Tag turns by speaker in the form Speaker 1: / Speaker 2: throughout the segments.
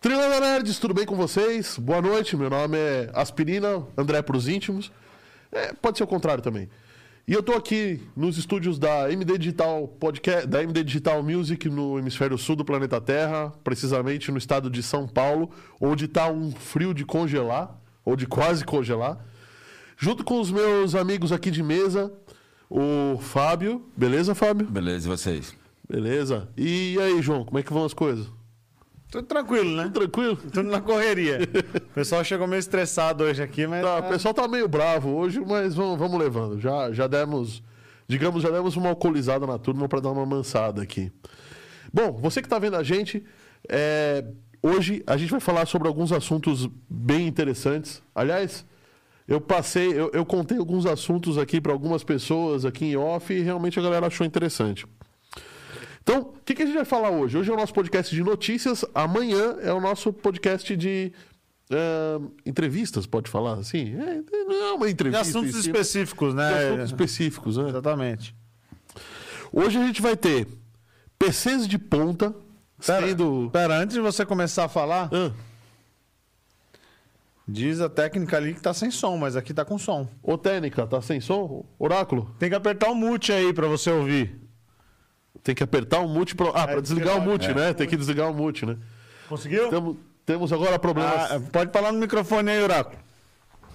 Speaker 1: Trilha Nerds, tudo bem com vocês? Boa noite, meu nome é Aspirina, André pros íntimos. É, pode ser o contrário também. E eu tô aqui nos estúdios da MD Digital Podcast, da MD Digital Music no hemisfério sul do planeta Terra, precisamente no estado de São Paulo, onde tá um frio de congelar, ou de quase congelar. Junto com os meus amigos aqui de mesa, o Fábio. Beleza, Fábio?
Speaker 2: Beleza, e vocês?
Speaker 1: Beleza. E aí, João, como é que vão as coisas?
Speaker 3: Tudo tranquilo, né?
Speaker 1: Tranquilo?
Speaker 3: Tudo na correria. O pessoal chegou meio estressado hoje aqui, mas.
Speaker 1: Tá,
Speaker 3: tá-
Speaker 1: o pessoal tá meio bravo hoje, mas vamos, vamos levando. Já, já demos, digamos, já demos uma alcoolizada na turma para dar uma mansada aqui. Bom, você que tá vendo a gente, é, hoje a gente vai falar sobre alguns assuntos bem interessantes. Aliás, eu passei, eu, eu contei alguns assuntos aqui para algumas pessoas aqui em off e realmente a galera achou interessante. Então, o que, que a gente vai falar hoje? Hoje é o nosso podcast de notícias, amanhã é o nosso podcast de ahn, entrevistas, pode falar assim? É, não é uma
Speaker 3: De
Speaker 1: entrevista.
Speaker 3: assuntos
Speaker 1: em si,
Speaker 3: específicos,
Speaker 1: de
Speaker 3: né?
Speaker 1: assuntos específicos, né?
Speaker 3: Exatamente.
Speaker 1: Hoje a gente vai ter PCs de ponta
Speaker 3: Pera,
Speaker 1: sendo.
Speaker 3: pera, antes de você começar a falar,
Speaker 1: Ah,
Speaker 3: diz a técnica ali que tá sem som, mas aqui tá com som.
Speaker 1: ô, Técnica, tá sem som? Oráculo,
Speaker 3: Tem que apertar o mute aí pra você ouvir.
Speaker 1: tem que apertar o mute. Pra... Ah,
Speaker 3: É,
Speaker 1: pra desligar o mute, né? Tem que desligar o mute, né?
Speaker 3: Conseguiu?
Speaker 1: Tamo- temos agora problemas.
Speaker 3: Ah, pode falar no microfone aí, Oráculo.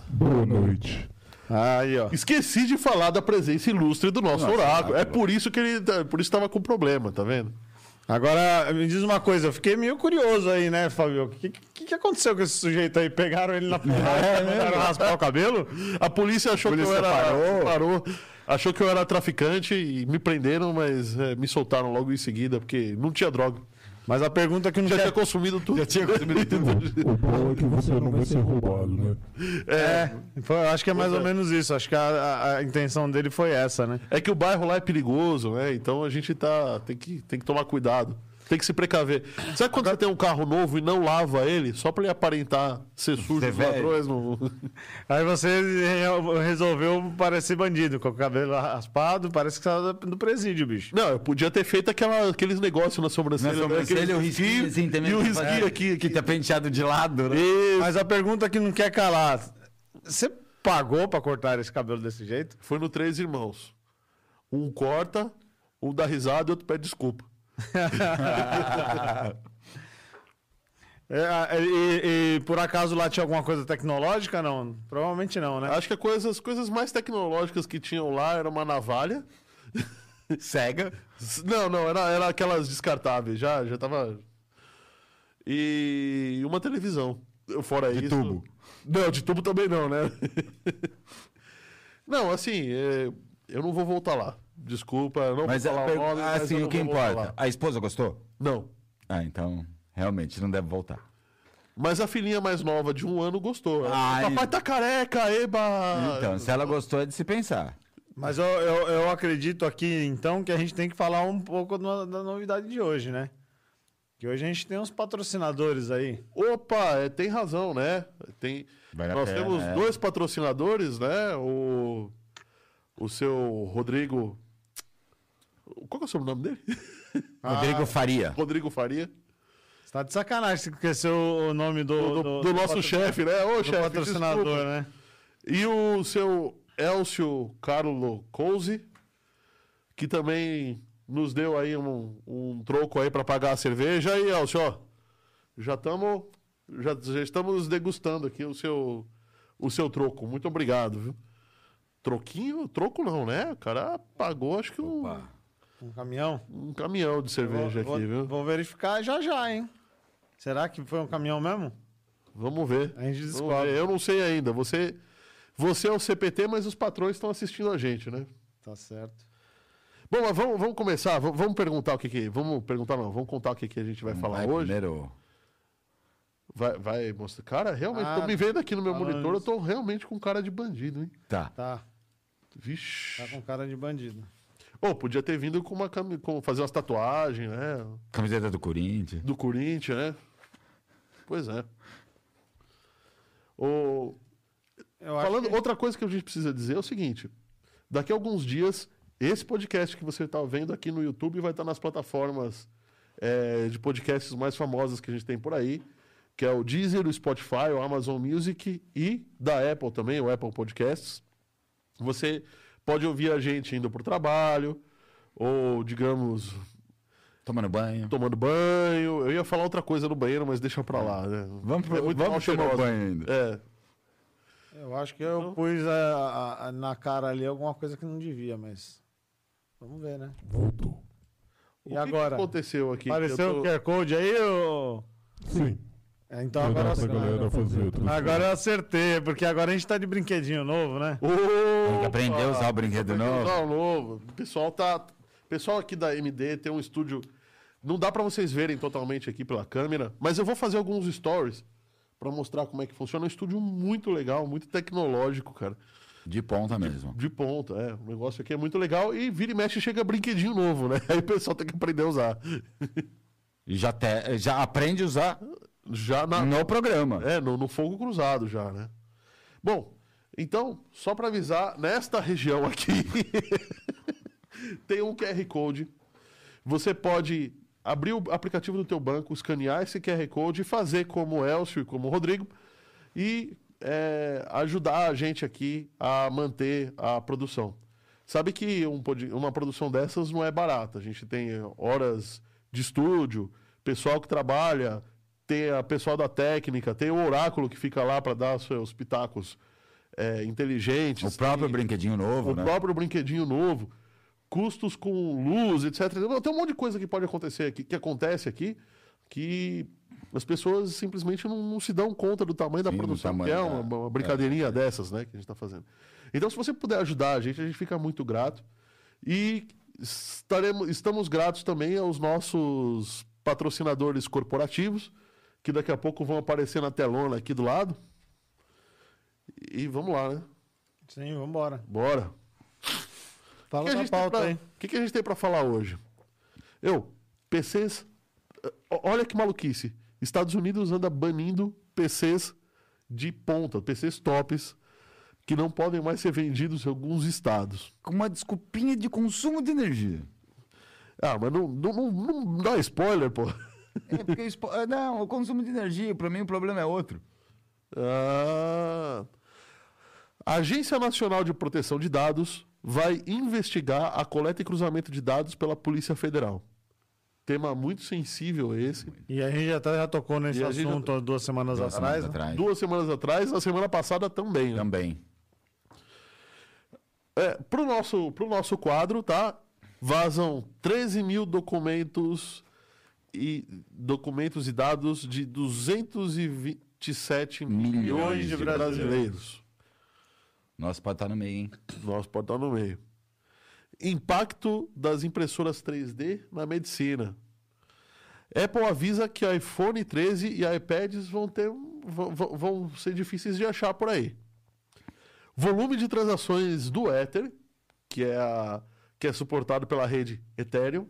Speaker 4: Boa noite.
Speaker 3: Aí, ó.
Speaker 1: Esqueci de falar da presença ilustre do nosso oráculo. É por isso que ele. tá- Por isso tava com problema, tá vendo?
Speaker 3: Agora, me diz uma coisa, eu fiquei meio curioso aí, né, Fabio? O que, que, que aconteceu com esse sujeito aí? Pegaram ele na porrada e mandaram raspar o cabelo?
Speaker 1: A polícia achou
Speaker 3: polícia
Speaker 1: que eu era.
Speaker 3: parou.
Speaker 1: parou, Achou que eu era traficante e me prenderam, mas é, me soltaram logo em seguida, porque não tinha droga.
Speaker 3: Mas a pergunta que não
Speaker 1: Já
Speaker 3: quer
Speaker 1: tinha consumido tudo.
Speaker 3: Já tinha consumido
Speaker 1: tudo.
Speaker 4: O bom é que você não vai ser roubado, né?
Speaker 1: é,
Speaker 3: É, foi- eu acho que é mais ou menos isso. Acho que a, a- a intenção dele foi essa, né?
Speaker 1: é que o bairro lá é perigoso, né? Então a gente tá, tem, que, tem que tomar cuidado. Tem que se precaver. Sabe quando você tem um carro novo e não lava ele, só pra ele aparentar ser sujo, os
Speaker 2: velho.
Speaker 1: ladrões não.
Speaker 3: Aí você re- resolveu parecer bandido, com o cabelo raspado, parece que saiu do presídio, bicho.
Speaker 1: Não, eu podia ter feito aquela- aqueles negócios na sobrancelha.
Speaker 2: Na sobrancelha,
Speaker 1: né?
Speaker 2: o
Speaker 1: Aqueles
Speaker 2: risquinho assim também.
Speaker 1: E o
Speaker 2: que
Speaker 1: risquinho
Speaker 2: faz-
Speaker 1: aqui.
Speaker 2: Que
Speaker 1: aqui.
Speaker 2: tá penteado de lado, né?
Speaker 1: E
Speaker 3: Mas a pergunta que não quer calar: você pagou pra cortar esse cabelo desse jeito?
Speaker 1: foi no Três Irmãos. Um corta, um dá risada e outro pede desculpa.
Speaker 3: É, a- e, e por acaso lá tinha alguma coisa tecnológica? Não, provavelmente não, né?
Speaker 1: Acho que a coisa- as coisas mais tecnológicas que tinham lá era uma navalha. Ah,
Speaker 2: Cega.
Speaker 1: Não, não, era, era aquelas descartáveis, já, já tava. E uma televisão. Fora isso.
Speaker 2: tubo.
Speaker 1: Não, de tubo também não, né? não, assim, é, eu não vou voltar lá. Desculpa, eu não
Speaker 2: Mas
Speaker 1: vou
Speaker 2: a
Speaker 1: falar
Speaker 2: per-
Speaker 1: o nome. mas eu
Speaker 2: assim,
Speaker 1: não
Speaker 2: o que
Speaker 1: vou voltar
Speaker 2: importa?
Speaker 1: lá.
Speaker 2: A esposa gostou?
Speaker 1: Não.
Speaker 2: Ah, então, realmente, não deve voltar.
Speaker 1: Mas a filhinha mais nova de um ano gostou. Ela
Speaker 2: Ai.
Speaker 1: falou, Papai tá careca, eba!
Speaker 2: Ah, Então, se ela gostou, é de se pensar.
Speaker 3: Mas eu, eu, eu acredito aqui, então, que a gente tem que falar um pouco do- da novidade de hoje, né? Que hoje a gente tem uns patrocinadores aí.
Speaker 1: Opa, é, tem razão, né? Tem...
Speaker 2: Vale a
Speaker 1: Nós
Speaker 2: pena,
Speaker 1: temos
Speaker 2: é.
Speaker 1: dois patrocinadores, né? O, o seu Rodrigo. Qual que é o sobrenome dele? Ah.
Speaker 2: Rodrigo Faria.
Speaker 1: Rodrigo Faria.
Speaker 3: Você tá de sacanagem se esquecer o o nome do,
Speaker 1: Do, do nosso
Speaker 3: patro-
Speaker 1: chefe, né? Ô,
Speaker 3: do
Speaker 1: chefe.
Speaker 3: patrocinador,
Speaker 1: desculpa.
Speaker 3: né?
Speaker 1: E o seu Elcio Carlo Couze, que também nos deu aí um, um troco aí para pagar a cerveja. Aí, Elcio, ó, já estamos já, já estamos degustando aqui o seu o seu troco. Muito obrigado, viu? Troquinho, troco não, né? O cara pagou acho que um,
Speaker 2: Opa.
Speaker 3: Um caminhão.
Speaker 1: um caminhão de cerveja
Speaker 3: vou,
Speaker 1: aqui,
Speaker 3: vou-
Speaker 1: viu?
Speaker 3: vou verificar já já, hein? Será que foi um caminhão mesmo?
Speaker 1: Vamos ver.
Speaker 3: A gente
Speaker 1: Vamos
Speaker 3: descobre.
Speaker 1: ver. Eu não sei ainda. Você você é o CPT, mas os patrões estão assistindo a gente, né?
Speaker 3: Tá certo.
Speaker 1: Bom, mas vamos, vamos começar, vamos, vamos perguntar o que que... Vamos perguntar não, vamos contar o que que a gente vai falar
Speaker 2: Vai
Speaker 1: hoje.
Speaker 2: Primeiro.
Speaker 1: Vai, vai mostrar... Cara, realmente,
Speaker 3: Ah,
Speaker 1: tô me vendo aqui no meu
Speaker 3: falando
Speaker 1: monitor, eu tô realmente com cara de bandido, hein?
Speaker 2: Tá.
Speaker 3: Tá,
Speaker 1: Vixe.
Speaker 3: tá com cara de bandido.
Speaker 1: Ô, podia ter vindo com uma cami... com fazer umas tatuagens, né?
Speaker 2: Camiseta do Corinthians.
Speaker 1: Do Corinthians, né? Pois é. Ô,
Speaker 3: Eu acho
Speaker 1: Falando,
Speaker 3: que- é
Speaker 1: outra coisa que a gente precisa dizer é o seguinte: daqui a alguns dias, esse podcast que você está vendo aqui tá no YouTube vai estar nas plataformas eh, de podcasts mais famosas que a gente tem por aí. que é o Deezer, o Spotify, o Amazon Music e da Apple também, o Apple Podcasts. Você pode ouvir a gente indo para o trabalho, ou, digamos,
Speaker 2: Tomando banho.
Speaker 1: tomando banho. Eu ia falar outra coisa no banheiro, mas deixa pra lá, né?
Speaker 2: Vamos pro-
Speaker 1: muito
Speaker 2: vamos tomar um
Speaker 1: mal cheirosa.
Speaker 2: banho ainda.
Speaker 1: É.
Speaker 3: Eu acho que
Speaker 1: Então?
Speaker 3: eu pus a- a- a- na cara ali alguma coisa que não devia, mas. Vamos ver, né?
Speaker 4: Voltou.
Speaker 1: O que
Speaker 3: E
Speaker 1: que
Speaker 3: agora?
Speaker 1: aconteceu aqui?
Speaker 3: Apareceu
Speaker 1: Eu tô-
Speaker 3: o QR Code aí, ô?
Speaker 4: Sim.
Speaker 3: É, Então
Speaker 4: Vai
Speaker 3: agora
Speaker 4: dar
Speaker 3: eu
Speaker 4: pra galera
Speaker 3: acertei.
Speaker 4: fazer outras
Speaker 3: Agora eu acertei, porque agora a gente tá de brinquedinho novo, né?
Speaker 2: Tem que
Speaker 1: Opa!
Speaker 2: aprender a usar o brinquedo novo.
Speaker 1: Não, novo. O pessoal tá. O pessoal aqui da MD tem um estúdio. Não dá pra vocês verem totalmente aqui pela câmera, mas eu vou fazer alguns stories pra mostrar como é que funciona. É um estúdio muito legal, muito tecnológico, cara.
Speaker 2: De ponta mesmo.
Speaker 1: De ponta, é. O negócio aqui é muito legal e vira e mexe chega brinquedinho novo, né? Aí o pessoal tem que aprender a usar.
Speaker 2: E já, te- já aprende a usar
Speaker 1: Já na,
Speaker 2: no programa.
Speaker 1: É, no, no fogo cruzado já, né? Bom, então, só para avisar, nesta região aqui tem um QR Code. Você pode abrir o aplicativo do teu banco, escanear esse QR Code e fazer como o Elcio e como o Rodrigo e é, ajudar a gente aqui a manter a produção. Sabe que um pod- uma produção dessas não é barata. A gente tem é, horas de estúdio, pessoal que trabalha, tem a pessoal da técnica, tem o oráculo que fica lá para dar seus pitacos é, inteligentes.
Speaker 2: O próprio brinquedinho novo,
Speaker 1: O
Speaker 2: né?
Speaker 1: próprio brinquedinho novo, custos com luz, etc. Tem um monte de coisa que pode acontecer aqui, que acontece aqui, que as pessoas simplesmente não, não se dão conta do tamanho da
Speaker 2: Sim, do
Speaker 1: produção,
Speaker 2: tamanho É,
Speaker 1: que é
Speaker 2: da-
Speaker 1: uma, uma brincadeirinha dessas, né, que a gente tá fazendo. Então, se você puder ajudar a gente, a gente fica muito grato. E estaremos, estamos gratos também aos nossos patrocinadores corporativos, que daqui a pouco vão aparecer na telona aqui do lado. E vamos lá, né?
Speaker 3: Sim, vambora.
Speaker 1: Bora!
Speaker 3: Fala
Speaker 1: que a
Speaker 3: da
Speaker 1: gente tem
Speaker 3: pauta
Speaker 1: pra-
Speaker 3: aí.
Speaker 1: O que, que a gente tem pra falar hoje? Eu, PCs. o- Olha que maluquice. Estados Unidos anda banindo PCs de ponta, PCs tops, que não podem mais ser vendidos em alguns estados.
Speaker 2: Com uma desculpinha de consumo de energia.
Speaker 1: Ah, mas não, não, não- não dá spoiler, pô.
Speaker 2: É porque expo- ah, Não, o consumo de energia, pra mim o problema é outro.
Speaker 1: Ah. A Agência Nacional de Proteção de Dados vai investigar a coleta e cruzamento de dados pela Polícia Federal. Tema muito sensível esse.
Speaker 3: E a gente já, tá- já tocou nesse
Speaker 1: E a gente já
Speaker 3: assunto há duas semanas atrás.
Speaker 2: Semanas
Speaker 3: né?
Speaker 2: atrás.
Speaker 1: Duas semanas atrás, a semana passada também. né?
Speaker 2: Também.
Speaker 1: É, pro, nosso, pro nosso quadro, tá? Vazam 13 mil documentos e, documentos e dados de 227 milhões,
Speaker 2: Milhões
Speaker 1: de
Speaker 2: de
Speaker 1: brasileiros.
Speaker 2: Nossa, pode estar no meio, hein?
Speaker 1: Nosso pode estar no meio. Impacto das impressoras 3D na medicina. Apple avisa que iPhone 13 e iPads vão, ter, um, vão, vão- vão ser difíceis de achar por aí. Volume de transações do Ether, que é, a- que é suportado pela rede Ethereum,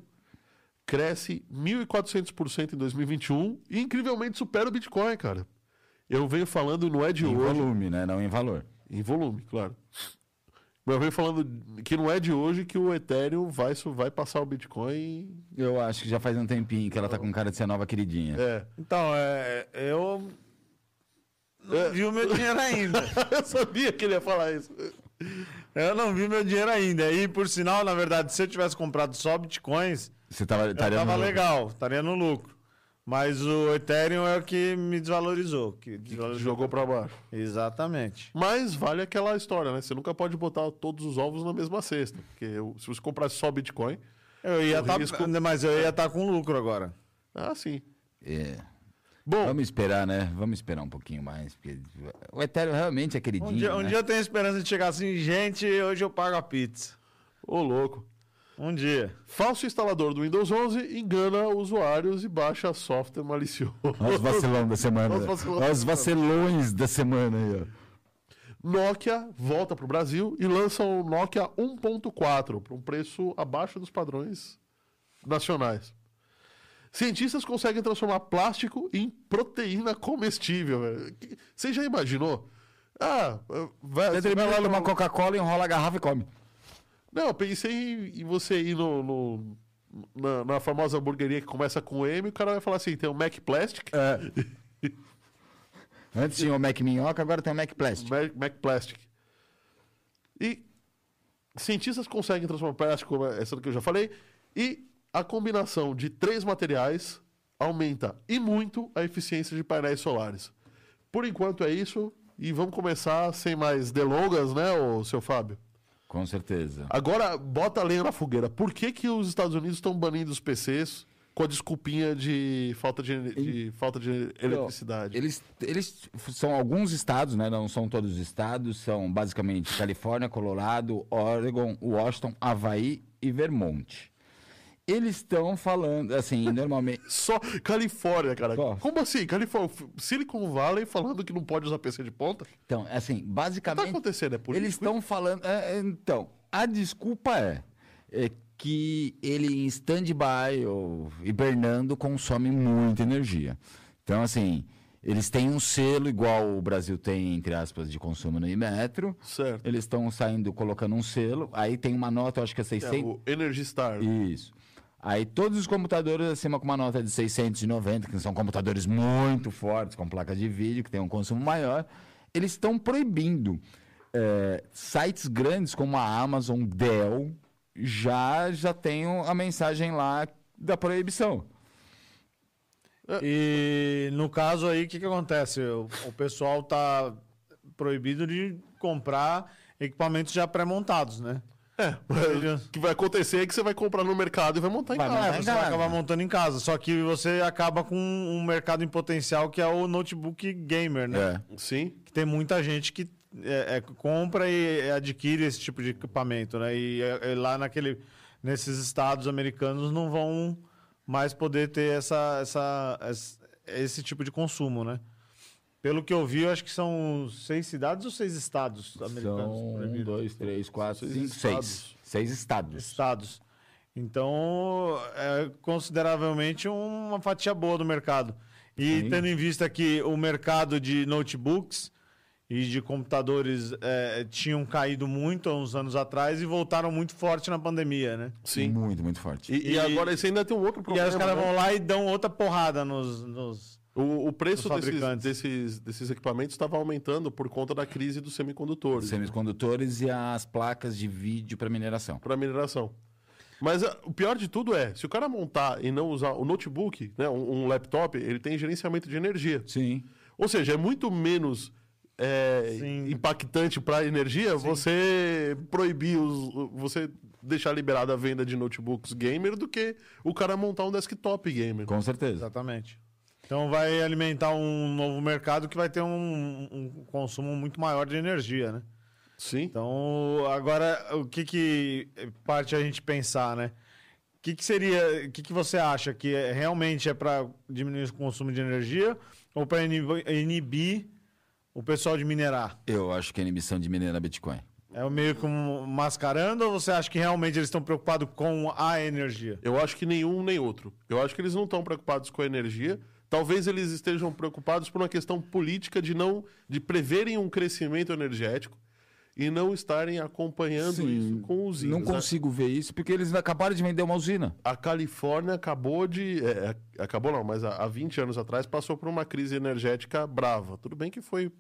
Speaker 1: cresce 1.400% em 2021 e incrivelmente supera o Bitcoin, cara. Eu venho falando, e não é de
Speaker 2: Em
Speaker 1: hoje.
Speaker 2: volume, né? Não em valor.
Speaker 1: Em volume, claro. Mas eu venho falando que não é de hoje que o Ethereum vai, su- vai passar o Bitcoin.
Speaker 2: Eu acho que já faz um tempinho que ela tá com cara de ser nova queridinha.
Speaker 1: É.
Speaker 3: Então, é, eu. Não
Speaker 1: É.
Speaker 3: vi o meu dinheiro ainda.
Speaker 1: eu sabia que ele ia falar isso.
Speaker 3: eu não vi meu dinheiro ainda. E por sinal, na verdade, se eu tivesse comprado só bitcoins,
Speaker 2: Você tava,
Speaker 3: eu
Speaker 2: estaria
Speaker 3: tava
Speaker 2: no-
Speaker 3: legal, estaria no lucro. Mas o Ethereum é o que me desvalorizou. Que desvalorizou.
Speaker 1: Jogou pra baixo.
Speaker 3: Exatamente.
Speaker 1: Mas vale aquela história, né? Você nunca pode botar todos os ovos na mesma cesta. Porque eu- se você comprar só Bitcoin.
Speaker 3: Eu ia
Speaker 1: O
Speaker 3: tá,
Speaker 1: risco-
Speaker 3: Mas eu ia estar com lucro agora.
Speaker 1: Ah, sim.
Speaker 2: É.
Speaker 1: Bom,
Speaker 2: Vamos esperar, né? Vamos esperar um pouquinho mais. Porque o Ethereum realmente é queridinho.
Speaker 3: Um dia, um
Speaker 2: né?
Speaker 3: dia eu tenho esperança de chegar assim, gente, hoje eu pago a pizza.
Speaker 1: ô louco.
Speaker 3: Um dia.
Speaker 1: Falso instalador do Windows 11 engana usuários e baixa software malicioso.
Speaker 2: Olha os vacilão da semana.
Speaker 1: Olha os vacilão
Speaker 2: Olha os
Speaker 1: da
Speaker 2: vacilões da semana aí, ó.
Speaker 1: Nokia volta para o Brasil e lança o Nokia 1.4 para um preço abaixo dos padrões nacionais. Cientistas conseguem transformar plástico em proteína comestível. velho. Que- Você já imaginou? Ah, vai.
Speaker 2: Você termina lá
Speaker 3: é
Speaker 2: numa Coca-Cola, enrola a garrafa e come.
Speaker 1: Não, eu pensei em- em você ir no, no- na, na famosa hamburgueria que começa com M, o cara vai falar assim: tem um Mac Plastic,
Speaker 2: É. Antes tinha o Mac Minhoca, agora tem o Mac Plastic.
Speaker 1: Mac, Mac Plastic. E cientistas conseguem transformar plástico, como é essa que eu já falei, e a combinação de três materiais aumenta e muito a eficiência de painéis solares. Por enquanto é isso, e vamos começar sem mais delongas, né, ô, seu Fábio?
Speaker 2: Com certeza.
Speaker 1: Agora, bota a lenha na fogueira. Por que, que os Estados Unidos estão banindo os PCs com a desculpinha de falta de, de falta de eletricidade?
Speaker 2: Eles, eles f- são alguns estados, né? Não são todos os estados, são basicamente Califórnia, Colorado, Oregon, Washington, Havaí e Vermont. Eles estão falando, assim, normalmente.
Speaker 1: Só Califórnia, cara.
Speaker 2: Só.
Speaker 1: Como assim? Califórnia, Silicon Valley falando que não pode usar PC de ponta? O
Speaker 2: Então, assim,
Speaker 1: que tá
Speaker 2: basicamente.
Speaker 1: acontecendo? É político?
Speaker 2: Eles estão falando. é, é, então, a desculpa é, é que ele em stand-by ou hibernando consome muita energia. Então, assim, eles têm um selo igual o Brasil tem, entre aspas, de consumo no Imetro.
Speaker 1: Certo.
Speaker 2: Eles estão saindo colocando um selo. Aí tem uma nota, eu acho que é
Speaker 1: É,
Speaker 2: 600.
Speaker 1: o Energy Star.
Speaker 2: Isso. Aí todos os computadores acima com uma nota de 690, que são computadores muito fortes, com placa de vídeo, que tem um consumo maior, eles estão proibindo. É, sites grandes como a Amazon, Dell, já, já tem o- a mensagem lá da proibição.
Speaker 3: E no caso aí, o que, que acontece? O, o pessoal tá proibido de comprar equipamentos já pré-montados, né?
Speaker 1: É, mas o que vai acontecer é que você vai comprar no mercado e vai montar em
Speaker 2: Vai
Speaker 1: casa.
Speaker 2: montar
Speaker 3: É,
Speaker 2: em
Speaker 3: você
Speaker 2: casa.
Speaker 3: vai acabar montando em casa. Só que você acaba com um mercado em potencial que é o notebook gamer, né?
Speaker 2: É.
Speaker 1: Sim.
Speaker 3: que tem muita gente que é, é, compra e é, adquire esse tipo de equipamento, né? E é, é, lá naquele, nesses estados americanos não vão mais poder ter essa, essa, essa- esse tipo de consumo, né? Pelo que eu vi, eu acho que são seis cidades ou seis estados americanos
Speaker 2: São um,
Speaker 3: proibidos?
Speaker 2: dois, três, quatro,
Speaker 1: Seis
Speaker 2: cinco,
Speaker 1: estados.
Speaker 2: seis. Seis estados.
Speaker 3: estados. Então, é consideravelmente uma fatia boa do mercado. E
Speaker 2: Sim.
Speaker 3: tendo em vista que o mercado de notebooks e de computadores é, tinham caído muito há uns anos atrás e voltaram muito forte na pandemia, né?
Speaker 1: Sim.
Speaker 2: Muito, muito forte.
Speaker 1: E, e
Speaker 3: E-
Speaker 1: agora isso ainda tem um outro
Speaker 3: e aí
Speaker 1: problema.
Speaker 3: os caras
Speaker 1: né?
Speaker 3: vão lá e dão outra porrada nos... nos-
Speaker 1: O, o preço
Speaker 3: Os
Speaker 1: desses,
Speaker 3: fabricantes.
Speaker 1: desses, desses equipamentos estava aumentando por conta da crise dos semicondutores
Speaker 2: Semicondutores e as placas de vídeo para mineração.
Speaker 1: para mineração. Mas ah, o pior de tudo é, se o cara montar e não usar o notebook, né, um, um laptop, ele tem gerenciamento de energia.
Speaker 2: Sim.
Speaker 1: Ou seja, é muito menos é,
Speaker 3: Sim.
Speaker 1: impactante para a energia você proibir os, você deixar liberada a venda de notebooks gamer do que o cara montar um desktop gamer.
Speaker 2: Com certeza.
Speaker 3: Exatamente. Então vai alimentar um novo mercado que vai ter um- um consumo muito maior de energia, né?
Speaker 1: Sim.
Speaker 3: Então, agora, o que que parte a gente pensar, né? O que, que seria, o que, que você acha que é- realmente é para diminuir o consumo de energia ou para inibir, o pessoal de minerar?
Speaker 2: Eu acho que a inibição de minerar Bitcoin.
Speaker 3: É meio que um mascarando ou você acha que realmente eles estão preocupados com a energia?
Speaker 1: Eu acho que nenhum nem outro. Eu acho que eles não estão preocupados com a energia. Talvez eles estejam preocupados por uma questão política de não de preverem um crescimento energético e não estarem acompanhando
Speaker 2: Sim,
Speaker 1: isso com os né?
Speaker 2: Não consigo ver isso porque eles acabaram de vender uma usina.
Speaker 1: a Califórnia acabou de. é, é, acabou não, mas há há 20 anos atrás passou por uma crise energética brava. Tudo bem que foi.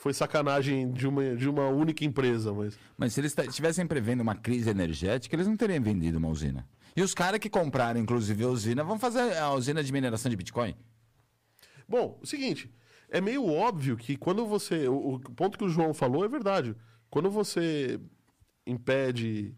Speaker 1: Foi sacanagem de uma, de uma única empresa, mas.
Speaker 2: Mas se eles ta- estivessem prevendo uma crise energética, eles não teriam vendido uma usina. E os caras que compraram, inclusive, a usina, vão fazer a usina de mineração de Bitcoin?
Speaker 1: Bom, o seguinte. É meio óbvio que quando você. O, o ponto que o João falou é verdade. Quando você impede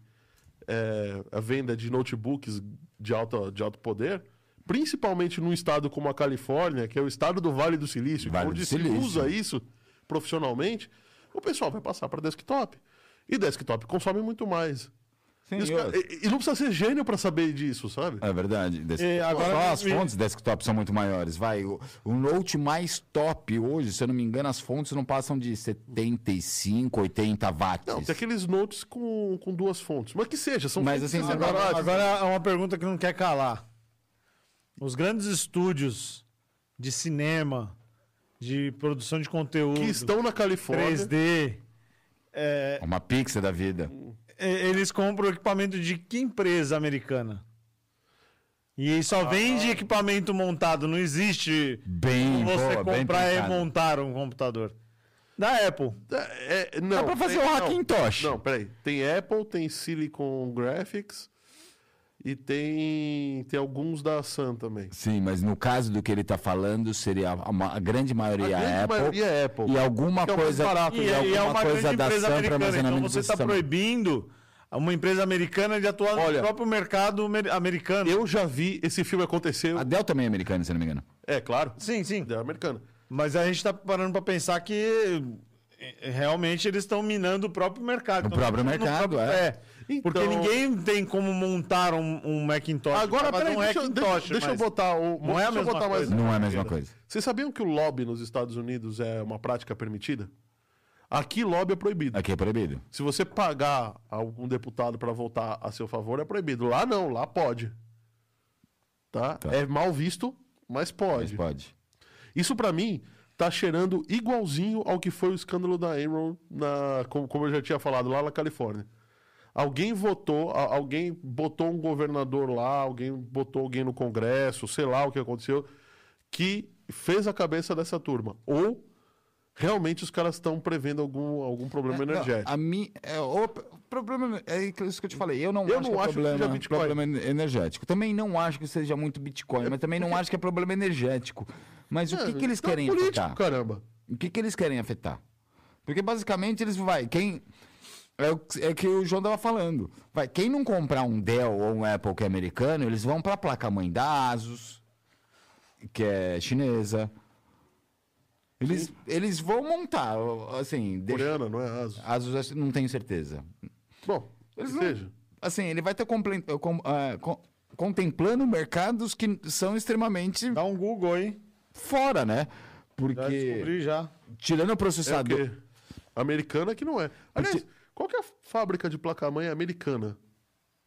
Speaker 1: é, a venda de notebooks de alto, de alto poder, principalmente num estado como a Califórnia, que é o estado do Vale do Silício,
Speaker 2: Vale
Speaker 1: onde
Speaker 2: do
Speaker 1: se
Speaker 2: Silício.
Speaker 1: usa isso profissionalmente, o pessoal vai passar para desktop. E desktop consome muito mais.
Speaker 2: Sim,
Speaker 1: Isso, cara, e, e não precisa ser gênio para saber disso, sabe?
Speaker 2: É verdade. Des-
Speaker 3: E agora
Speaker 2: Só as
Speaker 3: me-
Speaker 2: fontes desktop são muito maiores. Vai, o, o Note mais top hoje, se eu não me engano, as fontes não passam de 75, 80 watts.
Speaker 1: Não, tem aqueles notes com, com duas fontes. Mas que seja, são
Speaker 2: Mas
Speaker 1: fontes
Speaker 2: assim, você-
Speaker 1: separadas.
Speaker 3: Agora, agora é uma pergunta que não quer calar. Os grandes estúdios de cinema, de produção de conteúdo,
Speaker 1: que estão na Califórnia.
Speaker 3: 3D, é,
Speaker 2: Uma pixel da vida.
Speaker 3: E- Eles compram equipamento de que empresa americana? E
Speaker 2: Ah,
Speaker 3: só vende equipamento montado, não existe
Speaker 2: Bem,
Speaker 3: você
Speaker 2: boa, bem
Speaker 3: comprar e
Speaker 2: pensado.
Speaker 3: montar um computador. Da Apple.
Speaker 1: É, é, não,
Speaker 2: Dá pra fazer
Speaker 1: tem-
Speaker 2: um
Speaker 1: não.
Speaker 2: Hackintosh.
Speaker 1: Não, peraí. Tem Apple, tem Silicon Graphics e tem, tem alguns da Sun também.
Speaker 2: Sim, mas no caso do que ele tá falando, seria a, ma- a grande
Speaker 1: A
Speaker 2: maioria
Speaker 1: grande
Speaker 2: Apple.
Speaker 1: maioria é Apple.
Speaker 2: E alguma
Speaker 1: Que é o mais
Speaker 2: coisa.
Speaker 1: barato,
Speaker 2: e,
Speaker 1: né?
Speaker 2: alguma
Speaker 3: E é uma
Speaker 2: coisa
Speaker 3: grande
Speaker 2: da
Speaker 3: empresa
Speaker 2: SAM pra
Speaker 3: americana. Então
Speaker 2: armazenamento
Speaker 3: você
Speaker 2: de
Speaker 1: tá
Speaker 3: está
Speaker 2: SAM.
Speaker 3: proibindo uma empresa americana de atuar
Speaker 1: Olha,
Speaker 3: no próprio mercado mer- americano.
Speaker 1: Eu já vi esse filme acontecer.
Speaker 2: A Dell também é americana, se não me engano.
Speaker 1: É, claro.
Speaker 3: Sim, sim.
Speaker 1: É americana.
Speaker 3: Mas a gente está parando para pensar que eh, realmente eles estão minando o próprio mercado.
Speaker 2: O
Speaker 3: Tão
Speaker 2: próprio
Speaker 3: minando o
Speaker 2: mercado, é.
Speaker 3: é. Porque
Speaker 1: Então-
Speaker 3: ninguém tem como montar um, um Macintosh.
Speaker 1: Agora,
Speaker 3: Pra fazer
Speaker 1: peraí,
Speaker 3: um
Speaker 1: deixa, eu- deixa-
Speaker 3: Hackintosh,
Speaker 1: deixa eu
Speaker 3: mas-
Speaker 1: botar o.
Speaker 3: Não é
Speaker 1: deixa
Speaker 3: a
Speaker 1: eu
Speaker 3: mesma
Speaker 1: botar mais
Speaker 3: coisa.
Speaker 1: uma
Speaker 2: Não é a mesma
Speaker 1: maneira.
Speaker 2: coisa.
Speaker 1: Vocês sabiam que o lobby nos Estados Unidos é uma prática permitida? Aqui, lobby é proibido.
Speaker 2: Aqui é proibido.
Speaker 1: Se você pagar algum deputado para votar a seu favor, é proibido. Lá não, lá pode. Tá?
Speaker 2: Tá.
Speaker 1: É mal visto, mas
Speaker 2: Mas
Speaker 1: pode.
Speaker 2: pode.
Speaker 1: Isso pra mim tá cheirando igualzinho ao que foi o escândalo da Enron, na, como, como eu já tinha falado, lá na Califórnia. Alguém votou, a- alguém botou um governador lá, alguém botou alguém no Congresso, sei lá o que aconteceu, que fez a cabeça dessa turma. Ou realmente os caras estão prevendo algum, algum problema
Speaker 2: É, Não,
Speaker 1: energético.
Speaker 2: a mim, é, o p- problema é isso que eu te falei. Eu não
Speaker 1: Eu
Speaker 2: acho
Speaker 1: não
Speaker 2: que é
Speaker 1: acho que seja
Speaker 2: problema,
Speaker 1: Bitcoin.
Speaker 2: problema en- energético. Também não acho que seja muito Bitcoin, mas também não acho que é problema energético. Mas o que, que eles
Speaker 1: Então é
Speaker 2: querem
Speaker 1: político,
Speaker 2: afetar?
Speaker 1: caramba.
Speaker 2: O que, que eles querem afetar? Porque basicamente eles vai quem é o que- é que o João tava falando. Vai, quem não comprar um Dell ou um Apple que é americano, eles vão para a placa mãe da Asus, que é chinesa. Eles, eles vão montar, assim, deixa,
Speaker 1: Coreana, não é ASUS.
Speaker 2: Asus acho- não tenho certeza.
Speaker 1: Bom,
Speaker 2: Eles
Speaker 1: que
Speaker 2: não-
Speaker 1: seja. É
Speaker 2: Assim, ele vai estar é, contemplando mercados que são extremamente
Speaker 3: Dá um Google aí.
Speaker 2: fora, né?
Speaker 3: Já
Speaker 2: Porque
Speaker 3: descobri já.
Speaker 2: tirando o
Speaker 1: É o
Speaker 2: processador,
Speaker 1: quê? Americana que não é. Aliás,
Speaker 2: Porque-
Speaker 1: qual que é a fábrica de placa-mãe americana?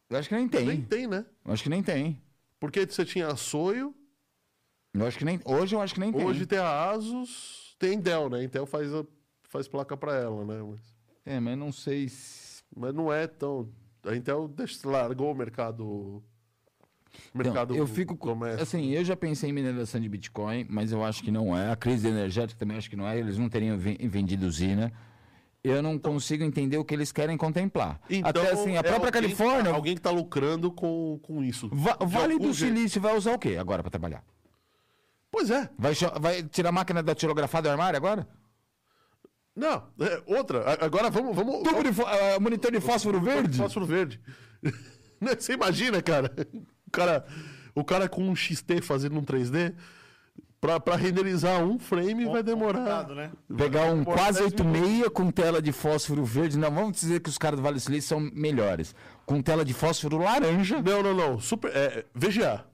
Speaker 2: eu acho que nem tem.
Speaker 1: Nem tem, né?
Speaker 2: Acho que nem tem.
Speaker 1: Porque você tinha a Soyo,
Speaker 2: Eu acho que nem. Hoje eu acho que nem né?
Speaker 1: hoje tem a Asus, tem Dell, né? Intel faz, a- faz placa pra ela, né? Mas,
Speaker 2: tem. É, mas não sei se.
Speaker 1: mas não é tão... A Intel deixa- largou o mercado... Mercado
Speaker 2: Não, eu fico com-
Speaker 1: doméstico.
Speaker 2: assim, eu já pensei em mineração de Bitcoin, mas eu acho que não é. A crise energética também acho que não é. Eles não teriam ven- vendido usina. Eu não consigo entender o que eles querem contemplar. Até assim,
Speaker 1: Então
Speaker 2: a
Speaker 1: é
Speaker 2: própria
Speaker 1: alguém que tá-
Speaker 2: Califórnia.
Speaker 1: alguém que tá lucrando com, com isso. Então,
Speaker 2: Va-
Speaker 1: De
Speaker 2: Vale
Speaker 1: algum
Speaker 2: do
Speaker 1: jeito.
Speaker 2: Silício vai usar o quê agora para trabalhar?
Speaker 1: Pois é.
Speaker 2: Vai, cho- vai tirar a máquina da tirografada do armário agora?
Speaker 1: Não, é, outra. A- Agora vamos... vamos
Speaker 2: Tubo de fó- ah, monitor de fósforo verde?
Speaker 1: Fósforo verde. Né, Você imagina, cara? O cara, o cara com um XT fazendo um 3D, pra, pra renderizar um frame vai demorar.
Speaker 3: Complicado, né?
Speaker 2: Pegar um quase 86 com tela de fósforo verde. Não, vamos dizer que os caras do Vale do Silício são melhores. Com tela de fósforo laranja,
Speaker 1: Não, não, não. Super, é, VGA,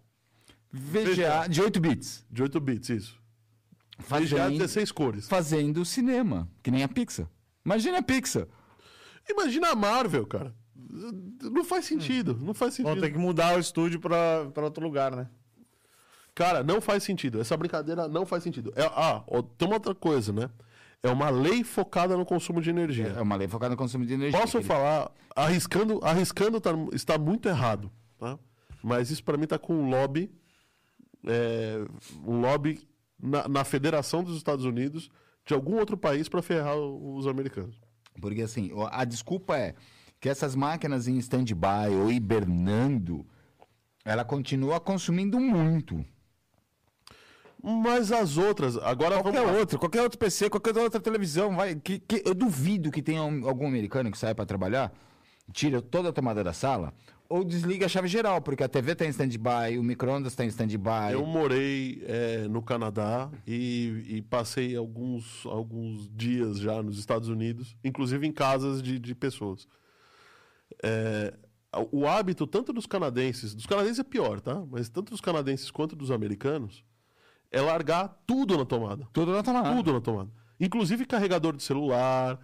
Speaker 2: VGA de 8 bits.
Speaker 1: de 8 bits, isso. VGA
Speaker 2: Fazendo,
Speaker 1: 16 cores.
Speaker 2: fazendo cinema, que nem a Pixar. Imagina a Pixar.
Speaker 1: Imagina a Marvel, cara. Não faz sentido, não faz
Speaker 3: Vão Hum. ter
Speaker 1: sentido.
Speaker 3: que mudar o estúdio pra, pra outro lugar, né?
Speaker 1: Cara, não faz sentido. Essa brincadeira não faz sentido. É, ah, ó, tem uma outra coisa, né? É uma lei focada no consumo de energia.
Speaker 2: É uma lei focada no consumo de energia.
Speaker 1: Posso
Speaker 2: Ele-
Speaker 1: falar, arriscando, arriscando tá- está muito errado, tá? Mas isso para mim está com um lobby, é, um lobby na, na Federação dos Estados Unidos de algum outro país para ferrar o- os americanos.
Speaker 2: Porque assim, o- a desculpa é que essas máquinas em stand-by ou hibernando, ela continua consumindo muito.
Speaker 1: Mas as outras, agora
Speaker 2: Qualquer um.
Speaker 1: vamos lá.
Speaker 2: outro, qualquer outro PC, qualquer outra televisão, vai. Que, que- eu duvido que tenha um- algum americano que saia para trabalhar, tira toda a tomada da sala, ou desliga a chave geral, porque a TV tá em stand-by, o micro-ondas tá em stand-by.
Speaker 1: Eu morei é, no Canadá e, e passei alguns, alguns dias já nos Estados Unidos, inclusive em casas de, de pessoas. É, o hábito tanto dos canadenses, dos canadenses é pior, tá? Mas tanto dos canadenses quanto dos americanos é largar tudo na tomada.
Speaker 2: Tudo na tomada.
Speaker 1: Tudo na tomada. Inclusive carregador de celular,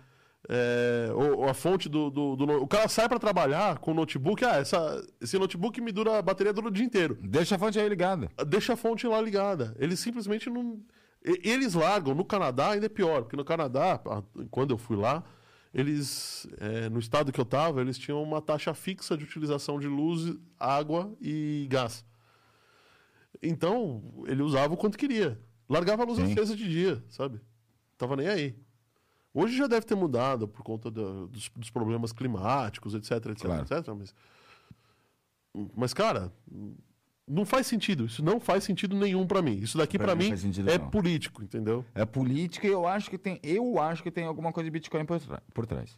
Speaker 1: é, ou, ou a fonte do, do- do no- O cara sai para trabalhar com notebook. Ah, essa, esse notebook me dura, a bateria dura o dia inteiro
Speaker 2: Deixa a fonte aí ligada.
Speaker 1: deixa a fonte lá ligada. Eles simplesmente não. e- Eles largam. No Canadá ainda é pior, porque no Canadá, a- quando eu fui lá, eles. é, no estado que eu estava, eles tinham uma taxa fixa de utilização de luz, água e gás. Então, ele usava o quanto queria. Largava a luz
Speaker 2: Sim.
Speaker 1: acesa de dia, sabe? Tava nem aí. Hoje já deve ter mudado por conta do- dos, dos problemas climáticos, etc, etc,
Speaker 2: Claro.
Speaker 1: etc. Mas, mas, cara, não faz sentido. Isso não faz sentido nenhum pra mim. Isso daqui,
Speaker 2: Pra
Speaker 1: pra
Speaker 2: mim não
Speaker 1: mim,
Speaker 2: faz sentido
Speaker 1: é
Speaker 2: não.
Speaker 1: político, entendeu?
Speaker 2: É política e eu acho que tem, eu acho que tem alguma coisa de Bitcoin por, tra- por trás.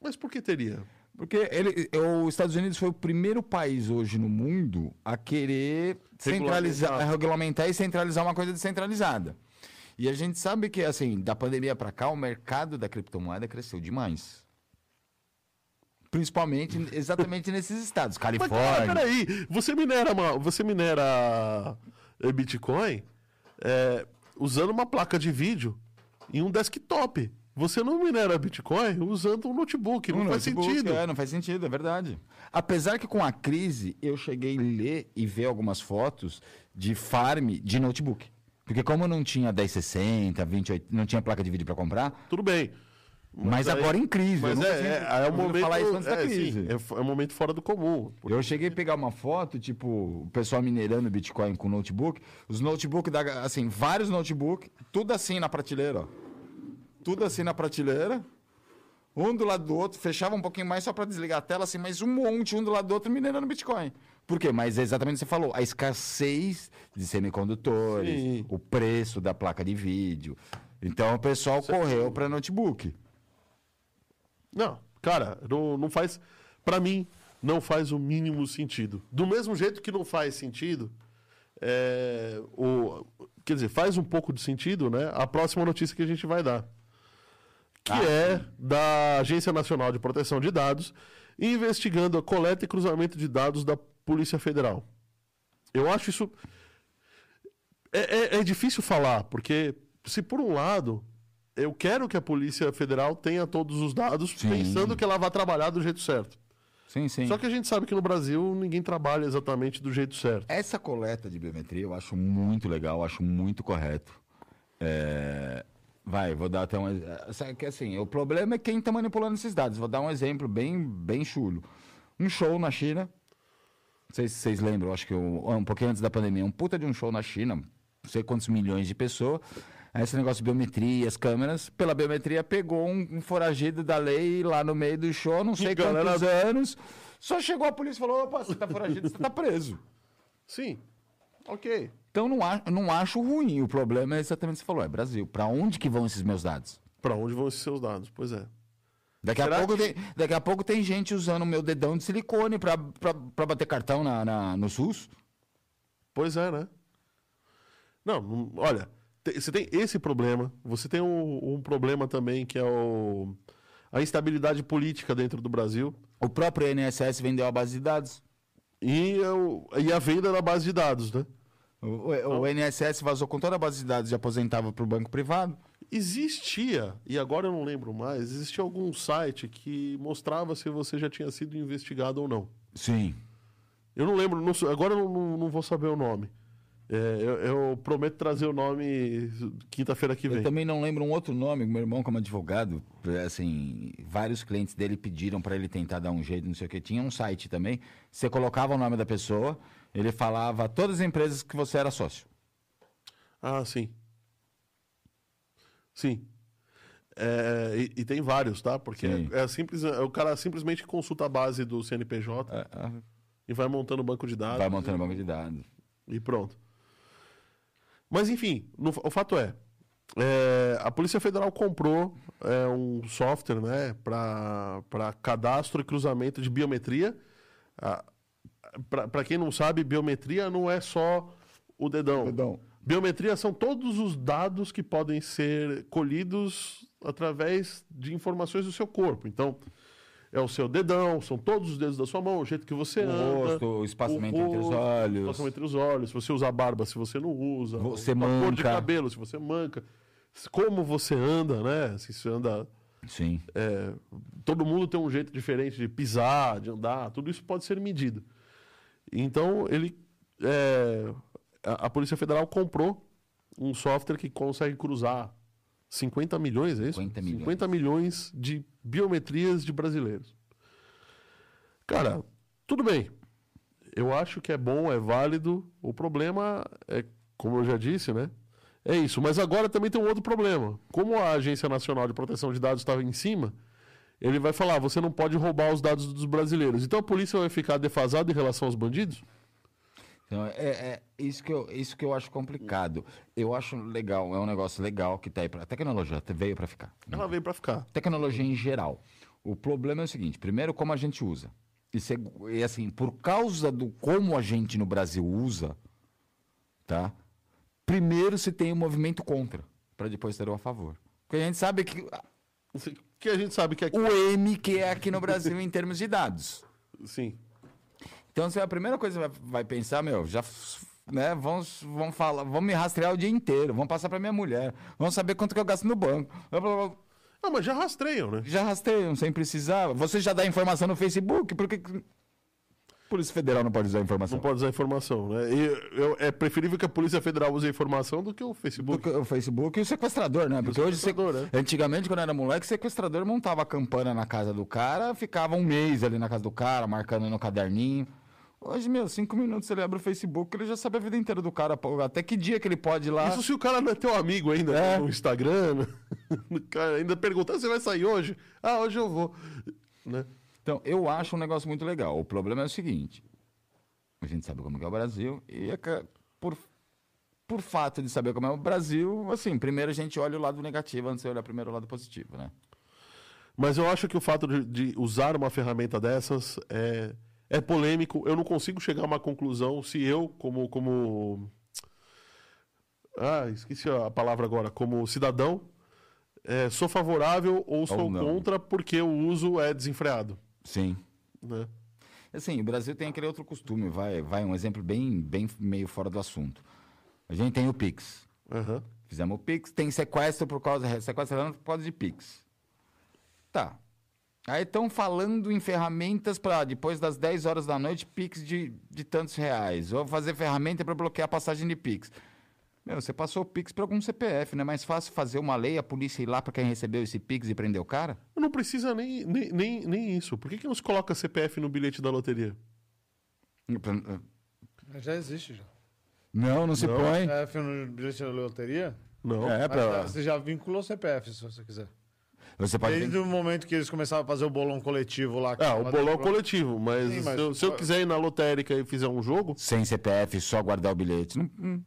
Speaker 1: Mas por que teria?
Speaker 2: Porque ele, eu- os Estados Unidos foi o primeiro país hoje no mundo a querer centralizar,
Speaker 1: Regulamentar.
Speaker 2: a regulamentar e centralizar uma coisa descentralizada. E a gente sabe que, assim, da pandemia para cá, o mercado da criptomoeda cresceu demais. Principalmente, exatamente nesses estados.
Speaker 1: Mas, cara,
Speaker 2: Califórnia.
Speaker 1: peraí, você minera, uma, você minera eh, Bitcoin eh, usando uma placa de vídeo em um desktop. Você não minera Bitcoin usando um notebook, não,
Speaker 2: Um
Speaker 1: faz
Speaker 2: notebook,
Speaker 1: sentido.
Speaker 2: É, não faz sentido, é verdade. Apesar que com a crise, eu cheguei a ler e ver algumas fotos de farm de notebook. Porque como eu não tinha 1060, 28, não tinha placa de vídeo para comprar,
Speaker 1: Tudo bem.
Speaker 2: mas,
Speaker 1: aí-
Speaker 2: agora é incrível. eu
Speaker 1: Mas é,
Speaker 2: nunca tinha
Speaker 1: é, é um
Speaker 2: ouvido
Speaker 1: momento.
Speaker 2: falar isso antes da
Speaker 1: é,
Speaker 2: crise.
Speaker 1: sim, é f- é um momento fora do comum.
Speaker 2: Eu cheguei a pegar uma foto, tipo, o pessoal minerando Bitcoin com notebook. Os notebook, da, assim, vários notebook, tudo assim na prateleira, ó. Tudo assim na prateleira. Um do lado do outro, fechava um pouquinho mais só pra desligar a tela, assim, mas um monte, um do lado do outro, minerando Bitcoin. Por quê? Mas é exatamente o que você falou. A escassez de semicondutores,
Speaker 1: Sim.
Speaker 2: o preço da placa de vídeo. Então o pessoal correu pra notebook.
Speaker 1: Não, cara, não, não faz. Pra mim, não faz o mínimo sentido. Do mesmo jeito que não faz sentido, é, o, quer dizer, faz um pouco de sentido, né? A próxima notícia que a gente vai dar. Que
Speaker 2: Ah,
Speaker 1: é da Agência Nacional de Proteção de Dados, investigando a coleta e cruzamento de dados da Polícia Federal. Eu acho isso. É, é- é difícil falar, porque se por um lado eu quero que a Polícia Federal tenha todos os dados,
Speaker 2: Sim.
Speaker 1: pensando que ela vai trabalhar do jeito certo.
Speaker 2: Sim, sim.
Speaker 1: Só que a gente sabe que no Brasil ninguém trabalha exatamente do jeito certo.
Speaker 2: Essa coleta de biometria eu acho muito legal, eu acho muito correto. É, Vai, vou dar até um. ex- eh, sabe que assim, o problema é quem está manipulando esses dados. Vou dar um exemplo bem, bem chulo. Um show na China. Não sei se vocês lembram, acho que eu- um pouquinho antes da pandemia, um puta de um show na China, não sei quantos milhões de pessoas. Aí Esse negócio de biometria, as câmeras, pela biometria pegou um, um foragido da lei lá no meio do show, não sei
Speaker 1: galera-
Speaker 2: quantos anos. Só chegou a polícia e falou: opa, você tá foragido, você tá preso.
Speaker 1: Sim. Ok.
Speaker 2: Então não, a- não acho ruim. O problema é exatamente o que você falou, é Brasil. Pra onde que vão esses meus dados?
Speaker 1: Pra onde vão esses seus dados? Pois é.
Speaker 2: Daqui a,
Speaker 1: Será
Speaker 2: pouco
Speaker 1: que-
Speaker 2: tem, daqui a pouco tem gente usando o meu dedão de silicone pra, pra, pra bater cartão na, na- no SUS.
Speaker 1: Pois é, né? Não, não- olha, te- você tem esse problema. Você tem um, um problema também que é o, a instabilidade política dentro do Brasil
Speaker 2: O próprio INSS vendeu a base de dados.
Speaker 1: e, é o- e a venda da base de dados, né?
Speaker 2: O,
Speaker 1: Então
Speaker 2: o- o INSS vazou com toda a base de dados e aposentava pro banco privado.
Speaker 1: Existia, e agora eu não lembro mais, existia algum site que mostrava se você já tinha sido investigado ou não.
Speaker 2: Sim.
Speaker 1: Eu não lembro, não sou- agora eu não- não, não vou saber o nome. É, eu, eu prometo trazer o nome quinta-feira que vem.
Speaker 2: Eu também não lembro um outro nome. Meu irmão, como advogado, assim, vários clientes dele pediram para ele tentar dar um jeito, não sei o que. Tinha um site também. Você colocava o nome da pessoa, ele falava todas as empresas que você era sócio.
Speaker 1: Ah, sim. Sim. É, e, e tem vários, tá? Porque
Speaker 2: Sim.
Speaker 1: é, é simples, é, o cara simplesmente consulta a base do CNPJ e vai montando o banco de dados
Speaker 2: Vai montando banco de dados.
Speaker 1: e pronto. Mas enfim, no fa- o fato é, é, a Polícia Federal comprou é, um software né, para cadastro e cruzamento de biometria. Ah, para quem não sabe, biometria não é só o dedão.
Speaker 2: Dedão.
Speaker 1: Biometria são todos os dados que podem ser colhidos através de informações do seu corpo. Então, é o seu dedão, são todos os dedos da sua mão, o jeito que você
Speaker 2: O
Speaker 1: anda.
Speaker 2: rosto, o espaçamento entre os olhos.
Speaker 1: O espaçamento entre os olhos. Se você usa barba, se você não usa.
Speaker 2: Você
Speaker 1: a cor de
Speaker 2: manca.
Speaker 1: cabelo, se você manca. Como você anda, né? Se você anda...
Speaker 2: Sim.
Speaker 1: É, todo mundo tem um jeito diferente de pisar, de andar, tudo isso pode ser medido. Então, ele, é, a, a Polícia Federal comprou um software que consegue cruzar 50 milhões, é isso?
Speaker 2: 50 milhões.
Speaker 1: 50 milhões de biometrias de brasileiros. Cara, tudo bem. Eu acho que é bom, é válido. O problema é, como eu já disse, né? É isso. Mas agora também tem um outro problema. Como a Agência Nacional de Proteção de Dados estava em cima, ele vai falar: você não pode roubar os dados dos brasileiros. Então a polícia vai ficar defasada em relação aos bandidos?
Speaker 2: Então, é, é isso, que eu, isso que eu acho complicado. Eu acho legal, é um negócio legal que tá aí pra. A tecnologia veio para ficar.
Speaker 1: Ela veio pra ficar.
Speaker 2: Tecnologia em geral. O problema é o seguinte: primeiro, como a gente usa. E, seg- e assim, por causa do como a gente no Brasil usa, tá? Primeiro se tem o movimento contra, para depois ter o a favor. Porque a gente sabe que
Speaker 1: Que a gente sabe que é.
Speaker 2: o M que é aqui no Brasil em termos de dados.
Speaker 1: Sim.
Speaker 2: Então você, a primeira coisa que você vai, vai pensar, meu, já f- né, vão, s- vão falar, vão me rastrear o dia inteiro, vão passar pra minha mulher, vão saber quanto que eu gasto no banco. Blá, blá, blá.
Speaker 1: Ah, mas já rastreiam, né?
Speaker 2: Já rastreiam sem precisar. Você já dá informação no Facebook, por que que Polícia Federal não pode usar informação?
Speaker 1: Não pode usar informação, né? E eu- é preferível que a Polícia Federal use a informação do que o Facebook.
Speaker 2: Porque o Facebook e o sequestrador, né? Porque hoje,
Speaker 1: sequestrador,
Speaker 2: sequ- antigamente, quando eu era moleque, sequestrador montava a campana na casa do cara, ficava um mês ali na casa do cara, marcando no caderninho. Hoje, meu, cinco minutos ele abre o Facebook, ele já sabe a vida inteira do cara, pô, até que dia que ele pode ir lá.
Speaker 1: Isso se o cara não é teu amigo ainda
Speaker 2: É.
Speaker 1: né? no Instagram, né? O cara ainda perguntando se vai sair hoje. Ah, hoje eu vou. Né?
Speaker 2: Então, eu acho um negócio muito legal. O problema é o seguinte: a gente sabe como que é o Brasil, e é que, por, por fato de saber como é o Brasil, assim, primeiro a gente olha o lado negativo antes de olhar primeiro o lado positivo, né?
Speaker 1: Mas eu acho que o fato de, de usar uma ferramenta dessas é, é polêmico. Eu não consigo chegar a uma conclusão se eu, como. como... Ah, esqueci a palavra agora. Como cidadão, é, sou favorável ou sou
Speaker 2: não.
Speaker 1: contra porque o uso é desenfreado.
Speaker 2: Sim.
Speaker 1: Né?
Speaker 2: Assim, o Brasil tem aquele outro costume, vai, vai um exemplo bem, bem meio fora do assunto. A gente tem o Pix.
Speaker 1: Aham.
Speaker 2: Fizemos o Pix, tem sequestro por causa, sequestrando por causa de Pix. Tá. Aí estão falando em ferramentas para depois das 10 horas da noite, Pix de, de tantos reais. Ou fazer ferramenta para bloquear a passagem de Pix. Meu, você passou o Pix para algum CPF, não é mais fácil fazer uma lei, a polícia ir lá para quem recebeu esse Pix e prender o cara?
Speaker 1: Não precisa nem, nem, nem, nem isso. Por que, que não se coloca CPF no bilhete da loteria?
Speaker 3: Mas Já existe, já. É,
Speaker 2: Não, não é. se
Speaker 1: Não.
Speaker 2: põe.
Speaker 3: CPF no bilhete da loteria?
Speaker 1: Não.
Speaker 2: É,
Speaker 3: Mas
Speaker 2: pra...
Speaker 3: tá, Você já vinculou o CPF, se você quiser.
Speaker 2: Você pode...
Speaker 3: Desde o momento que eles começaram a fazer o bolão coletivo lá. que
Speaker 1: Ah,
Speaker 3: lá
Speaker 1: o
Speaker 3: dentro
Speaker 1: bolão
Speaker 3: do-
Speaker 1: coletivo, mas,
Speaker 3: Sim, mas-
Speaker 1: se, eu, se eu quiser ir na lotérica e fizer um jogo,
Speaker 2: sem CPF, só guardar o bilhete. Não, hum,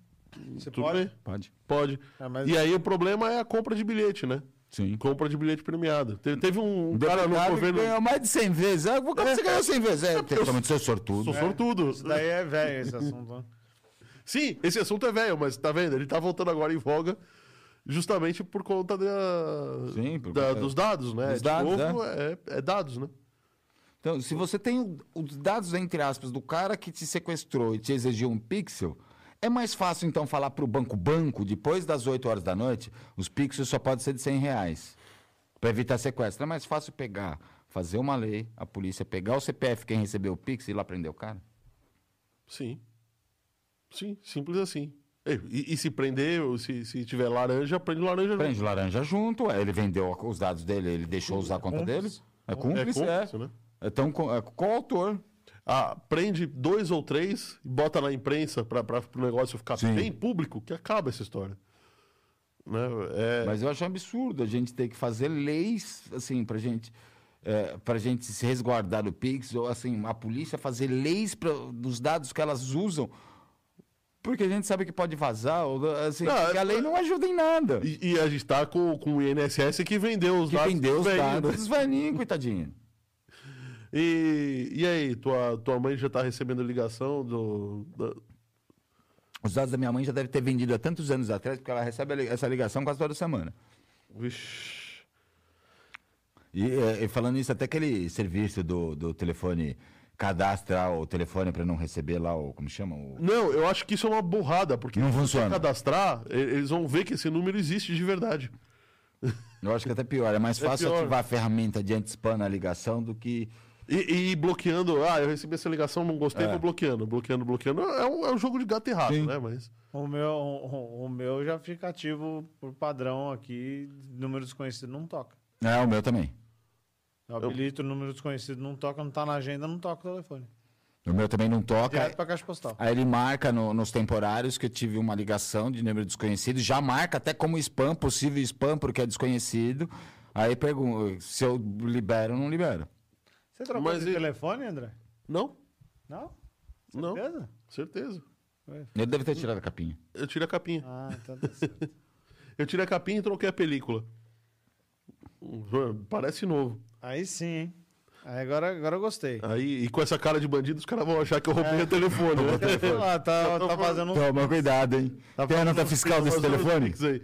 Speaker 3: Você
Speaker 1: tudo
Speaker 3: pode?
Speaker 1: bem?
Speaker 2: pode.
Speaker 1: Pode.
Speaker 3: Ah, mas-
Speaker 1: E aí o problema é a compra de bilhete, né?
Speaker 2: Sim.
Speaker 1: Compra de bilhete premiado. Te- teve um cara no
Speaker 2: Deputado
Speaker 1: governo.
Speaker 2: que ganhou mais de 100 vezes. Ah, como você ganhou 100 vezes? É, tem totalmente seu sortudo.
Speaker 1: Sou sortudo.
Speaker 3: Isso daí é velho esse assunto. né?
Speaker 1: Sim, esse assunto é velho, mas tá vendo? Ele tá voltando agora em voga justamente por conta da-
Speaker 2: Sim, por
Speaker 1: da-
Speaker 2: conta-
Speaker 1: dos dados, né?
Speaker 2: É. dos
Speaker 1: De
Speaker 2: dados,
Speaker 1: novo, é- é dados, né?
Speaker 2: Então, se você tem o- os dados, entre aspas, do cara que te sequestrou e te exigiu um pixel, é mais fácil, então, falar pro banco, banco, depois das 8 horas da noite, os pixels só podem ser de 100 reais. Para evitar sequestro. É mais fácil pegar, fazer uma lei, a polícia pegar o CPF, quem recebeu o pix e ir lá prender o cara.
Speaker 1: Sim. Sim, simples assim. E, e- e se prender, ou se, se tiver laranja, prende laranja. né?
Speaker 2: Prende o laranja junto, aí ele vendeu os dados dele, ele deixou usar a conta dele.
Speaker 3: cúmplice.
Speaker 2: É
Speaker 1: junto.
Speaker 2: cúmplice,
Speaker 1: é
Speaker 2: é.
Speaker 1: cúmplice, né?
Speaker 2: Então, co- é coautor.
Speaker 1: Ah, prende dois ou três e bota na imprensa para o negócio ficar
Speaker 2: Sim.
Speaker 1: bem público, que acaba essa história. Né? É,
Speaker 2: Mas eu acho um absurdo a gente ter que fazer leis, assim, pra gente. É, pra gente se resguardar do Pix, ou assim, a polícia fazer leis pra, dos dados que elas usam, porque a gente sabe que pode vazar, ou, assim,
Speaker 1: Não, é,
Speaker 2: porque a lei não ajuda em nada.
Speaker 1: E, e a gente tá com, com o INSS que vendeu os
Speaker 2: Que
Speaker 1: dados.
Speaker 2: vendeu os
Speaker 1: bem, né?
Speaker 2: dados dos velhinhos, coitadinho.
Speaker 1: E, e aí, tua, tua mãe já tá recebendo ligação do. da-
Speaker 2: Os dados da minha mãe já deve ter vendido há tantos anos atrás, porque ela recebe a li- essa ligação quase toda semana.
Speaker 1: Vixe.
Speaker 2: E, é, e falando isso, até aquele serviço do, do telefone cadastra o telefone pra não receber lá o. Como chama? O...
Speaker 1: Não, eu acho que isso é uma burrada, porque
Speaker 2: Não
Speaker 1: se você
Speaker 2: funciona.
Speaker 1: cadastrar, e- eles vão ver que esse número existe de verdade.
Speaker 2: Eu acho que até pior. É mais fácil
Speaker 1: pior.
Speaker 2: ativar a ferramenta de anti-spam na ligação do que.
Speaker 1: E, e bloqueando, ah, eu recebi essa ligação, não gostei,
Speaker 2: É.
Speaker 1: vou bloqueando, bloqueando, bloqueando. É um, é um jogo de gato e rato, né? Mas.
Speaker 3: O meu, o, o meu já fica ativo por padrão aqui, número desconhecido não toca.
Speaker 2: É, o meu também.
Speaker 3: Eu habilito o número desconhecido, não toca, não tá na agenda, não toca o telefone.
Speaker 2: O meu também não toca.
Speaker 3: Direto pra caixa postal.
Speaker 2: Aí ele marca no- nos temporários que eu tive uma ligação de número desconhecido, já marca até como spam, possível spam, porque é desconhecido. Aí pergunta se eu libero ou não libero.
Speaker 3: Você trocou
Speaker 1: Mas
Speaker 3: de
Speaker 1: e-
Speaker 3: telefone, André?
Speaker 1: Não?
Speaker 3: Não?
Speaker 1: Não.
Speaker 3: Certeza?
Speaker 1: Certeza.
Speaker 2: Ele deve ter tirado a capinha.
Speaker 1: Eu tirei a capinha.
Speaker 3: Ah, então tá certo.
Speaker 1: Eu tirei a capinha e troquei a película. Hum, Parece novo.
Speaker 3: Aí sim, hein? Aí agora, agora eu gostei.
Speaker 1: Aí, e com essa cara de bandido, os caras vão achar que eu roubei o telefone. né?
Speaker 3: Até fui lá, tá, tá fazendo um...
Speaker 2: Toma cuidado, hein?
Speaker 3: tá
Speaker 2: Tem a nota fiscal desse
Speaker 1: Fazer uns
Speaker 2: telefone?
Speaker 1: Pix aí.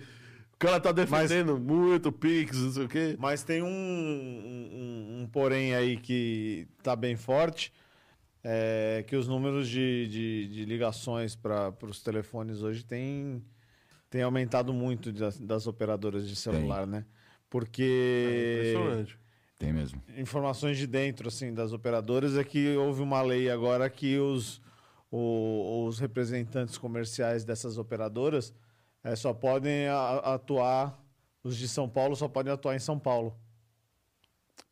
Speaker 1: O cara tá defendendo muito Pix, não sei o quê.
Speaker 3: Mas tem um, um, um- um porém aí que tá bem forte, é que os números de, de, de ligações para os telefones hoje tem, tem aumentado muito das, das operadoras de celular, né? É Porque
Speaker 1: Impressionante.
Speaker 2: Tem mesmo.
Speaker 3: informações de dentro assim das operadoras é que houve uma lei agora que os, o- os representantes comerciais dessas operadoras eh, só podem a- atuar os de São Paulo só podem atuar em São Paulo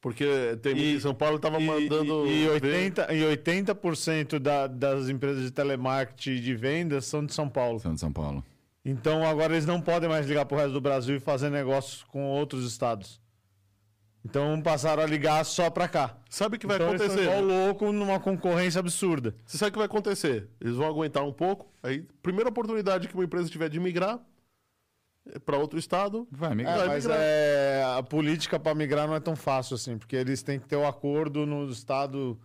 Speaker 1: Porque tem
Speaker 3: E-
Speaker 1: em São Paulo tava
Speaker 3: E-
Speaker 1: mandando.
Speaker 3: e, e
Speaker 1: ver.
Speaker 3: 80 e 80% da- das empresas de telemarketing e de vendas são de São Paulo
Speaker 2: São de São Paulo.
Speaker 3: então agora eles não podem mais ligar pro resto do Brasil e fazer negócios com outros estados então passaram a ligar só pra cá
Speaker 1: Sabe o que vai
Speaker 3: então,
Speaker 1: acontecer?
Speaker 3: Eles são igual louco numa concorrência absurda.
Speaker 1: Você sabe o que vai acontecer? Eles vão aguentar um pouco. Aí, primeira oportunidade que uma empresa tiver de migrar para outro estado.
Speaker 2: Vai, amigo.
Speaker 3: É,
Speaker 1: Vai
Speaker 3: mas
Speaker 1: migrar.
Speaker 3: é, a política para migrar não é tão fácil assim, porque eles têm que ter o acordo no estado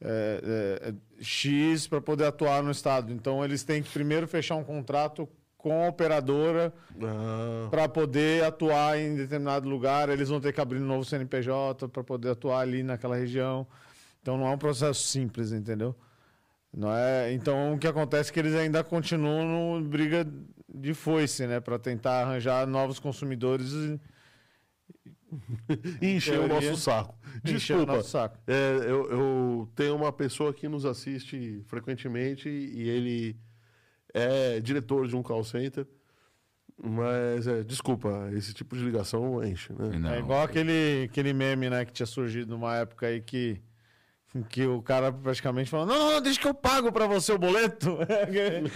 Speaker 3: é, é, X para poder atuar no estado. Então eles têm que primeiro fechar um contrato com a operadora
Speaker 1: Ah,
Speaker 3: para poder atuar em determinado lugar. Eles vão ter que abrir um novo CNPJ para poder atuar ali naquela região. Então não é um processo simples, entendeu? Não é. Então o que acontece é que eles ainda continuam no briga de foice, né, para tentar arranjar novos consumidores e
Speaker 1: encheu o
Speaker 3: Teoria.
Speaker 1: nosso saco.
Speaker 3: encher o
Speaker 1: Desculpa.
Speaker 3: nosso saco.
Speaker 1: É, eu, eu tenho uma pessoa que nos assiste frequentemente e ele é diretor de um call center. Mas, é, desculpa, esse tipo de ligação enche, né?
Speaker 2: Não.
Speaker 3: É igual aquele, aquele meme, né, que tinha surgido numa época aí que em que o cara praticamente falou: "Não, não, deixa que eu pago pra você o boleto".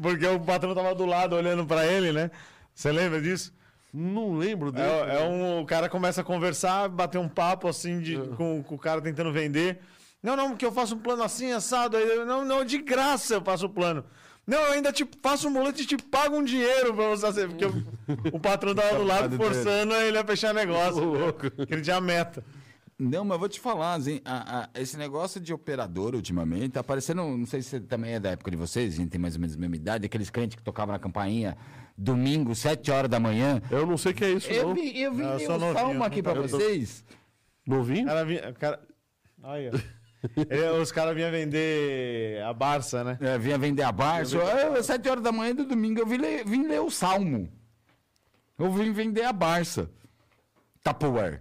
Speaker 3: Porque o patrão tava do lado olhando pra ele, né? Você lembra disso?
Speaker 1: Não lembro dele.
Speaker 3: É, é um, o cara começa a conversar, bater um papo assim de, com, com o cara tentando vender. Não, não, porque eu faço um plano assim, assado. Aí, eu, não, não, de graça eu faço o plano. Não, eu ainda te faço um boleto e te pago um dinheiro pra você fazer. Porque o, o patrão tava do lado forçando ele a fechar negócio.
Speaker 1: louco.
Speaker 3: Porque ele tinha meta.
Speaker 2: Não, mas vou te falar, assim, a- a- esse negócio de operador ultimamente tá parecendo, não sei se também é da época de vocês, a gente tem mais ou menos a mesma idade, aqueles crentes que tocavam na campainha domingo, 7 horas da manhã.
Speaker 1: Eu não sei o que é isso,
Speaker 2: Eu
Speaker 1: não.
Speaker 2: vi, eu vi
Speaker 3: Não, eu
Speaker 2: eu
Speaker 3: sou
Speaker 2: vou falar
Speaker 3: novinho,
Speaker 2: uma aqui pra
Speaker 3: eu tô-
Speaker 2: vocês.
Speaker 3: O
Speaker 1: Novinho?
Speaker 3: cara vinha. o cara- Aí, ó. Ele- os caras vinham vender a Barça, né?
Speaker 2: É, vinha vender a Barça. Eu, às 7 horas da manhã do domingo eu vim ler, vim ler o Salmo. Eu vim vender a Barça. Tupperware.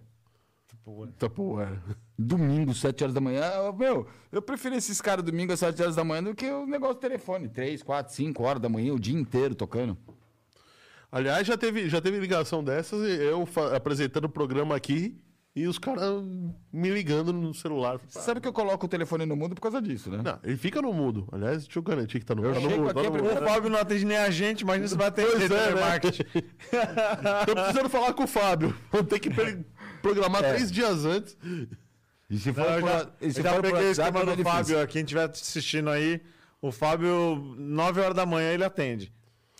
Speaker 3: Tipo,
Speaker 1: Tá, pô, é.
Speaker 2: Domingo, 7 horas da manhã. Eu- Meu, eu prefiro esses caras domingo às 7 horas da manhã do que o negócio do telefone. 3, 4, 5 horas da manhã, o dia inteiro tocando.
Speaker 1: Aliás, já teve, já teve ligação dessas, e eu fa- apresentando o programa aqui e os caras me ligando no celular.
Speaker 2: Você sabe que eu coloco o telefone no mundo por causa disso, né?
Speaker 1: Não, ele fica no mudo. Aliás, deixa eu garantir que tá no mudo. Tá no
Speaker 2: chego
Speaker 1: mundo,
Speaker 2: aqui,
Speaker 1: tá no
Speaker 2: é
Speaker 1: mudo.
Speaker 3: O Fábio não atende nem a gente, mas não se vai atender
Speaker 1: Pois é, né?
Speaker 3: telemarketing.
Speaker 1: Tô precisando falar com o Fábio. Vou ter que pre- programar
Speaker 2: É.
Speaker 1: três dias antes.
Speaker 2: E se for
Speaker 3: Não, eu
Speaker 2: por-
Speaker 3: já,
Speaker 2: e se
Speaker 3: já
Speaker 2: for por
Speaker 3: peguei o
Speaker 2: WhatsApp,
Speaker 3: esquema
Speaker 2: não é
Speaker 3: do
Speaker 2: difícil.
Speaker 3: Fábio. ó, Quem estiver assistindo aí, o Fábio, 9 horas da manhã, ele atende.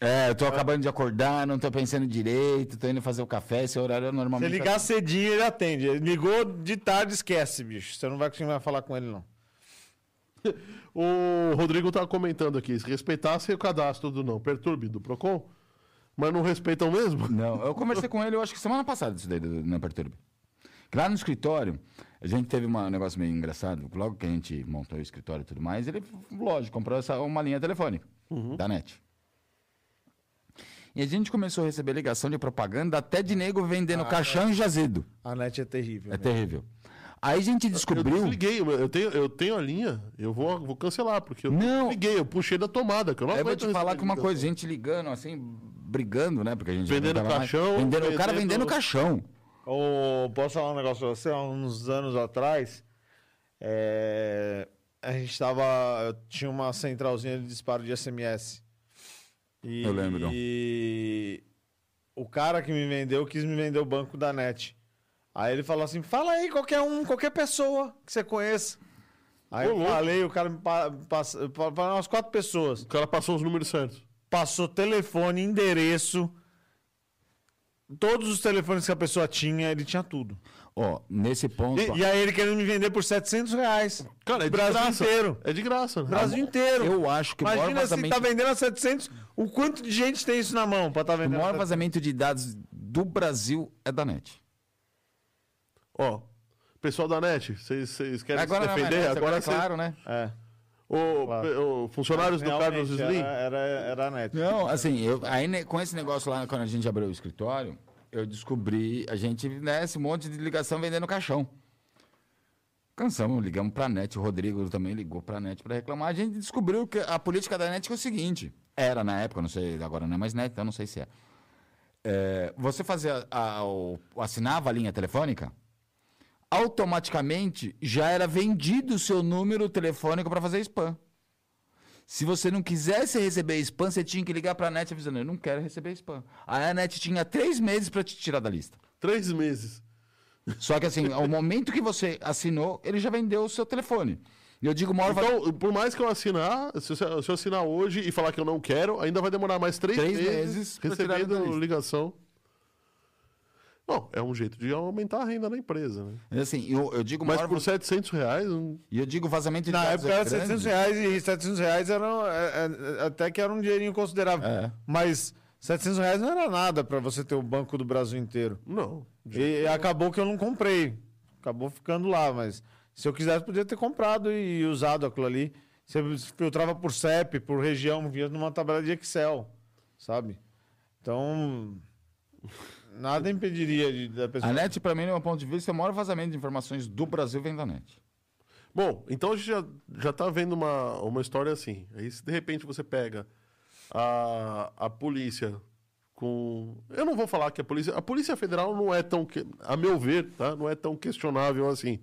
Speaker 2: É, eu tô acabando de acordar, não tô pensando direito, tô indo fazer o café, esse horário é
Speaker 3: Se
Speaker 2: normalmente.
Speaker 3: ligar cedinho, ele atende. Ele ligou de tarde, esquece, bicho. Você não vai conseguir mais falar com ele, não.
Speaker 1: O Rodrigo tá comentando aqui. Se respeitassem o cadastro do não perturbe do Procon, mas não respeitam mesmo?
Speaker 2: Não, eu conversei com ele, eu acho que semana passada, isso daí, do- na Perturbe. Que Lá no escritório, a gente teve uma- um negócio meio engraçado. Logo que a gente montou o escritório e tudo mais, ele, lógico, comprou essa, uma linha telefônica
Speaker 1: Uhum.
Speaker 2: da NET. E a gente começou a receber ligação de propaganda até de nego
Speaker 1: Ah,
Speaker 2: vendendo caixão e jazido.
Speaker 3: A net é terrível.
Speaker 2: É
Speaker 3: né?
Speaker 2: terrível. Aí a gente
Speaker 1: Eu
Speaker 2: descobriu.
Speaker 1: desliguei, eu tenho, eu tenho a linha, eu vou, vou cancelar, porque eu
Speaker 2: Não.
Speaker 1: desliguei, eu puxei da tomada, que eu não
Speaker 2: Eu vou
Speaker 1: aguento
Speaker 2: te falar
Speaker 1: receber
Speaker 2: que uma
Speaker 1: ligação.
Speaker 2: coisa, gente ligando, assim, brigando, né? Porque a gente já não
Speaker 1: Vendendo
Speaker 2: tava mais-
Speaker 1: caixão,
Speaker 2: Vendendo, o cara
Speaker 1: vendendo-
Speaker 2: vendendo caixão.
Speaker 3: Ô, posso falar um negócio pra você? Há uns anos atrás, é, a gente tava. eu Tinha uma centralzinha de disparo de SMS. E-
Speaker 2: Eu lembro.
Speaker 3: E o cara que me vendeu quis me vender o banco da net. Aí ele falou assim: fala aí, qualquer um, qualquer pessoa que você conheça. Aí
Speaker 1: Ô,
Speaker 3: eu
Speaker 1: louco.
Speaker 3: falei, o cara me pa- passa- pa- falaram umas quatro pessoas.
Speaker 1: O cara passou os números certos.
Speaker 3: Passou telefone, endereço. Todos os telefones que a pessoa tinha, ele tinha tudo.
Speaker 2: Ó, nesse ponto.
Speaker 3: E, e aí ele querendo me vender por 700 reais.
Speaker 1: Cara, é de
Speaker 3: Brasil
Speaker 1: graça.
Speaker 3: inteiro.
Speaker 1: É de graça, né?
Speaker 3: Brasil inteiro.
Speaker 2: eu acho que o maior
Speaker 3: Imagina se
Speaker 2: vazamento,
Speaker 3: tá vendendo a 700, o quanto de gente tem isso na mão pra tá
Speaker 2: o
Speaker 3: vendendo?
Speaker 2: maior
Speaker 3: a
Speaker 2: vazamento de dados do Brasil é da net.
Speaker 1: Ó, pessoal da NET, vocês vocês querem
Speaker 2: Agora
Speaker 1: se
Speaker 2: não é
Speaker 1: defender?
Speaker 2: mais,
Speaker 1: agora
Speaker 2: agora é
Speaker 1: vocês-
Speaker 2: claro, né?
Speaker 3: 700? É.
Speaker 1: Ô, pe- ô, funcionários do
Speaker 3: Realmente, é,
Speaker 1: Carlos Slim.
Speaker 3: Era, era, era a net.
Speaker 2: Não, assim, eu, aí né, com esse negócio lá, quando a gente abriu o escritório, eu descobri, a gente, né, esse monte de ligação vendendo caixão. Cansamos, ligamos pra NET, o Rodrigo também ligou pra NET pra reclamar. A gente descobriu que a política da NET é o seguinte, era na época, não sei, agora não é mais NET, então não sei se é. É, você fazia, a, o- assinava a linha telefônica, automaticamente já era vendido o seu número telefônico pra fazer spam. Se você não quisesse receber spam, você tinha que ligar pra net avisando, eu não quero receber spam. Aí a net tinha três meses pra te tirar da lista.
Speaker 1: Três meses.
Speaker 2: Só que assim, ao momento que você assinou, ele já vendeu o seu telefone. E eu digo, uma hora vai-
Speaker 1: Então, por mais que eu assinar, se eu, se eu assinar hoje e falar que eu não quero, ainda vai demorar mais três,
Speaker 2: Três meses
Speaker 1: meses,
Speaker 2: pra tirar da
Speaker 1: recebendo
Speaker 2: lista.
Speaker 1: ligação. Bom, é um jeito de aumentar a renda na empresa, né?
Speaker 2: Assim, eu, eu digo, uma
Speaker 1: Mas
Speaker 2: hora
Speaker 1: por
Speaker 2: vai-
Speaker 1: 700 reais, um-
Speaker 2: E eu digo vazamento de
Speaker 3: Na
Speaker 2: dados
Speaker 3: época
Speaker 2: é
Speaker 3: era
Speaker 2: grande.
Speaker 3: 700 reais e 700 reais era, é, é, até que era um dinheirinho considerável.
Speaker 2: É.
Speaker 3: Mas 700 reais não era nada pra você ter o banco do Brasil inteiro.
Speaker 1: não.
Speaker 3: E acabou que eu não comprei. Acabou ficando lá, mas se eu quisesse, podia ter comprado e usado aquilo ali. Você filtrava por CEP, por região, via numa tabela de Excel, sabe? Então, nada impediria de- da pessoa.
Speaker 2: A net, pra mim, no meu ponto de vista, é o maior vazamento de informações do Brasil vem da net.
Speaker 1: Bom, então a gente já, já tá vendo uma, uma história assim. Aí se de repente você pega a, a polícia com. Eu não vou falar que a polícia. A Polícia Federal não é tão. que- A meu ver, tá? Não é tão questionável assim.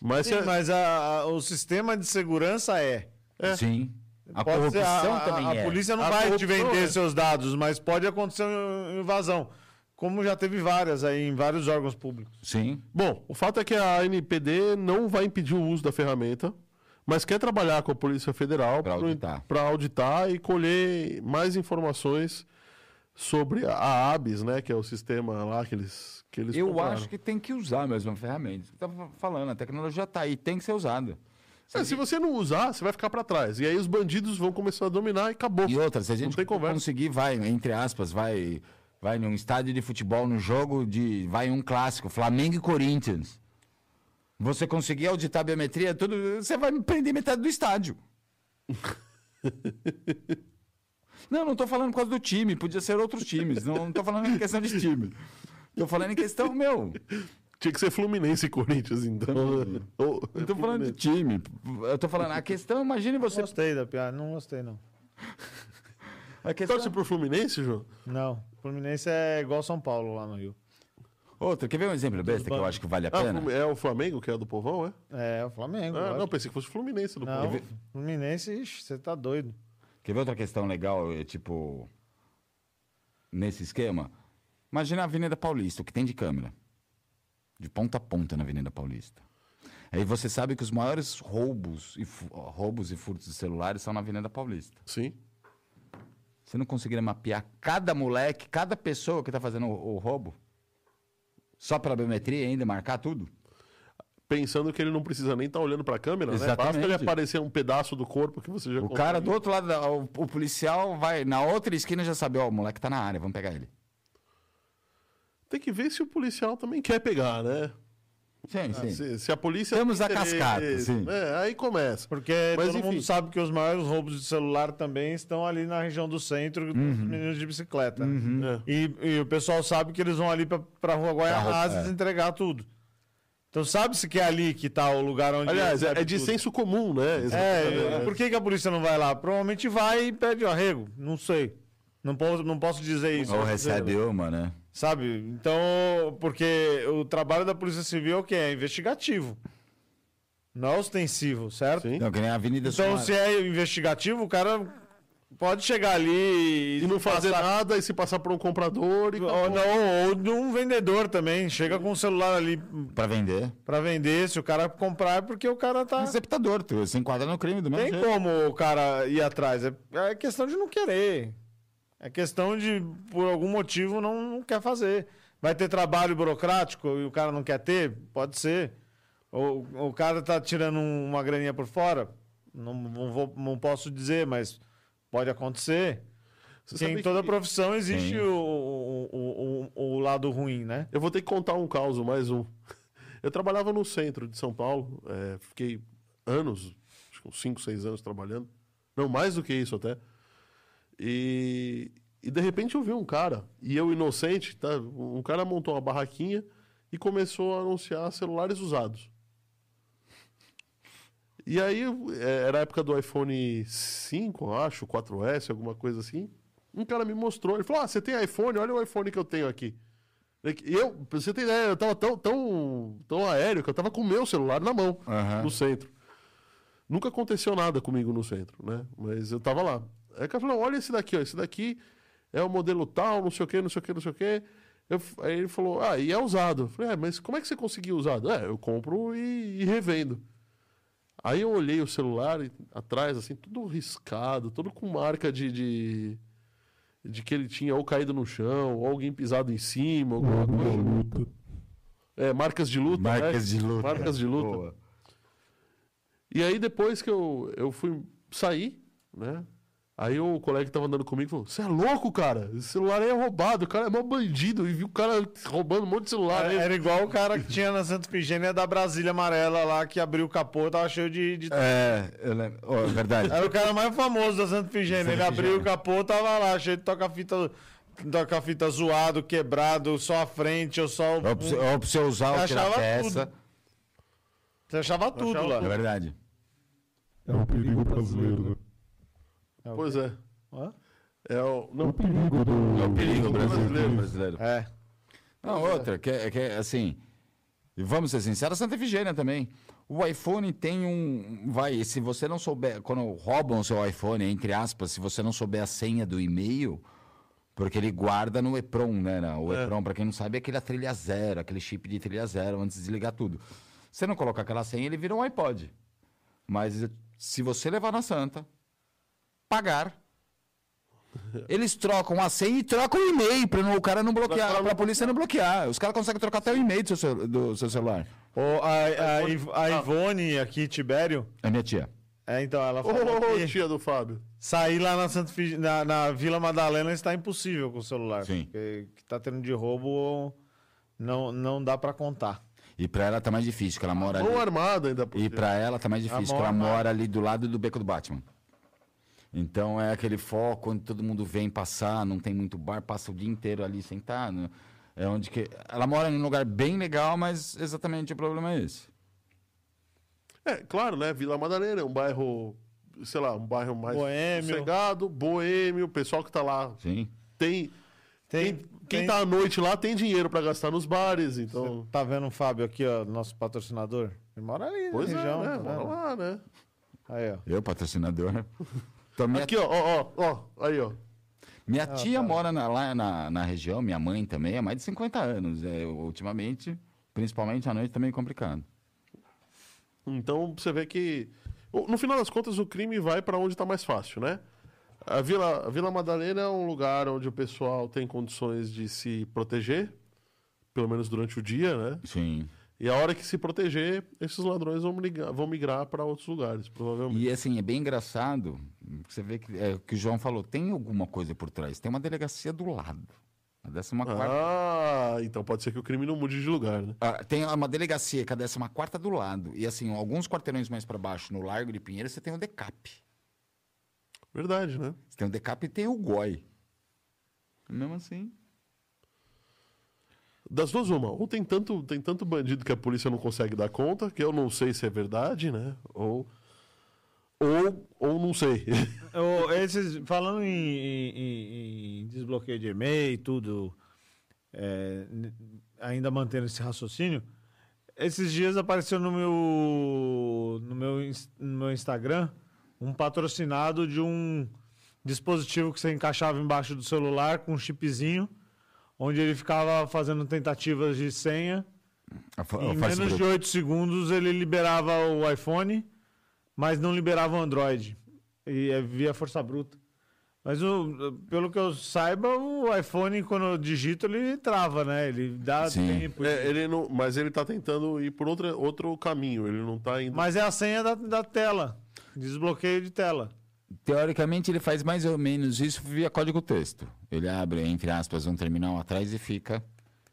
Speaker 1: Mas,
Speaker 3: Sim,
Speaker 1: se a-
Speaker 3: mas a- a- o sistema de segurança é.
Speaker 2: Sim. A
Speaker 3: Pode ser-
Speaker 2: corrupção
Speaker 3: a- a-
Speaker 2: também
Speaker 3: a
Speaker 2: é.
Speaker 3: polícia não
Speaker 1: A
Speaker 3: vai te
Speaker 1: corrupção
Speaker 3: vender
Speaker 1: é.
Speaker 3: seus dados, mas pode acontecer uma invasão. Como já teve várias aí em vários órgãos públicos.
Speaker 2: Sim.
Speaker 1: Bom, o fato é que a NPD não vai impedir o uso da ferramenta, mas quer trabalhar com a Polícia Federal
Speaker 2: Pra
Speaker 1: pro-
Speaker 2: auditar.
Speaker 1: pra auditar e colher mais informações sobre a ABS, né? Que é o sistema lá que eles, que eles
Speaker 2: Eu
Speaker 1: compraram.
Speaker 2: acho que tem que usar mesmo a ferramenta. Eu tava falando, a tecnologia tá aí, tem que ser usada.
Speaker 1: É, se você não usar, você vai ficar pra trás. E aí os bandidos vão começar a dominar e acabou.
Speaker 2: E outra, se a
Speaker 1: Não
Speaker 2: gente
Speaker 1: tem conversa.
Speaker 2: conseguir, vai, entre aspas, vai, vai num estádio de futebol, num jogo de. Vai um clássico, Flamengo e Corinthians. Você conseguir auditar a biometria, tudo, você vai prender metade do estádio. não, não tô falando por causa do time, podia ser outros times. Não, não tô falando em questão de time. Tô falando em questão, meu.
Speaker 1: Tinha que ser Fluminense e Corinthians, então. né? Ou-
Speaker 2: Não tô falando de time. Eu tô falando, a questão, imagine você.
Speaker 3: Gostei da piada, não gostei não.
Speaker 2: A questão...
Speaker 1: Torce pro Fluminense, João?
Speaker 3: Não, Fluminense é igual São Paulo lá no Rio.
Speaker 2: Outra, quer ver um exemplo besta que eu
Speaker 3: bancos.
Speaker 2: acho que vale a
Speaker 1: Ah,
Speaker 2: pena?
Speaker 1: Flumin- é o Flamengo, que é do povão, é?
Speaker 3: É, o Flamengo.
Speaker 1: Ah, não,
Speaker 3: lógico.
Speaker 1: pensei que fosse o Fluminense do
Speaker 3: não,
Speaker 1: povão.
Speaker 3: Fluminense, ixi, você tá doido.
Speaker 2: Quer ver outra questão legal, é, tipo. Nesse esquema? Imagina a Avenida Paulista, o que tem de câmera. De ponta a ponta na Avenida Paulista. Aí você sabe que os maiores roubos e, fu- roubos e furtos de celulares são na Avenida Paulista.
Speaker 1: Sim.
Speaker 2: Você não conseguiria mapear cada moleque, cada pessoa que tá fazendo o, o roubo? Só pela biometria ainda, marcar tudo?
Speaker 1: Pensando que ele não precisa nem estar olhando pra câmera, né? Basta ele
Speaker 2: Exatamente.
Speaker 1: aparecer um pedaço do corpo que você já
Speaker 2: O cara do outro lado, da- o, o policial vai na outra esquina e já sabe, ó, o moleque tá na área, vamos pegar ele.
Speaker 1: Tem que ver se o policial também quer pegar, né?
Speaker 2: Sim, sim.
Speaker 1: Se, se a polícia.
Speaker 2: Temos
Speaker 1: tem
Speaker 2: a cascata,
Speaker 1: interesse,
Speaker 2: sim.
Speaker 1: né? Aí começa.
Speaker 3: Porque
Speaker 1: Mas,
Speaker 3: todo
Speaker 1: enfim.
Speaker 3: mundo sabe que os maiores roubos de celular também estão ali na região do centro
Speaker 2: Uhum.
Speaker 3: dos meninos de bicicleta.
Speaker 1: É.
Speaker 3: E, e o pessoal sabe que eles vão ali pra, pra rua Guaianazes
Speaker 2: é.
Speaker 3: entregar tudo. Então sabe-se que é ali que tá o lugar onde.
Speaker 1: Aliás, é,
Speaker 3: recebe
Speaker 1: é de
Speaker 3: tudo.
Speaker 1: senso comum, né?
Speaker 3: É, por que, que a polícia não vai lá? Provavelmente vai e pede o arrego. Não sei. Não posso, não posso dizer isso.
Speaker 2: Ou recebe uma, né?
Speaker 3: Sabe? Então, porque o trabalho da Polícia Civil é o quê? É investigativo. Não é ostensivo, certo?
Speaker 1: Sim.
Speaker 2: Não, que nem a Avenida
Speaker 3: Então,
Speaker 2: Sonora.
Speaker 3: se é investigativo, o cara pode chegar ali
Speaker 1: E não fazer
Speaker 3: passar-
Speaker 1: nada e se passar por um comprador e.
Speaker 3: Ou, não, ou de um vendedor também. Chega com o celular ali
Speaker 2: Pra vender.
Speaker 3: pra vender. Se o cara comprar, é porque o cara tá.
Speaker 2: Receptador, tu se enquadra no crime do mesmo
Speaker 3: Tem
Speaker 2: jeito.
Speaker 3: como o cara ir atrás. É, é questão de não querer. É questão de, por algum motivo, não, não quer fazer. Vai ter trabalho burocrático e o cara não quer ter? Pode ser. Ou o cara tá tirando um- uma graninha por fora? Não, não vou- não posso dizer, mas pode acontecer.
Speaker 1: Você
Speaker 3: Porque
Speaker 1: sabe
Speaker 3: em toda
Speaker 1: que-
Speaker 3: profissão existe
Speaker 2: Sim.
Speaker 3: o, o, o, o lado ruim, né?
Speaker 1: Eu vou ter que contar um caso, mais um. Eu trabalhava no centro de São Paulo, é, fiquei anos, acho que uns 5, 6 anos trabalhando. Não, mais do que isso até. E, e de repente eu vi um cara, e eu inocente, tá? um cara montou uma barraquinha e começou a anunciar celulares usados. E aí, é, era a época do iPhone 5, eu acho, 4S, alguma coisa assim. Um cara me mostrou, ele falou: Ah, você tem iPhone? Olha o iPhone que eu tenho aqui. E Eu, pra você ter ideia, eu tava tão, tão, tão aéreo que eu tava com o meu celular na mão,
Speaker 2: Aham.
Speaker 1: no centro. Nunca aconteceu nada comigo no centro, né? Mas eu tava lá. Aí o cara falou: olha esse daqui, ó, esse daqui é o modelo tal, não sei o que, não sei o que, não sei o que. aí ele falou: ah, e é usado. Eu falei: é, mas como é que você conseguiu usado? É, eu compro e, e revendo. Aí eu olhei o celular e- atrás, assim, tudo riscado, todo com marca de- de, de que ele tinha ou caído no chão, ou alguém pisado em cima,
Speaker 4: O
Speaker 1: alguma
Speaker 4: ano da
Speaker 1: coisa.
Speaker 4: luta.
Speaker 1: É, marcas de luta. né?
Speaker 2: Marcas de luta.
Speaker 1: Marcas de luta.
Speaker 2: Boa.
Speaker 1: E aí depois que eu, eu fui sair, né? Aí o colega que tava andando comigo falou: Você é louco, cara? Esse celular aí é roubado, o cara é mó bandido. E viu o cara roubando um monte de celular.
Speaker 3: Era,
Speaker 1: Aí-
Speaker 3: era igual o cara que tinha na Santa Figênia da Brasília Amarela lá, que abriu o capô, tava cheio de- de
Speaker 2: É, eu lembro. Ô, é verdade.
Speaker 3: Era o cara mais famoso da Santa Figênia. Ele
Speaker 2: Santa
Speaker 3: abriu
Speaker 2: Ifigênia.
Speaker 3: o capô, tava lá, cheio de toca-fita toca fita zoado, quebrado, só a frente, ou só o.
Speaker 2: Ou pra você- ou pra você usar
Speaker 3: Eu
Speaker 2: o tirar
Speaker 3: achava
Speaker 2: peça.
Speaker 3: Você achava tudo
Speaker 1: achava
Speaker 3: lá.
Speaker 2: É verdade.
Speaker 4: É o perigo brasileiro, né?
Speaker 1: Pois é.
Speaker 3: Hã?
Speaker 1: É o.
Speaker 4: É o
Speaker 1: Não,
Speaker 4: perigo do. né?
Speaker 1: perigo brasileiro.
Speaker 2: brasileiro.
Speaker 3: É.
Speaker 2: Não, outra, que, é- que é, assim, e vamos ser sinceros, Santa Efigênia também. O iPhone tem um. Vai, e se você não souber. Quando roubam o seu iPhone, entre aspas, se você não souber a senha do e-mail, porque ele guarda no EPROM, né? né? O EPROM, pra quem não sabe, é aquele a trilha zero, aquele chip de trilha zero antes de ligar tudo. Você não coloca aquela senha, ele vira um iPod. Mas se você levar na Santa, pagar. Eles trocam a senha e trocam o e-mail pra não- o cara não bloquear, pra,
Speaker 1: Pra- pra-
Speaker 2: a polícia não bloquear. Os caras conseguem trocar até o e-mail do seu, cel- do seu celular.
Speaker 3: O- a, a, Iv-
Speaker 1: tá.
Speaker 3: a Ivone aqui, Tibério,
Speaker 2: É minha tia.
Speaker 3: é, então, ela
Speaker 1: Ô,
Speaker 3: falou que
Speaker 1: tia do Fábio.
Speaker 3: sair lá na, Santa Fig... na, na Vila Madalena está impossível com o celular.
Speaker 2: Sim.
Speaker 3: Porque que tá tendo de roubo, não, não dá pra contar.
Speaker 2: E pra ela tá mais difícil, que ela mora ali.
Speaker 1: Mão armada ainda por
Speaker 2: E
Speaker 1: cima.
Speaker 2: pra ela tá mais difícil, que ela
Speaker 3: mora-
Speaker 2: mora ali do lado do beco do Batman. Então é aquele foco onde todo mundo vem passar, não tem muito bar, passa o dia inteiro ali sentado. É onde que. Ela mora num lugar bem legal, mas exatamente o problema é esse.
Speaker 1: É, claro, né? Vila Madalena é um bairro, sei lá, um bairro mais
Speaker 3: Boêmio.
Speaker 1: sossegado, boêmio. O pessoal que tá lá
Speaker 2: Sim.
Speaker 1: tem.
Speaker 3: Tem-
Speaker 1: quem, quem
Speaker 3: tem-
Speaker 1: tá à noite lá tem dinheiro pra gastar nos bares, então.
Speaker 3: Tá vendo o Fábio aqui, ó, nosso patrocinador? Ele mora ali
Speaker 1: Pois
Speaker 3: na região.
Speaker 1: é, né?
Speaker 3: tá
Speaker 1: Mora
Speaker 3: vendo?
Speaker 1: lá, né?
Speaker 3: Aí, ó.
Speaker 2: Eu, patrocinador. Tomei
Speaker 1: Aqui, ó, ó, ó, ó, aí, ó.
Speaker 2: Minha
Speaker 3: Ah, tá.
Speaker 2: tia mora na- lá na, na região, minha mãe também, há mais de 50 anos. É, ultimamente, principalmente à noite, também é complicado.
Speaker 1: Então você vê que. o- No final das contas, o crime vai para onde tá mais fácil, né? A Vila, a Vila Madalena é um lugar onde o pessoal tem condições de se proteger, pelo menos durante o dia, né?
Speaker 2: Sim.
Speaker 1: E a hora que se proteger, esses ladrões vão migrar, vão migrar para outros lugares, provavelmente.
Speaker 2: E assim, é bem engraçado, você vê que é, o que o João falou, tem alguma coisa por trás. Tem uma delegacia do lado. A décima quarta.
Speaker 1: Ah, então pode ser que o crime não mude de lugar, né?
Speaker 2: Ah, tem uma delegacia que é a décima quarta do lado. E assim, alguns quarteirões mais pra baixo, no Largo de Pinheiro, você tem o DECAP.
Speaker 1: Verdade, né?
Speaker 2: Você tem o DECAP e tem o GOI. Mesmo assim.
Speaker 1: Das duas, uma. Ou tem tanto, tem tanto bandido que a polícia não consegue dar conta, que eu não sei se é verdade, né? Ou. Ou, ou não sei.
Speaker 3: Ô, esses, falando em, em- em- em desbloqueio de e-mail e tudo, é, n- ainda mantendo esse raciocínio, Esses dias apareceu no meu, no meu, ins- no meu Instagram um patrocinado de um dispositivo que você encaixava embaixo do celular com um chipzinho, onde ele ficava fazendo tentativas de senha.
Speaker 2: Eu fa- eu
Speaker 3: Em
Speaker 2: faço
Speaker 3: menos de
Speaker 2: grupo.
Speaker 3: 8 segundos ele liberava o iPhone, mas não liberava o Android. E é via força bruta. Mas o- pelo que eu saiba, o iPhone, quando eu digito, ele trava, né? Ele dá
Speaker 2: Sim.
Speaker 3: tempo.
Speaker 1: É, ele não, mas ele tá tentando ir por outra, outro caminho. Ele não tá indo.
Speaker 3: Mas é a senha da, da tela. Desbloqueio de tela.
Speaker 2: Teoricamente, ele faz mais ou menos isso via código texto. Ele abre, entre aspas, um terminal atrás e fica.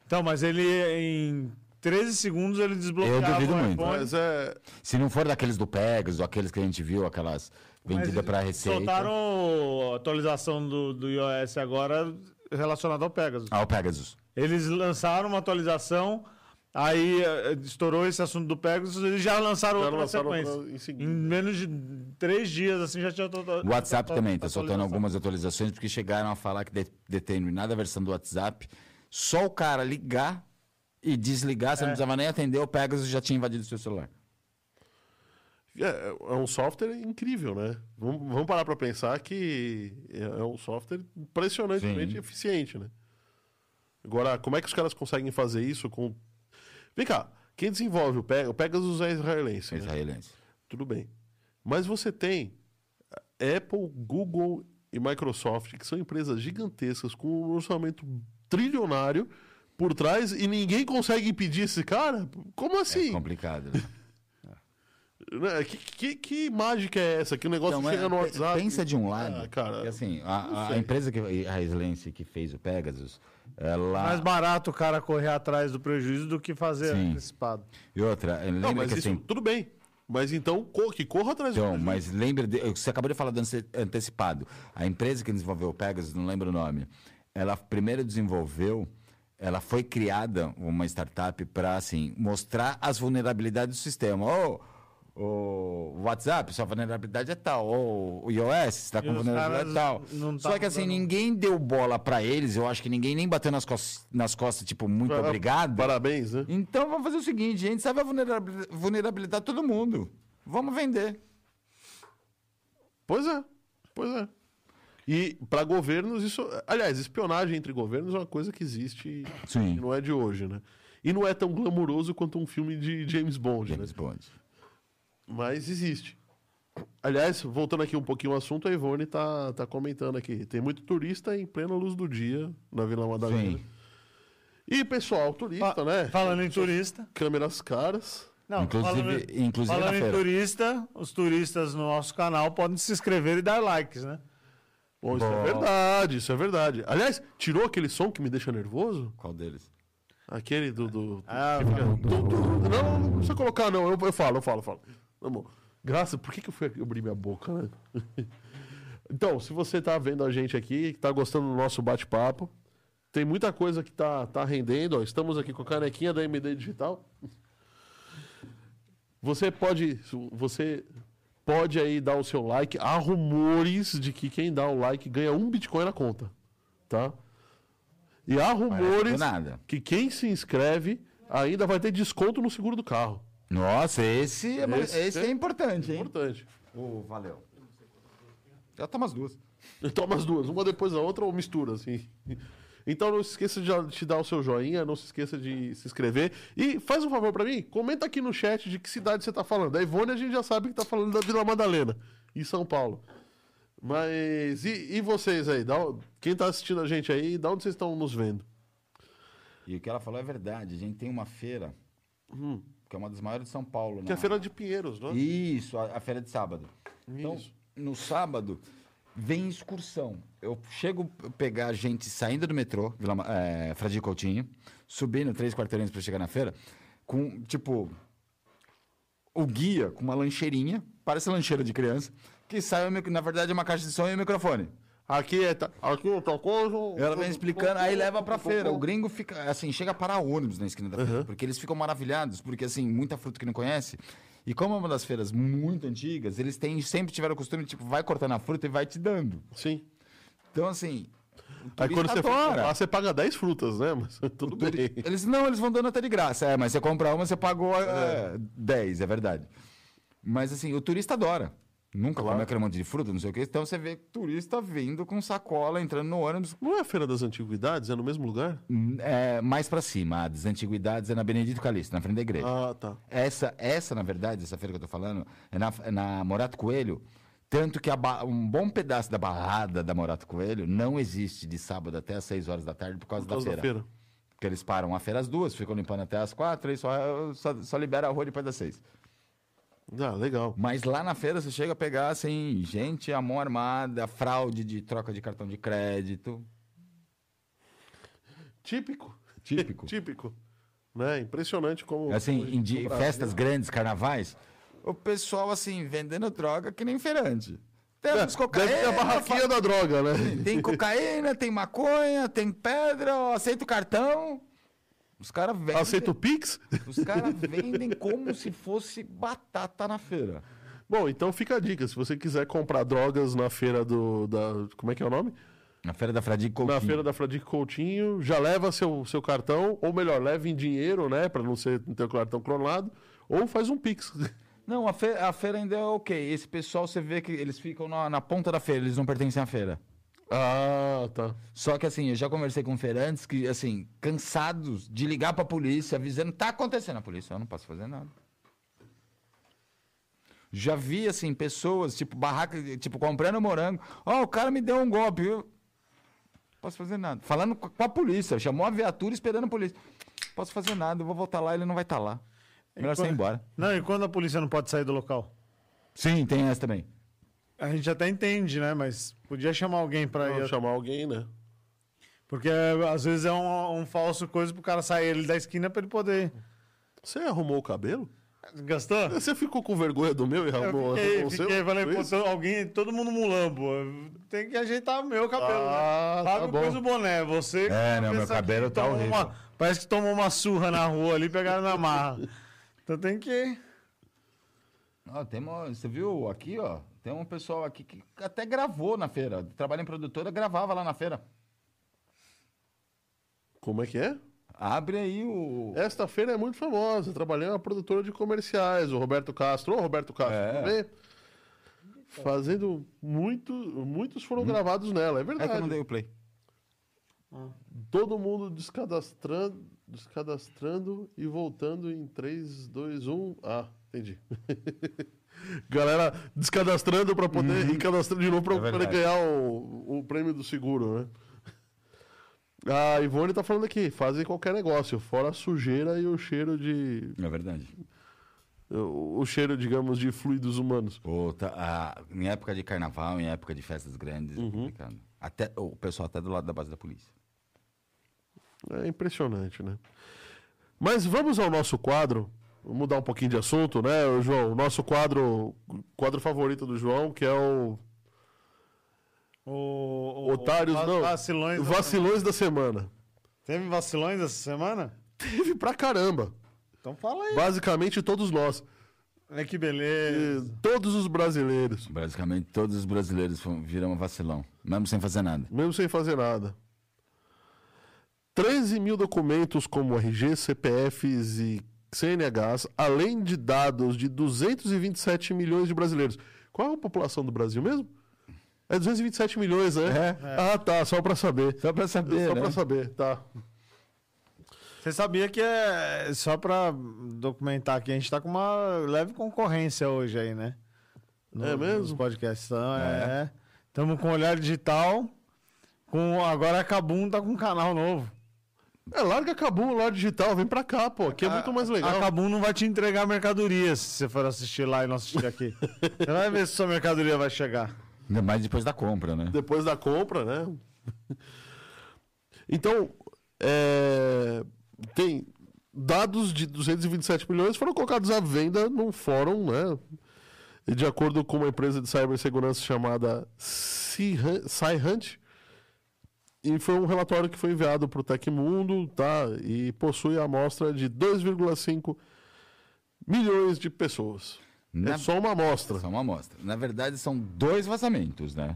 Speaker 3: Então, mas ele em 13 segundos ele desbloqueava
Speaker 2: Eu duvido
Speaker 3: o
Speaker 2: muito.
Speaker 3: iPhone.
Speaker 1: Mas é.
Speaker 2: Se não for daqueles do Pegasus, aqueles que a gente viu, aquelas
Speaker 3: Mas
Speaker 2: vendidas para receita.
Speaker 3: Soltaram a atualização do, do iOS agora relacionada ao Pegasus.
Speaker 2: Ah, o Pegasus.
Speaker 3: Eles lançaram uma atualização, aí eh, estourou esse assunto do Pegasus, eles já lançaram
Speaker 1: Já
Speaker 3: outra
Speaker 1: lançaram
Speaker 3: sequência.
Speaker 1: outra em seguida.
Speaker 3: Em menos de três dias, assim, já tinha...
Speaker 2: O WhatsApp também está soltando algumas atualizações, porque chegaram a falar que de- determinada versão do WhatsApp, só o cara ligar e desligar, você
Speaker 3: É.
Speaker 2: não precisava nem atender, o Pegasus já tinha invadido o seu celular.
Speaker 1: É, é um software incrível, né? Vamos, vamos parar pra pensar que é é um software impressionantemente
Speaker 2: Sim.
Speaker 1: eficiente, né? Agora, como é que os caras conseguem fazer isso com. Vem cá, quem desenvolve o Pegasus, o Pegasus é israelense. né?
Speaker 2: Israelense.
Speaker 1: Tudo bem. Mas você tem eh, Apple, Google e Microsoft, que são empresas gigantescas com um orçamento trilionário por trás e ninguém consegue impedir esse cara? Como
Speaker 2: É
Speaker 1: assim?
Speaker 2: complicado. né?
Speaker 1: Né? que, que- que mágica é essa? Que o negócio
Speaker 2: Então,
Speaker 1: chega
Speaker 2: é,
Speaker 1: no
Speaker 2: pe-
Speaker 1: WhatsApp.
Speaker 2: Pensa de um lado.
Speaker 1: Ah, cara,
Speaker 2: que, assim, a, a
Speaker 1: sei.
Speaker 2: empresa que, a israelense que fez o Pegasus, ela.
Speaker 3: Mais barato o cara correr atrás do prejuízo do que fazer
Speaker 2: Sim.
Speaker 3: antecipado.
Speaker 2: E outra, eh, lembra
Speaker 1: Não, mas
Speaker 2: que
Speaker 1: isso,
Speaker 2: assim.
Speaker 1: tudo bem. Mas então, co- que corra atrás do
Speaker 2: Então,
Speaker 1: prejuízo.
Speaker 2: mas lembra, de, você acabou de falar do ante- antecipado. A empresa que desenvolveu o Pegasus, não lembro o nome, ela primeiro desenvolveu, ela foi criada uma startup para assim mostrar as vulnerabilidades do sistema. Ô, o WhatsApp, sua vulnerabilidade é tal. Ou o iOS está
Speaker 3: E
Speaker 2: com
Speaker 3: os
Speaker 2: vulnerabilidade
Speaker 3: caras
Speaker 2: tal.
Speaker 3: não
Speaker 2: Só
Speaker 3: tá
Speaker 2: que assim,
Speaker 3: dando-
Speaker 2: ninguém deu bola para eles. Eu acho que ninguém nem bateu nas, cos- nas costas, tipo, muito
Speaker 1: Ah,
Speaker 2: obrigado.
Speaker 1: Parabéns, né?
Speaker 2: Então vamos fazer o seguinte, gente sabe a vulnerabilidade, vulnerabilidade de todo mundo. Vamos vender.
Speaker 1: Pois é. Pois é. E para governos, isso. Aliás, espionagem entre governos é uma coisa que existe
Speaker 2: Sim.
Speaker 1: e não é de hoje, né? E não é tão glamouroso quanto um filme de James Bond,
Speaker 2: James
Speaker 1: né?
Speaker 2: Bond.
Speaker 1: Mas existe. Aliás, voltando aqui um pouquinho ao assunto, a Ivone tá, tá comentando aqui. Tem muito turista em plena luz do dia na Vila Madalena.
Speaker 2: Sim. Ah,
Speaker 1: E pessoal, turista,
Speaker 3: Fa-
Speaker 1: né?
Speaker 3: Falando em turista...
Speaker 1: Câmeras caras.
Speaker 3: Não,
Speaker 2: Inclusive-
Speaker 3: falando,
Speaker 2: inclusive
Speaker 3: falando
Speaker 2: na
Speaker 3: em
Speaker 2: feira.
Speaker 3: turista, os turistas no nosso canal podem se inscrever e dar likes, né?
Speaker 1: Bom, isso é verdade, isso é verdade. Aliás, tirou aquele som que me deixa nervoso?
Speaker 2: Qual deles?
Speaker 1: Aquele do. do-
Speaker 3: Ah,
Speaker 1: que fica- do- do- não, não, não precisa colocar, não. Eu, eu falo, eu falo, eu falo. Amor, graças, por que, que eu fui abrir minha boca, né? Então, se você tá vendo a gente aqui, que tá gostando do nosso bate-papo, tem muita coisa que tá, tá rendendo. Ó. Estamos aqui com a canequinha da MD Digital. Você pode, você pode aí dar o seu like. Há rumores de que quem dá o like ganha um Bitcoin na conta, tá? E há
Speaker 2: Do
Speaker 1: rumores
Speaker 2: nada.
Speaker 1: que quem se inscreve ainda vai ter desconto no seguro do carro.
Speaker 2: Nossa, esse é, ma-
Speaker 1: Esse-
Speaker 2: esse é importante, hein?
Speaker 1: Importante.
Speaker 2: Ô, valeu. Já toma as duas.
Speaker 1: Ele Toma as duas, uma depois da outra ou mistura, assim. Então não se esqueça de te dar o seu joinha, não se esqueça de se inscrever. E faz um favor pra mim, comenta aqui no chat de que cidade você tá falando. A Ivone a gente já sabe que tá falando da Vila Madalena, em São Paulo. Mas e, e vocês aí? Da o- quem tá assistindo a gente aí, da onde vocês estão nos vendo?
Speaker 2: E o que ela falou é verdade. A gente tem uma feira, que é uma das maiores de São Paulo.
Speaker 1: Que é a
Speaker 2: na-
Speaker 1: Feira de Pinheiros, não é?
Speaker 2: Ah. Isso, a, a feira de sábado. Então,
Speaker 1: Isso.
Speaker 2: no sábado, vem excursão. Eu chego a pegar gente saindo do metrô, Vila, Ma- eh, Fradique Coutinho, subindo três quarteirões para chegar na feira, com, tipo, o guia com uma lancheirinha, parece lancheira de criança, que sai, o mic- na verdade, é uma caixa de som e um microfone.
Speaker 1: Aqui é ta- aqui é tal coisa.
Speaker 2: Ela vem explicando, aí leva pra feira. O gringo fica, assim, chega a parar ônibus na esquina da feira, porque eles ficam maravilhados, porque, assim, muita fruta que não conhece. E como é uma das feiras muito antigas, eles têm, sempre tiveram o costume, tipo, vai cortando a fruta e vai te dando.
Speaker 1: Sim.
Speaker 2: Então, assim,
Speaker 1: Aí quando você for
Speaker 2: adora.
Speaker 1: comprar, você paga 10 frutas, né? Mas tudo bem.
Speaker 2: Eles não, eles vão dando até de graça. É, mas você compra uma, você pagou é, 10, é verdade. Mas assim, o turista adora. Nunca come aquele monte de fruta, não sei o quê. Então você vê turista vindo com sacola, entrando no ônibus.
Speaker 1: Não é a Feira das Antiguidades? É no mesmo lugar?
Speaker 2: Hum, É, mais pra cima, a das antiguidades é na Benedito Calixto, na frente É. da igreja.
Speaker 1: Ah, tá.
Speaker 2: Essa, essa, na verdade, essa feira que eu tô falando, é na, é na Morato Coelho. Tanto que a ba- um bom pedaço da barrada da Morato Coelho não existe de sábado até às 6 horas da tarde por causa,
Speaker 1: Por causa da feira.
Speaker 2: porque eles param a feira às duas, ficam limpando até às quatro, aí só, só, só libera a rua depois das seis.
Speaker 1: Ah, legal.
Speaker 2: Mas lá na feira você chega a pegar, assim, gente a mão armada, fraude de troca de cartão de crédito.
Speaker 1: Típico.
Speaker 2: Típico.
Speaker 1: Típico. Né? Impressionante como.
Speaker 2: Assim,
Speaker 1: como a gente
Speaker 2: em di-
Speaker 1: compra-
Speaker 2: festas grandes, carnavais, o pessoal, assim, vendendo droga que nem feirante. Temos cocaína.
Speaker 1: É, Deve ter a barraquinha da droga, né?
Speaker 2: Tem cocaína, tem maconha, tem pedra, ó, aceita o cartão. Os caras vendem.
Speaker 1: Aceita o Pix?
Speaker 2: Os caras vendem como se fosse batata na feira.
Speaker 1: Bom, então fica a dica. Se você quiser comprar drogas na feira do. Da, como é que é o nome?
Speaker 2: Na feira da Fradique Coutinho.
Speaker 1: Na feira da Fradique Coutinho, já leva seu, seu cartão, ou melhor, leve em dinheiro, né? Pra não ser não ter o cartão clonado, ou faz um Pix.
Speaker 2: Não, a, fe- a feira ainda é ok. Esse pessoal, você vê que eles ficam na, na ponta da feira, eles não pertencem à feira.
Speaker 1: Ah, tá.
Speaker 2: Só que assim, eu já conversei com feirantes que, assim, cansados de ligar pra polícia, avisando, tá acontecendo. A polícia, eu não posso fazer nada. Já vi, assim, pessoas, tipo, barraca, tipo, comprando morango. Ó, o cara me deu um golpe. Eu... não Posso fazer nada. Falando co- com a polícia, chamou a viatura esperando a polícia. Posso fazer nada, eu vou voltar lá, ele não vai estar lá. Melhor você ir embora.
Speaker 3: Não, e quando a polícia não pode sair do local?
Speaker 2: Sim, tem essa também.
Speaker 3: A gente até entende, né? Mas podia chamar alguém pra
Speaker 1: Pra
Speaker 3: ir.
Speaker 1: chamar alguém, né?
Speaker 3: Porque é, às vezes é um, um falso coisa pro cara sair ele da esquina pra ele poder.
Speaker 1: Você arrumou o cabelo?
Speaker 3: Gastou?
Speaker 1: Você ficou com vergonha do meu e arrumou
Speaker 3: Eu
Speaker 1: arrumou
Speaker 3: fiquei,
Speaker 1: o seu?
Speaker 3: fiquei falei,
Speaker 1: Foi
Speaker 3: pô,
Speaker 1: isso?
Speaker 3: todo- alguém, todo mundo mulambo. Tem que ajeitar o meu cabelo,
Speaker 1: Ah,
Speaker 3: né?
Speaker 1: tá
Speaker 3: Fábio
Speaker 1: bom.
Speaker 3: pôs o boné, você...
Speaker 2: É, não, meu
Speaker 3: pensa que
Speaker 2: cabelo tá
Speaker 3: tomou
Speaker 2: horrível.
Speaker 3: uma- parece que tomou uma surra na rua ali, pegaram na marra. Então tem que...
Speaker 2: Ó, tem uma- você viu aqui, ó? Tem um pessoal aqui que até gravou na feira. Trabalha em produtora, gravava lá na feira.
Speaker 1: Como é que é?
Speaker 2: Abre aí o.
Speaker 1: Esta feira é muito famosa. Eu trabalhei na produtora de comerciais, o Roberto Castro. Ô, Roberto Castro,
Speaker 2: É.
Speaker 1: tudo bem? Fazendo muito, muitos foram gravados nela, é
Speaker 2: É
Speaker 1: verdade.
Speaker 2: que eu não dei o play.
Speaker 1: Todo mundo descadastrando, descadastrando e voltando em 3, 2, 1. Ah, entendi. Galera descadastrando para poder ir cadastrando de novo para
Speaker 2: É
Speaker 1: poder
Speaker 2: verdade.
Speaker 1: ganhar o, o prêmio do seguro, né? A Ivone tá falando aqui, fazem qualquer negócio, fora a sujeira e o cheiro de.
Speaker 2: É verdade.
Speaker 1: o o cheiro, digamos, de fluidos humanos.
Speaker 2: Outra, ah, em época de carnaval, em época de festas grandes, é complicado. Até, o pessoal até do lado da base da polícia.
Speaker 1: É impressionante, né? Mas vamos ao nosso quadro. Vou mudar um pouquinho de assunto, né, ô, João? O nosso quadro, quadro favorito do João, que é o
Speaker 3: O, o,
Speaker 1: Otários,
Speaker 3: va-
Speaker 1: não.
Speaker 3: Vacilões. da-
Speaker 1: Vacilões da Semana.
Speaker 3: Teve vacilões essa semana?
Speaker 1: Teve pra caramba.
Speaker 3: Então fala aí.
Speaker 1: Basicamente todos nós.
Speaker 3: Olha que beleza.
Speaker 1: E Todos os brasileiros.
Speaker 2: Basicamente, todos os brasileiros foram- viram um vacilão, mesmo sem fazer nada.
Speaker 1: Mesmo sem fazer nada. 13 mil documentos como RG, CPFs e CNHs, além de dados de 227 milhões de brasileiros. Qual é a população do Brasil mesmo? É 227 milhões, né? Ah, tá, só pra saber.
Speaker 2: Só pra É. saber,
Speaker 1: só
Speaker 2: né?
Speaker 1: pra saber, tá.
Speaker 3: Você sabia que é. Só pra documentar aqui, a gente tá com uma leve concorrência hoje aí, né?
Speaker 1: É mesmo?
Speaker 3: Os podcasts. Então, é. Estamos com olhar digital. Com, agora a Kabum tá com um canal novo.
Speaker 1: É, larga acabou o lar digital, vem pra cá, pô. Aqui é muito mais
Speaker 3: A
Speaker 1: legal.
Speaker 3: Kabum não vai te entregar mercadorias se você for assistir lá e não assistir aqui. você vai ver se sua mercadoria vai chegar.
Speaker 2: Ainda mais depois da compra, né?
Speaker 1: depois da compra, né? Então, é, tem dados de 227 milhões foram colocados à venda num fórum, né? E de acordo com uma empresa de cibersegurança chamada SciHunt, e foi um relatório que foi enviado para o Tecmundo, tá? E possui a amostra de 2,5 milhões de pessoas.
Speaker 2: Na-
Speaker 1: É só uma amostra.
Speaker 2: Só uma amostra. Na verdade, são dois vazamentos, né?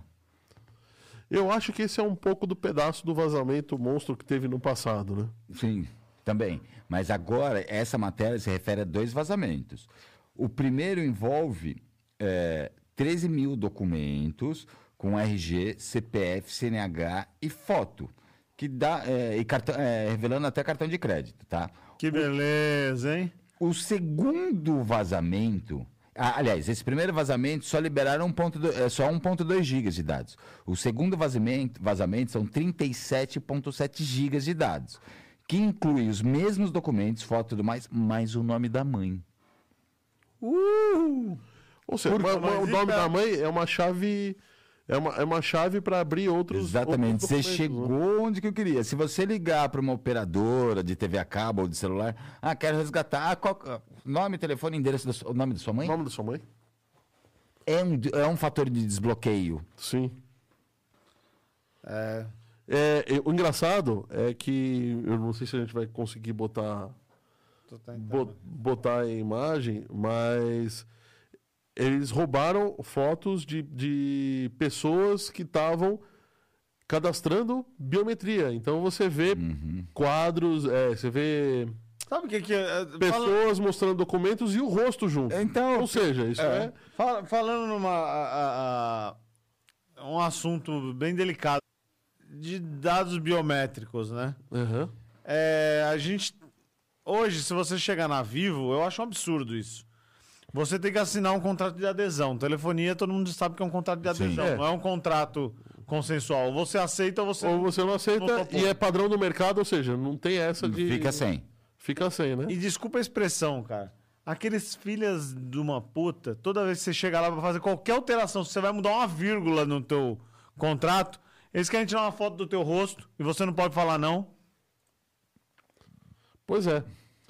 Speaker 1: Eu acho que esse é um pouco do pedaço do vazamento monstro que teve no passado, né?
Speaker 2: Sim, também. Mas agora, essa matéria se refere a dois vazamentos. O primeiro envolve eh, 13 mil documentos com RG, CPF, CNH e foto. Que dá, eh, e cartão- eh, revelando até cartão de crédito, tá?
Speaker 3: Que beleza, hein?
Speaker 2: O segundo vazamento. ah, Aliás, esse primeiro vazamento só liberaram 1.2 é, só 1.2 gigas de dados. O segundo vazamento, vazamento são 37.7 gigas de dados, que inclui os mesmos documentos, foto e tudo mais, mais o nome da mãe.
Speaker 1: Ou seja,
Speaker 3: Porque
Speaker 1: uma- uma-
Speaker 3: nós
Speaker 1: o nome
Speaker 3: ainda-
Speaker 1: da mãe é uma chave. É uma, é uma chave para abrir outros.
Speaker 2: Exatamente.
Speaker 1: outros
Speaker 2: Você
Speaker 1: documentos, né?
Speaker 2: chegou onde que eu queria. Se você ligar para uma operadora de TV a cabo ou de celular, ah, quero resgatar, ah, qual- ah, nome, telefone, endereço, da sua- o nome da sua
Speaker 1: O
Speaker 2: mãe,
Speaker 1: nome da sua mãe?
Speaker 2: é um, é um fator de desbloqueio.
Speaker 1: Sim.
Speaker 3: É.
Speaker 1: É, e- o engraçado é que eu não sei se a gente vai conseguir botar
Speaker 3: Tô
Speaker 1: bo-
Speaker 3: tentando.
Speaker 1: botar a imagem, mas eles roubaram fotos de, de pessoas que estavam cadastrando biometria. Então você vê
Speaker 2: Uhum.
Speaker 1: quadros, é, você vê
Speaker 3: Sabe o que que... é- fala-
Speaker 1: pessoas mostrando documentos e o rosto junto.
Speaker 2: Então,
Speaker 1: Ou seja, isso é,
Speaker 3: Fala- falando numa. a- a- a- um assunto bem delicado de dados biométricos, né?
Speaker 1: Aham.
Speaker 3: É, a gente. Hoje, se você chegar na Vivo, eu acho um absurdo isso. Você tem que assinar um contrato de adesão. Telefonia, todo mundo sabe que é um contrato de
Speaker 2: Sim.
Speaker 3: adesão.
Speaker 1: É.
Speaker 3: Não é um contrato consensual. Ou Você aceita ou você.
Speaker 1: Ou você não aceita
Speaker 3: Não tá
Speaker 1: e é padrão do mercado, ou seja, não tem essa de
Speaker 2: fica sem.
Speaker 1: Fica sem, né?
Speaker 3: E desculpa a expressão, cara. Aqueles filhas de uma puta, toda vez que você chegar lá pra fazer qualquer alteração, se você vai mudar uma vírgula no teu contrato, eles querem tirar uma foto do teu rosto e você não pode falar não.
Speaker 1: Pois é.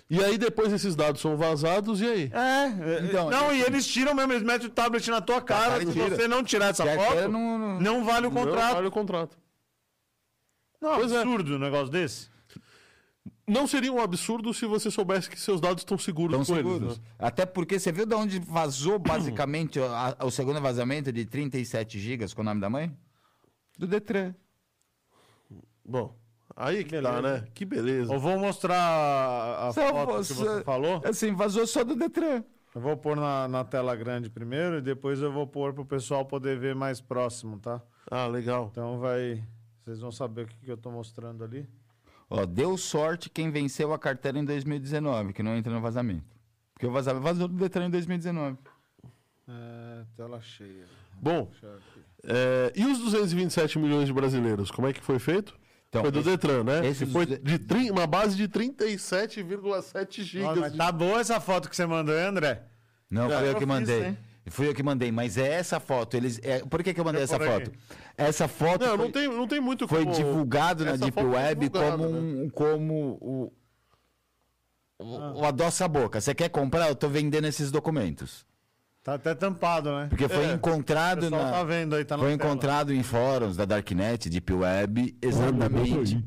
Speaker 1: E aí depois esses dados são vazados e aí?
Speaker 3: É.
Speaker 2: Então,
Speaker 3: não, e eles tiram mesmo, eles metem o tablet na tua cara.
Speaker 2: cara,
Speaker 3: se
Speaker 2: tira.
Speaker 3: você não tirar essa
Speaker 2: Que
Speaker 3: foto,
Speaker 2: até
Speaker 3: não...
Speaker 2: não- não-
Speaker 3: vale o
Speaker 1: Não,
Speaker 3: contrato.
Speaker 1: vale o contrato.
Speaker 3: Não,
Speaker 1: Pois é.
Speaker 3: absurdo um negócio desse.
Speaker 1: Não seria um absurdo se você soubesse que seus dados estão seguros
Speaker 2: Estão
Speaker 1: com
Speaker 2: seguros.
Speaker 1: eles. né?
Speaker 2: Até porque você viu de onde vazou basicamente a- a- o segundo vazamento de 37 gigas com o nome da mãe? Do Detran.
Speaker 1: Bom, aí que tá,
Speaker 3: beleza.
Speaker 1: né? Que beleza.
Speaker 3: Eu vou mostrar a, a
Speaker 2: Se eu
Speaker 3: foto
Speaker 2: fosse-
Speaker 3: que você falou.
Speaker 2: Assim, vazou só do Detran.
Speaker 3: Eu vou pôr na, na tela grande primeiro e depois eu vou pôr pro pessoal poder ver mais próximo, tá?
Speaker 1: Ah, legal.
Speaker 3: Então vai. Vocês vão saber o que, que eu tô mostrando ali.
Speaker 2: Ó, deu sorte quem venceu a carteira em 2019, que não entra no vazamento. Porque o vazamento vazou do Detran em 2019.
Speaker 3: É, tela cheia.
Speaker 1: Bom,
Speaker 3: Deixa eu aqui.
Speaker 1: é, e os 227 milhões de brasileiros? Como é que foi feito?
Speaker 2: Então,
Speaker 1: foi do
Speaker 2: esse-
Speaker 1: Detran, né?
Speaker 2: esses
Speaker 1: Que foi
Speaker 2: duze-
Speaker 1: de trin- uma base de 37,7
Speaker 3: Nossa,
Speaker 1: gigas.
Speaker 3: mas
Speaker 1: de-
Speaker 3: tá boa essa foto que você mandou, hein, André?
Speaker 2: Não, fui eu
Speaker 3: eu
Speaker 2: que
Speaker 3: fiz,
Speaker 2: mandei.
Speaker 3: né?
Speaker 2: Fui eu que mandei, mas é essa foto. Eles, é, por que, que eu mandei essa
Speaker 3: por
Speaker 2: foto?
Speaker 3: aqui.
Speaker 2: Essa foto
Speaker 1: Não,
Speaker 2: foi,
Speaker 1: não tem, não tem muito
Speaker 2: foi
Speaker 3: Tipo,
Speaker 1: como-
Speaker 2: divulgado na
Speaker 1: essa
Speaker 2: Deep
Speaker 1: foto foi
Speaker 2: Web
Speaker 1: divulgada,
Speaker 2: como,
Speaker 1: né?
Speaker 2: um, como o, o, o adoça a boca. Você quer comprar? Eu tô vendendo esses documentos.
Speaker 3: Tá até tampado, né?
Speaker 2: Porque foi
Speaker 1: É,
Speaker 3: O
Speaker 2: encontrado
Speaker 3: pessoal
Speaker 2: na,
Speaker 3: tá vendo aí, tá na
Speaker 2: foi
Speaker 3: tela.
Speaker 2: encontrado em fóruns da Darknet, Deep Web,
Speaker 4: Não,
Speaker 2: exatamente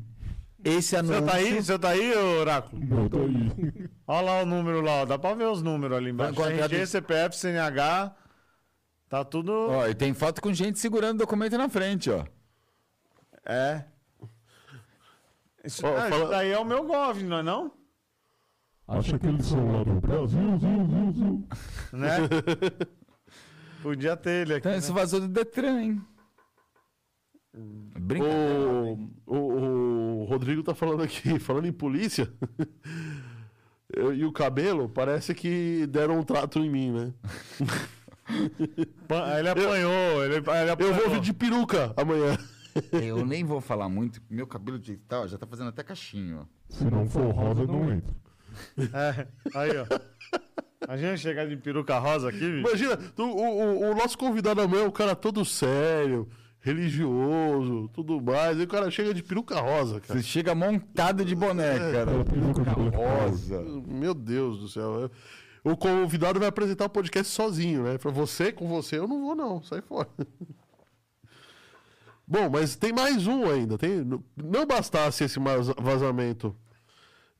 Speaker 2: esse
Speaker 3: O senhor
Speaker 2: anúncio.
Speaker 3: tá aí? O senhor tá aí, ô Oráculo?
Speaker 4: Não, tá aí.
Speaker 3: Olha lá o número lá, ó. Dá pra ver os números ali embaixo.
Speaker 2: Foi encontrado
Speaker 3: RG,
Speaker 2: em-
Speaker 3: CPF, CNH. Tá tudo.
Speaker 2: Ó, e tem foto com gente segurando o documento na frente, ó.
Speaker 3: É. Isso,
Speaker 1: Ó,
Speaker 3: ah,
Speaker 1: fala-
Speaker 3: isso daí é o meu Gov, não é não?
Speaker 4: Acha que eles são lá do Brasil, ziu, ziu, ziu.
Speaker 3: Né? Podia ter ele aqui.
Speaker 2: Então,
Speaker 3: né?
Speaker 2: isso vazou do Detran, hein? Brincadeira.
Speaker 1: O, o- o Rodrigo tá falando aqui, falando em polícia. eu- e o cabelo, parece que deram um trato em mim, né?
Speaker 3: Pan- Ele apanhou, ele, ele apanhou.
Speaker 1: Eu vou vir de peruca amanhã.
Speaker 2: Eu nem vou falar muito. Meu cabelo de tal já tá fazendo até cachinho, ó.
Speaker 4: Se não for rosa, não entra.
Speaker 3: É, aí, ó. Imagina chegar de peruca rosa aqui, bicho.
Speaker 1: Imagina, tu- o, o- o nosso convidado amanhã é um cara todo sério, religioso, tudo mais. E o cara chega de peruca rosa, cara.
Speaker 2: Você chega montado de né? boné, cara.
Speaker 4: Ela tem um cabelo de
Speaker 2: Rosa.
Speaker 1: Meu Deus do céu. é- O convidado vai apresentar o podcast sozinho, né? Pra você, com você, eu não vou, não. Sai fora. Bom, mas tem mais um ainda. Tem... Não bastasse esse mas- vazamento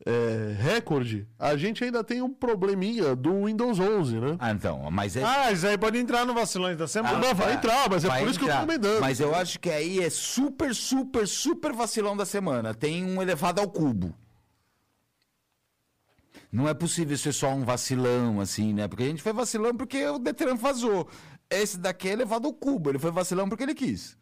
Speaker 1: é, recorde, a gente ainda tem um probleminha do Windows 11, né?
Speaker 2: Ah, então, mas é.
Speaker 3: Ah, isso aí pode entrar no então. vacilões da
Speaker 1: Ah,
Speaker 3: semana.
Speaker 1: não, vai
Speaker 2: tá.
Speaker 1: entrar, mas é por isso que eu tô
Speaker 2: entrar.
Speaker 1: recomendando.
Speaker 2: Mas eu acho que aí é super, super, super vacilão da semana. Tem um elevado ao cubo. Não é possível ser só um vacilão, assim, né? Porque a gente foi vacilão porque o Detran vazou. Esse daqui é elevado ao cubo. Ele foi vacilão porque ele quis.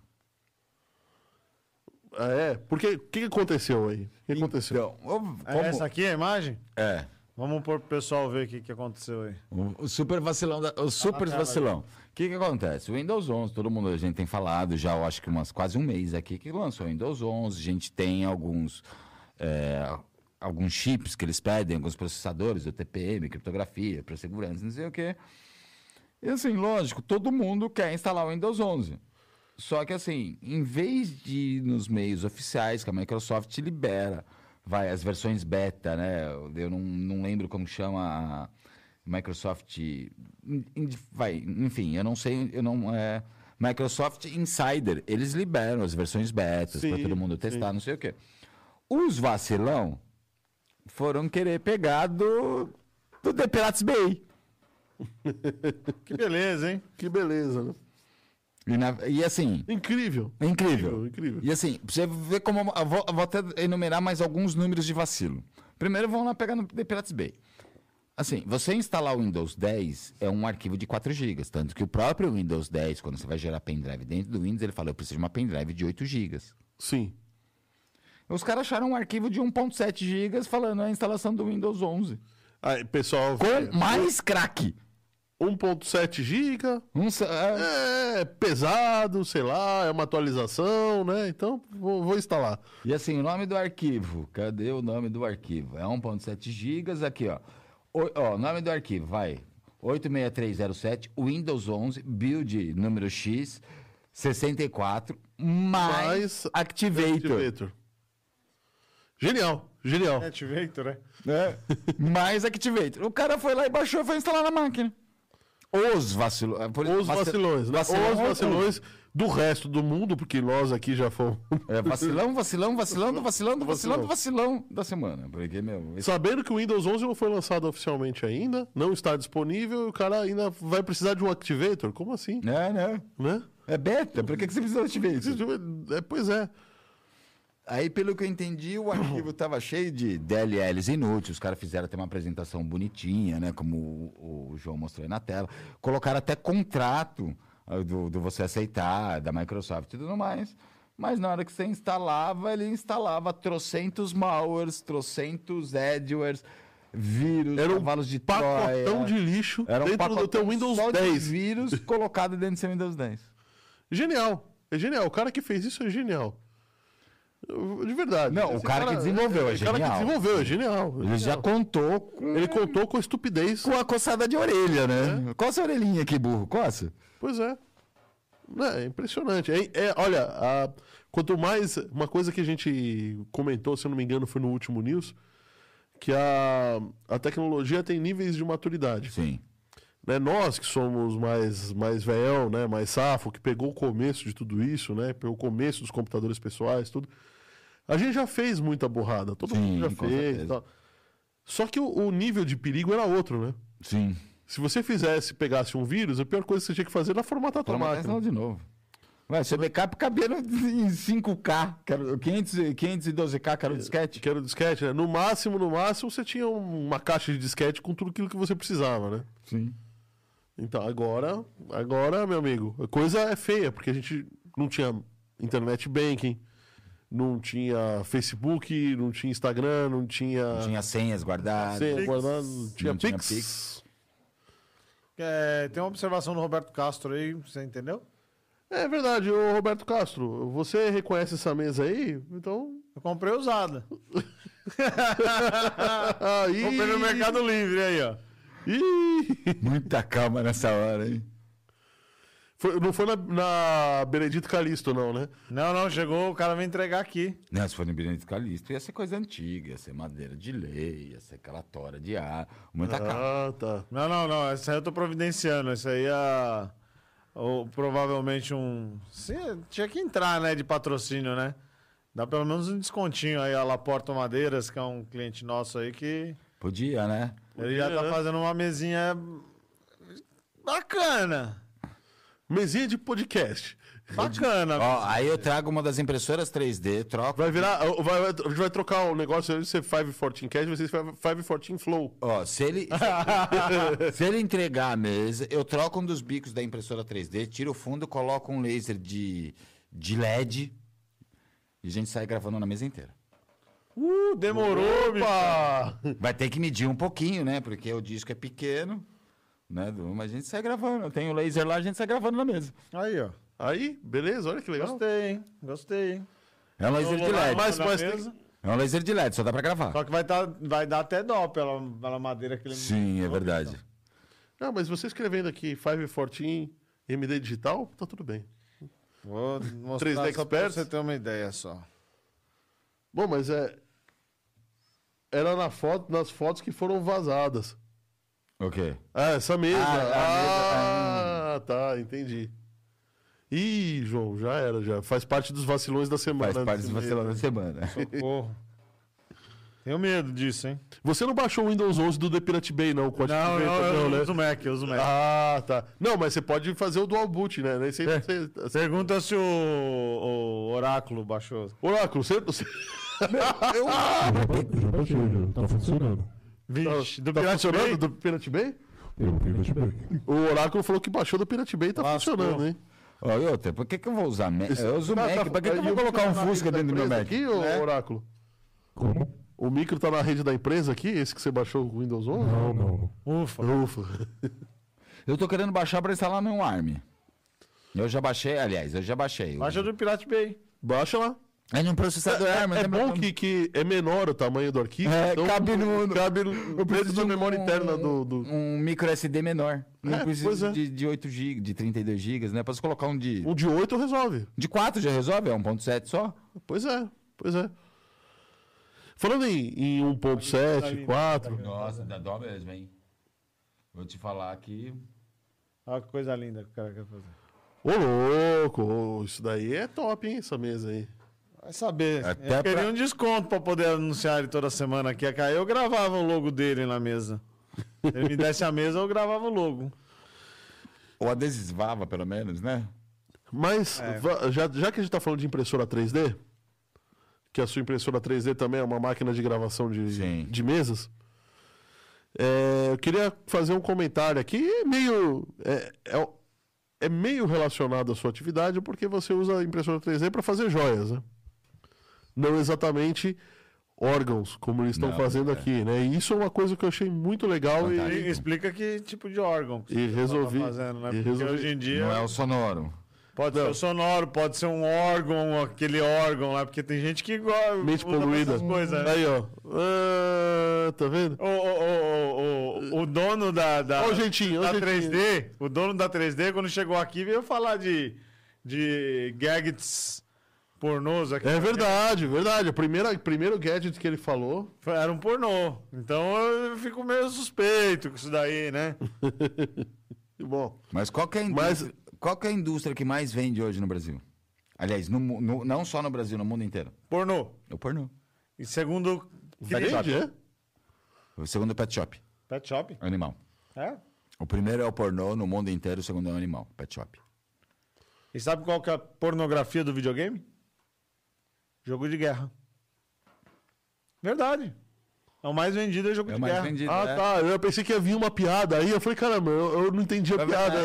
Speaker 1: Ah, É, porque o que que aconteceu aí? O que aconteceu?
Speaker 2: Então, eu-
Speaker 3: É
Speaker 2: como-
Speaker 3: Essa aqui é a imagem?
Speaker 2: É.
Speaker 3: Vamos pôr pro pessoal ver o que, que aconteceu aí.
Speaker 2: O o super vacilão, da- o super vacilão. O que que acontece? O Windows 11, todo mundo, a gente tem falado já, eu acho que umas quase um mês aqui que lançou o Windows 11. A gente tem alguns é, alguns chips que eles pedem, alguns processadores, o TPM, criptografia, para segurança, não sei o quê. E assim, lógico, todo mundo quer instalar o Windows 11. Só que assim, em vez de ir nos meios oficiais que a Microsoft libera, vai as versões beta, né? Eu não, não lembro como chama a Microsoft, in- in- vai, enfim, eu não sei, eu não é Microsoft Insider, eles liberam as versões betas para
Speaker 1: Sim,
Speaker 2: todo mundo
Speaker 1: sim.
Speaker 2: testar, não sei o quê. Os vacilão foram querer pegar do do The Pirates Bay.
Speaker 3: Que beleza, hein?
Speaker 1: Que beleza, né?
Speaker 2: E, na- e assim,
Speaker 1: Incrível.
Speaker 2: é incrível.
Speaker 1: Incrível.
Speaker 2: E assim, pra você ver como. Eu vou, eu vou até enumerar mais alguns números de vacilo. Primeiro, vamos lá pegar no The Pirates Bay. Assim, você instalar o Windows 10 é um arquivo de 4 GB. Tanto que o próprio Windows 10, quando você vai gerar pendrive dentro do Windows, ele fala: eu preciso de uma pendrive de 8 GB.
Speaker 1: Sim.
Speaker 2: Os caras acharam um arquivo de 1,7 GB falando "É a instalação do Windows 11.
Speaker 1: Aí, pessoal, é,
Speaker 2: Com mais craque!
Speaker 1: 1.7 giga,
Speaker 2: Um sa- é,
Speaker 1: é pesado, sei lá, é uma atualização, né? Então, vou, vou instalar.
Speaker 2: E assim, o nome do arquivo. Cadê o nome do arquivo? É 1.7 gigas aqui, ó. O, ó, nome do arquivo, vai. 86307 Windows 11 build número X 64 mais,
Speaker 1: Mais
Speaker 2: Activator.
Speaker 1: Activator. Genial, genial.
Speaker 3: Activator, né?
Speaker 2: né? mais Activator. O cara foi lá e baixou e foi instalar na máquina. Os é, vacilões.
Speaker 1: Os vacilões, né? Os vacilões do resto do mundo, porque nós aqui já fomos.
Speaker 2: É, vacilão, vacilão, vacilão, do vacilão, do vacilão, do vacilão da semana. Porque, meu, esse-
Speaker 1: Sabendo que o Windows 11 não foi lançado oficialmente ainda, não está disponível, o cara ainda vai precisar de um Activator? Como assim?
Speaker 2: né, né?
Speaker 1: Né?
Speaker 2: É beta, por que, que você precisa de Activator?
Speaker 1: É, pois é.
Speaker 2: Aí, pelo que eu entendi, o arquivo tava cheio de DLLs inúteis. Os caras fizeram até uma apresentação bonitinha, né? Como o, o João mostrou aí na tela. Colocaram até contrato ah, do, do você aceitar, da Microsoft e tudo mais. Mas na hora que você instalava, ele instalava trocentos malwares, trocentos adwares, vírus,
Speaker 1: Era um
Speaker 2: cavalos de
Speaker 1: Pacotão
Speaker 2: Troia.
Speaker 1: de lixo
Speaker 2: Era um
Speaker 1: dentro do teu
Speaker 2: pacotão
Speaker 1: Windows
Speaker 2: só de
Speaker 1: 10.
Speaker 2: vírus colocado dentro do seu Windows 10.
Speaker 1: Genial. É genial. O cara que fez isso é genial. Eu- De verdade.
Speaker 2: Não, o
Speaker 1: Esse
Speaker 2: cara que desenvolveu é
Speaker 1: O cara que
Speaker 2: genial.
Speaker 1: desenvolveu é genial.
Speaker 2: Ele já contou com
Speaker 1: Ele contou com a estupidez.
Speaker 2: com a coçada de orelha, né? Coça a orelhinha aqui, burro, coça.
Speaker 1: Pois é. É, é impressionante. É, é, olha, a- quanto mais. Uma coisa que a gente comentou, se eu não me engano, foi no último news, que a, a tecnologia tem níveis de maturidade.
Speaker 2: Sim.
Speaker 1: né, nós que somos mais mais veião, né, mais safo, que pegou o começo de tudo isso, né, pegou o começo dos computadores pessoais, tudo. A gente já fez muita burrada, todo
Speaker 2: Sim,
Speaker 1: mundo já
Speaker 2: com
Speaker 1: fez, e
Speaker 2: certeza.
Speaker 1: tal. Só que o, o nível de perigo era outro, né?
Speaker 2: Sim.
Speaker 1: Se você fizesse, pegasse um vírus, a pior coisa que você tinha que fazer era formatar a tua
Speaker 2: Toma
Speaker 1: máquina.
Speaker 2: atenção de novo. Ué, seu backup cabia no- em 5K, que era o 500, e- 512K, que era o disquete.
Speaker 1: Que era o disquete, né? No máximo, no máximo, você tinha uma caixa de disquete com tudo aquilo que você precisava, né?
Speaker 2: Sim.
Speaker 1: Então, agora, agora, meu amigo, a coisa é feia, porque a gente não tinha internet banking, não tinha Facebook, não tinha Instagram, não tinha,
Speaker 2: Tinha senhas guardadas.
Speaker 1: senha guardada, não tinha
Speaker 2: Não tinha
Speaker 1: Pix.
Speaker 3: É, tem uma observação do Roberto Castro aí, você entendeu?
Speaker 1: É verdade, ô Roberto Castro, você reconhece essa mesa aí? Então.
Speaker 3: Eu comprei usada.
Speaker 1: aí...
Speaker 3: Comprei no Mercado Livre aí, ó.
Speaker 1: Ih!
Speaker 2: Muita calma nessa hora, hein?
Speaker 1: Foi- não foi na, na Benedito Calixto, não, né?
Speaker 3: Não, não, chegou, o cara vai entregar aqui.
Speaker 2: Não, se for no Benedito Calixto, ia ser coisa antiga, ia ser madeira de lei, ia ser aquela tora de ar. Muita calma.
Speaker 1: Ah, tá.
Speaker 3: Não, não, não, essa aí eu tô providenciando, essa aí é... Ou provavelmente um... Você tinha que entrar, né, de patrocínio, né? Dá pelo menos um descontinho aí a Laporta Madeiras, que é um cliente nosso aí que
Speaker 2: Podia, né?
Speaker 3: ele já
Speaker 1: Podia,
Speaker 3: tá
Speaker 1: né?
Speaker 3: fazendo uma mesinha bacana.
Speaker 1: Mesinha de podcast.
Speaker 3: Bacana.
Speaker 1: Ah,
Speaker 2: Ó, aí eu trago uma das impressoras 3D, troco.
Speaker 1: Vai virar. Vai, vai, a gente vai trocar o negócio de ser 514 Cast, vai ser 514 Flow.
Speaker 2: Ó, se ele, se ele entregar a mesa, eu troco um dos bicos da impressora 3D, tiro o fundo, coloco um laser de, de LED e a gente sai gravando na mesa inteira.
Speaker 3: Uh, demorou, bicho.
Speaker 1: Opa!
Speaker 2: Vai ter que medir um pouquinho, né? Porque o disco é pequeno, né? Du? Mas a gente sai gravando. Eu tenho o laser lá, a gente sai gravando na mesa.
Speaker 3: Aí, ó.
Speaker 1: Aí, beleza, olha que legal.
Speaker 3: Gostei, hein? Gostei, hein?
Speaker 2: É um laser de
Speaker 3: Vamos lá,
Speaker 2: LED.
Speaker 1: mas-
Speaker 3: na
Speaker 1: mas
Speaker 3: mesa.
Speaker 1: tem
Speaker 2: É um laser de LED, só dá pra gravar.
Speaker 3: Só que vai, tá, vai dar até dó pela, pela madeira que ele
Speaker 2: Sim, é verdade.
Speaker 1: Não, mas você escrevendo aqui 514 MD Digital, tá tudo bem.
Speaker 3: Vou
Speaker 1: 3D
Speaker 3: mostrar só pra
Speaker 1: Expert.
Speaker 3: você ter uma ideia só.
Speaker 1: Bom, mas é. Era na foto, nas fotos que foram vazadas.
Speaker 2: Ok.
Speaker 1: Ah, essa mesa.
Speaker 2: Ah, a é, mesa,
Speaker 1: Ah, tá, entendi. Ih, João, já era, já. Faz parte dos vacilões da semana.
Speaker 2: Faz parte do
Speaker 1: Desse
Speaker 2: vacilão da
Speaker 1: medo.
Speaker 2: semana.
Speaker 3: Socorro. Tenho medo disso, hein?
Speaker 1: Você não baixou o Windows 11 do The Pirate Bay, não? Com a Activate, né?
Speaker 3: uso Mac, eu uso Mac.
Speaker 1: Ah, tá. Não, mas você pode fazer o dual boot, né? Nem sei,
Speaker 3: É.
Speaker 1: sei-
Speaker 3: Pergunta se o, o Oráculo baixou.
Speaker 1: Oráculo, você... você-
Speaker 4: Já ba- já baixei, já. Tá funcionando.
Speaker 3: Vixe, do
Speaker 1: tá
Speaker 3: Pirate
Speaker 1: funcionando
Speaker 3: Bay?
Speaker 1: do Pirate Bay?
Speaker 4: Eu Pirate Bay.
Speaker 1: O Oráculo falou que baixou do Pirate Bay e tá
Speaker 3: Lascou.
Speaker 1: funcionando, hein?
Speaker 2: Ó, e outra, por que, que eu vou usar Mac? Eu uso
Speaker 1: Tá-
Speaker 2: Mac,
Speaker 1: tá-
Speaker 2: pra que, que eu
Speaker 1: e
Speaker 2: vou
Speaker 1: o
Speaker 2: colocar um
Speaker 1: micro tá na
Speaker 2: Fusca
Speaker 1: rede
Speaker 2: dentro do meu
Speaker 1: da
Speaker 2: Mac?
Speaker 1: empresa Aqui, ô,
Speaker 3: né?
Speaker 1: Oráculo?
Speaker 4: Como?
Speaker 1: O micro tá na rede da empresa aqui? Esse que você baixou o Windows 11?
Speaker 4: Não, não, não.
Speaker 3: Ufa.
Speaker 1: Ufa.
Speaker 2: Eu tô querendo baixar pra instalar no ARM. Eu já baixei, aliás, eu já baixei.
Speaker 3: Baixa do Pirate Bay.
Speaker 1: Baixa lá.
Speaker 2: É num processador ARM.
Speaker 1: É
Speaker 2: né,
Speaker 1: bom
Speaker 2: meu-
Speaker 1: que, que é menor o tamanho do arquivo. então
Speaker 2: É, cabe no- no-
Speaker 1: Cabe no,
Speaker 2: Eu
Speaker 1: dentro
Speaker 2: preciso
Speaker 1: da
Speaker 2: de um-
Speaker 1: memória interna do... do-
Speaker 2: Um micro SD menor. Não
Speaker 1: É, pois
Speaker 2: preciso
Speaker 1: é.
Speaker 2: de, de 8 GB, de 32 GB, né? Posso colocar um de.
Speaker 1: Um de 8 resolve.
Speaker 2: De 4 já resolve? É 1.7 só?
Speaker 1: Pois é, pois é. Falando em, em 1.7, 4...
Speaker 2: Nossa, dá dó mesmo, hein? Vou te falar que.
Speaker 3: Olha que coisa linda que o cara quer fazer.
Speaker 1: Ô, louco! ô, isso daí é top, hein? Essa mesa aí.
Speaker 3: Vai saber.
Speaker 2: Até
Speaker 3: eu queria
Speaker 2: pra-
Speaker 3: um desconto pra poder anunciar ele toda semana aqui. Aí eu gravava o logo dele na mesa. Ele me desse a mesa, eu gravava o logo.
Speaker 2: Ou adesivava, pelo menos, né?
Speaker 1: Mas,
Speaker 3: É.
Speaker 1: va- já, já que a gente tá falando de impressora 3D, que a sua impressora 3D também é uma máquina de gravação de,
Speaker 2: Sim.
Speaker 1: de mesas, é, eu queria fazer um comentário aqui, é meio. É, é, o- é meio relacionado à sua atividade, porque você usa a impressora 3D para fazer joias, né? Não exatamente órgãos, como eles estão
Speaker 2: Não,
Speaker 1: fazendo
Speaker 2: é.
Speaker 1: aqui, né? E isso é uma coisa que eu achei muito legal e-
Speaker 2: Fantástico.
Speaker 3: E explica que tipo de órgão que
Speaker 1: E
Speaker 3: você tá
Speaker 1: resolvi-
Speaker 3: fazendo, né?
Speaker 1: e
Speaker 3: Porque
Speaker 1: resolvi-
Speaker 3: hoje em dia
Speaker 2: Não é o sonoro.
Speaker 3: pode ser o sonoro, pode ser um órgão, aquele órgão lá, porque tem gente que gosta
Speaker 1: mente poluída.
Speaker 3: Essas coisas, né?
Speaker 1: Aí, ó. Ah, tá vendo?
Speaker 3: O, o, o, o, o, o dono da, da,
Speaker 1: Ó o jeitinho, ó o
Speaker 3: da
Speaker 1: jeitinho.
Speaker 3: 3D, o dono da 3D, quando chegou aqui, veio falar de, de gadgets pornôs aqui.
Speaker 1: É verdade, verdade. O primeiro, primeiro gadget que ele falou.
Speaker 3: Foi- Era um pornô. Então eu fico meio suspeito com isso daí, né?
Speaker 1: Bom,
Speaker 2: Mas qual que é a
Speaker 1: Mas-
Speaker 2: indústria, qual que é a indústria que mais vende hoje no Brasil? Aliás, no mu- no- não só no Brasil, no mundo inteiro.
Speaker 3: Pornô.
Speaker 2: É o pornô.
Speaker 3: E segundo.
Speaker 1: vende, é?
Speaker 2: O segundo é o pet shop,
Speaker 3: Pet shop?
Speaker 2: animal.
Speaker 3: É?
Speaker 2: O primeiro é o pornô no mundo inteiro, o segundo é o animal, pet shop.
Speaker 3: E sabe qual que é a pornografia do videogame? Jogo de guerra. Verdade. É o mais vendido é jogo
Speaker 2: É o
Speaker 3: de
Speaker 2: mais
Speaker 3: guerra.
Speaker 2: vendido.
Speaker 1: Ah,
Speaker 2: né?
Speaker 1: tá. Eu pensei que ia vir uma piada aí. Eu falei, caramba, eu, eu não entendi a piada.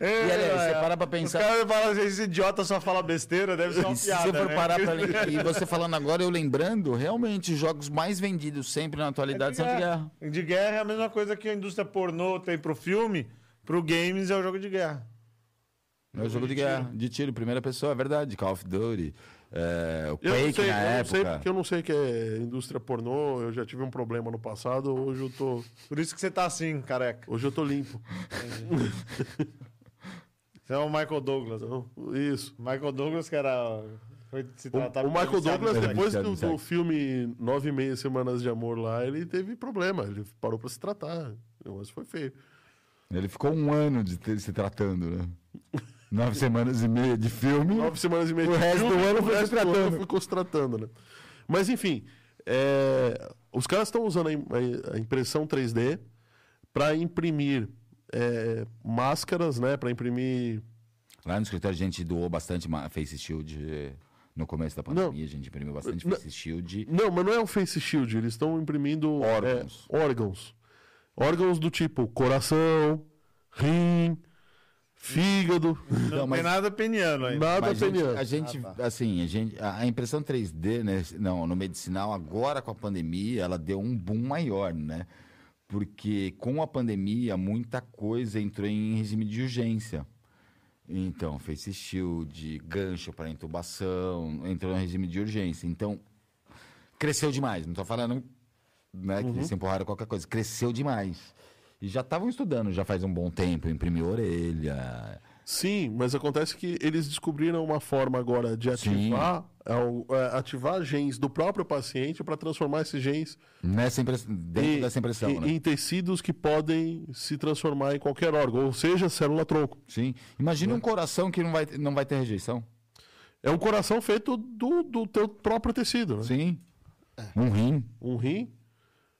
Speaker 3: É,
Speaker 2: E, aliás,
Speaker 3: é,
Speaker 2: você
Speaker 3: é.
Speaker 2: para pra
Speaker 3: Os
Speaker 2: pensar.
Speaker 3: caras falam assim, esse idiota só fala besteira, deve ser uma
Speaker 2: E se
Speaker 3: piada,
Speaker 2: você for
Speaker 3: né?
Speaker 2: parar pra lembrar. E você falando agora, eu lembrando, realmente os jogos mais vendidos sempre na atualidade são de guerra.
Speaker 3: De guerra é a mesma coisa que a indústria pornô tem pro filme, pro games é o jogo de guerra.
Speaker 2: É o jogo de guerra, de tiro, primeira pessoa, é verdade. Call of Duty, é, o
Speaker 1: Eu não
Speaker 2: Quake
Speaker 1: sei,
Speaker 2: na
Speaker 1: eu não sei,
Speaker 2: época.
Speaker 1: porque eu não sei o que é indústria pornô. Eu já tive um problema no passado. Hoje eu tô,
Speaker 3: Por isso que você tá assim, careca.
Speaker 1: hoje eu tô limpo.
Speaker 3: Você é o Michael Douglas.
Speaker 1: Então, isso.
Speaker 3: O Michael Douglas que era... Foi se
Speaker 1: O,
Speaker 3: tratar
Speaker 1: o
Speaker 3: por
Speaker 1: Michael
Speaker 3: viciado
Speaker 1: Douglas,
Speaker 3: em sexo.
Speaker 1: depois
Speaker 2: Viciado
Speaker 1: do,
Speaker 2: em sexo.
Speaker 1: do filme Nove e Meia Semanas de Amor lá, ele teve problema. Ele parou pra se tratar. Mas foi feio.
Speaker 2: Ele ficou um ano de ter- se tratando, né? Nove semanas e meia de filme.
Speaker 1: Nove semanas e meia.
Speaker 2: O
Speaker 1: de
Speaker 2: resto
Speaker 1: filme,
Speaker 2: do ano
Speaker 1: o
Speaker 2: foi
Speaker 1: resto do
Speaker 2: contratando.
Speaker 1: ano eu fui contratando, né? Mas enfim, é, os caras estão usando a im- a, impressão 3D para imprimir é, máscaras, né? Para imprimir
Speaker 2: Lá no escritório a gente doou bastante ma- Face Shield eh, no começo da pandemia. A gente imprimiu bastante
Speaker 1: Não.
Speaker 2: Face Shield.
Speaker 1: Não, mas não é um face shield, eles estão imprimindo
Speaker 2: Órgãos.
Speaker 1: é, órgãos. Órgãos do tipo coração, rim, fígado,
Speaker 3: Não,
Speaker 2: Não, mas-
Speaker 3: tem nada peniano ainda.
Speaker 1: nada
Speaker 2: Mas a gente,
Speaker 1: peniano.
Speaker 2: a gente, assim, a, gente, a a impressão 3D, né? Não, no medicinal, agora com a pandemia, ela deu um boom maior, né? Porque com a pandemia, muita coisa entrou em regime de urgência. Então, face shield, gancho para intubação, entrou em regime de urgência. Então, cresceu demais. Não tô falando né, que eles empurraram qualquer coisa. Cresceu demais. E já estavam estudando já faz um bom tempo, imprimir orelha.
Speaker 1: Sim, mas acontece que eles descobriram uma forma agora de
Speaker 2: Sim.
Speaker 1: ativar, é, o- é, ativar genes do próprio paciente para transformar esses genes
Speaker 2: Nessa impressão, dentro
Speaker 1: em,
Speaker 2: dessa impressão,
Speaker 1: em-
Speaker 2: né?
Speaker 1: em tecidos que podem se transformar em qualquer órgão, ou seja, célula tronco.
Speaker 2: Sim. Imagina um coração que não vai, não vai ter rejeição.
Speaker 1: É um coração feito do, do teu próprio tecido, né?
Speaker 2: Sim. Um rim.
Speaker 1: um rim.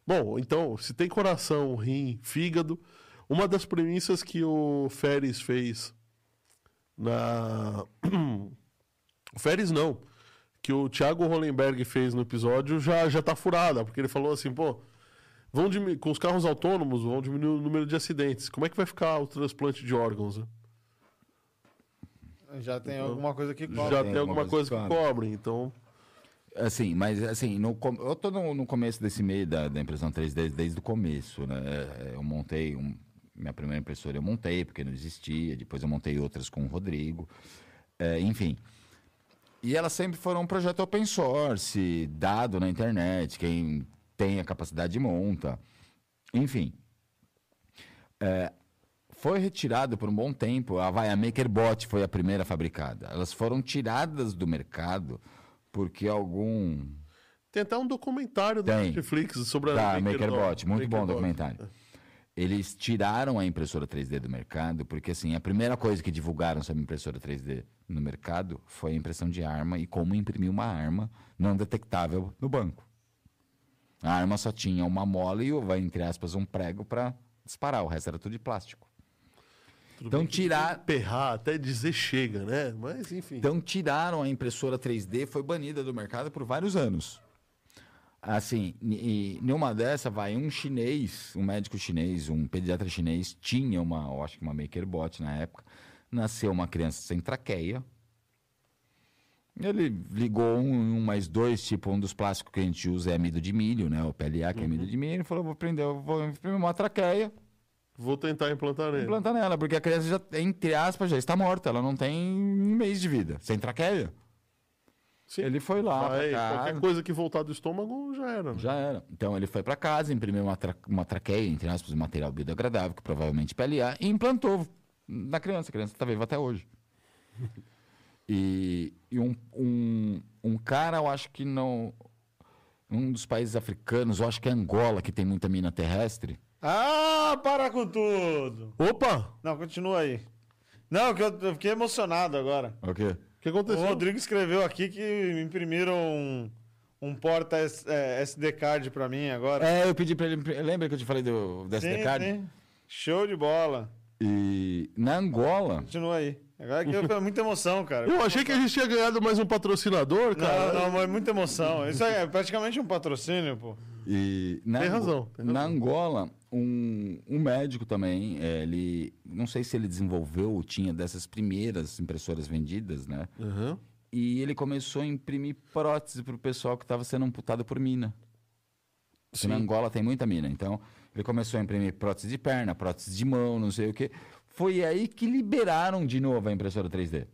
Speaker 1: Bom, então, se tem coração, rim, fígado, uma das premissas que o Férez fez na. o Férez não. Que o Thiago Hollenberg fez no episódio já, já tá furada, porque ele falou assim, pô. Vão dimi- com os carros autônomos vão diminuir o número de acidentes. Como é que vai ficar o transplante de órgãos? né?
Speaker 3: Já tem alguma coisa que cobre.
Speaker 1: Já tem alguma coisa que
Speaker 2: cobre.
Speaker 1: cobre, então.
Speaker 2: Assim, mas assim, no com- eu tô no, no começo desse meio da, da impressão 3D desde, o começo, né? É, Eu montei um- minha primeira impressora eu montei, porque não existia, depois eu montei outras com o Rodrigo. É, enfim. E elas sempre foram um projeto open source, dado na internet, quem tem a capacidade monta. Enfim. É, foi retirado por um bom tempo. A Vaia MakerBot foi a primeira fabricada. Elas foram tiradas do mercado porque algum
Speaker 1: Tem até um documentário da
Speaker 2: Tem.
Speaker 1: Netflix sobre a
Speaker 2: da
Speaker 1: MakerBot.
Speaker 2: MakerBot. Muito bom o
Speaker 1: MakerBot.
Speaker 2: documentário.
Speaker 1: É.
Speaker 2: Eles tiraram a impressora 3D do mercado, porque assim, a primeira coisa que divulgaram sobre a impressora 3D no mercado foi a impressão de arma e como imprimir uma arma não detectável no banco. A arma só tinha uma mola e, entre aspas, um prego para disparar, o resto era tudo de plástico.
Speaker 1: Tudo
Speaker 2: Então
Speaker 1: bem que
Speaker 2: tirar-
Speaker 1: tem que Perrar, até dizer chega, né? Mas enfim.
Speaker 2: Então tiraram a impressora 3D, foi banida do mercado por vários anos. Assim, e e numa dessa vai um chinês, um médico chinês, um pediatra chinês, tinha uma, eu acho que uma MakerBot na época, nasceu uma criança sem traqueia. Ele ligou um, um mais dois, tipo, um dos plásticos que a gente usa é amido de milho, né? O PLA, que é amido de milho, e falou, vou prender, eu vou imprimir uma traqueia,
Speaker 1: Vou tentar implantar nele.
Speaker 2: implantar nela, porque a criança já, entre aspas, já está morta, ela não tem um mês de vida, sem traqueia.
Speaker 1: Sim.
Speaker 2: Ele foi lá pra
Speaker 1: Vai,
Speaker 2: casa.
Speaker 1: qualquer coisa que voltar do estômago já era. né?
Speaker 2: Já era. Então ele foi pra casa, imprimiu uma, tra- uma traqueia, entre aspas, um material biodegradável, que provavelmente PLA, e implantou na criança. A criança tá viva até hoje. E, e um, um, um cara, eu acho que não. Um dos países africanos, eu acho que é Angola, que tem muita mina terrestre.
Speaker 3: Ah, para com tudo!
Speaker 1: Opa!
Speaker 3: Não, continua aí. Não, que eu, eu fiquei emocionado agora.
Speaker 2: O quê?
Speaker 1: O que
Speaker 3: O
Speaker 1: aconteceu?
Speaker 3: Rodrigo escreveu aqui que imprimiram um, um porta S- é, SD card pra mim agora.
Speaker 2: É, eu pedi pra ele. impri- Lembra que eu te falei do, do SD card?
Speaker 3: sim. Show de bola.
Speaker 2: E na Angola.
Speaker 3: Continua aí. Agora que eu foi muita emoção, cara.
Speaker 1: Eu achei que a gente tinha ganhado mais um patrocinador, Uh, cara.
Speaker 3: Não, não, mas é muita emoção. Isso aí é praticamente um patrocínio, pô.
Speaker 2: E na
Speaker 1: Tem
Speaker 2: Ango-
Speaker 1: razão, tem razão.
Speaker 2: Na Angola, um, um médico também, eh, ele. Não sei se ele desenvolveu ou tinha dessas primeiras impressoras vendidas, né?
Speaker 1: Aham.
Speaker 2: E ele começou a imprimir prótese pro pessoal que estava sendo amputado por mina. Porque Na Angola tem muita mina. Então, ele começou a imprimir prótese de perna, prótese de mão, não sei o quê. Foi aí que liberaram de novo a impressora 3D.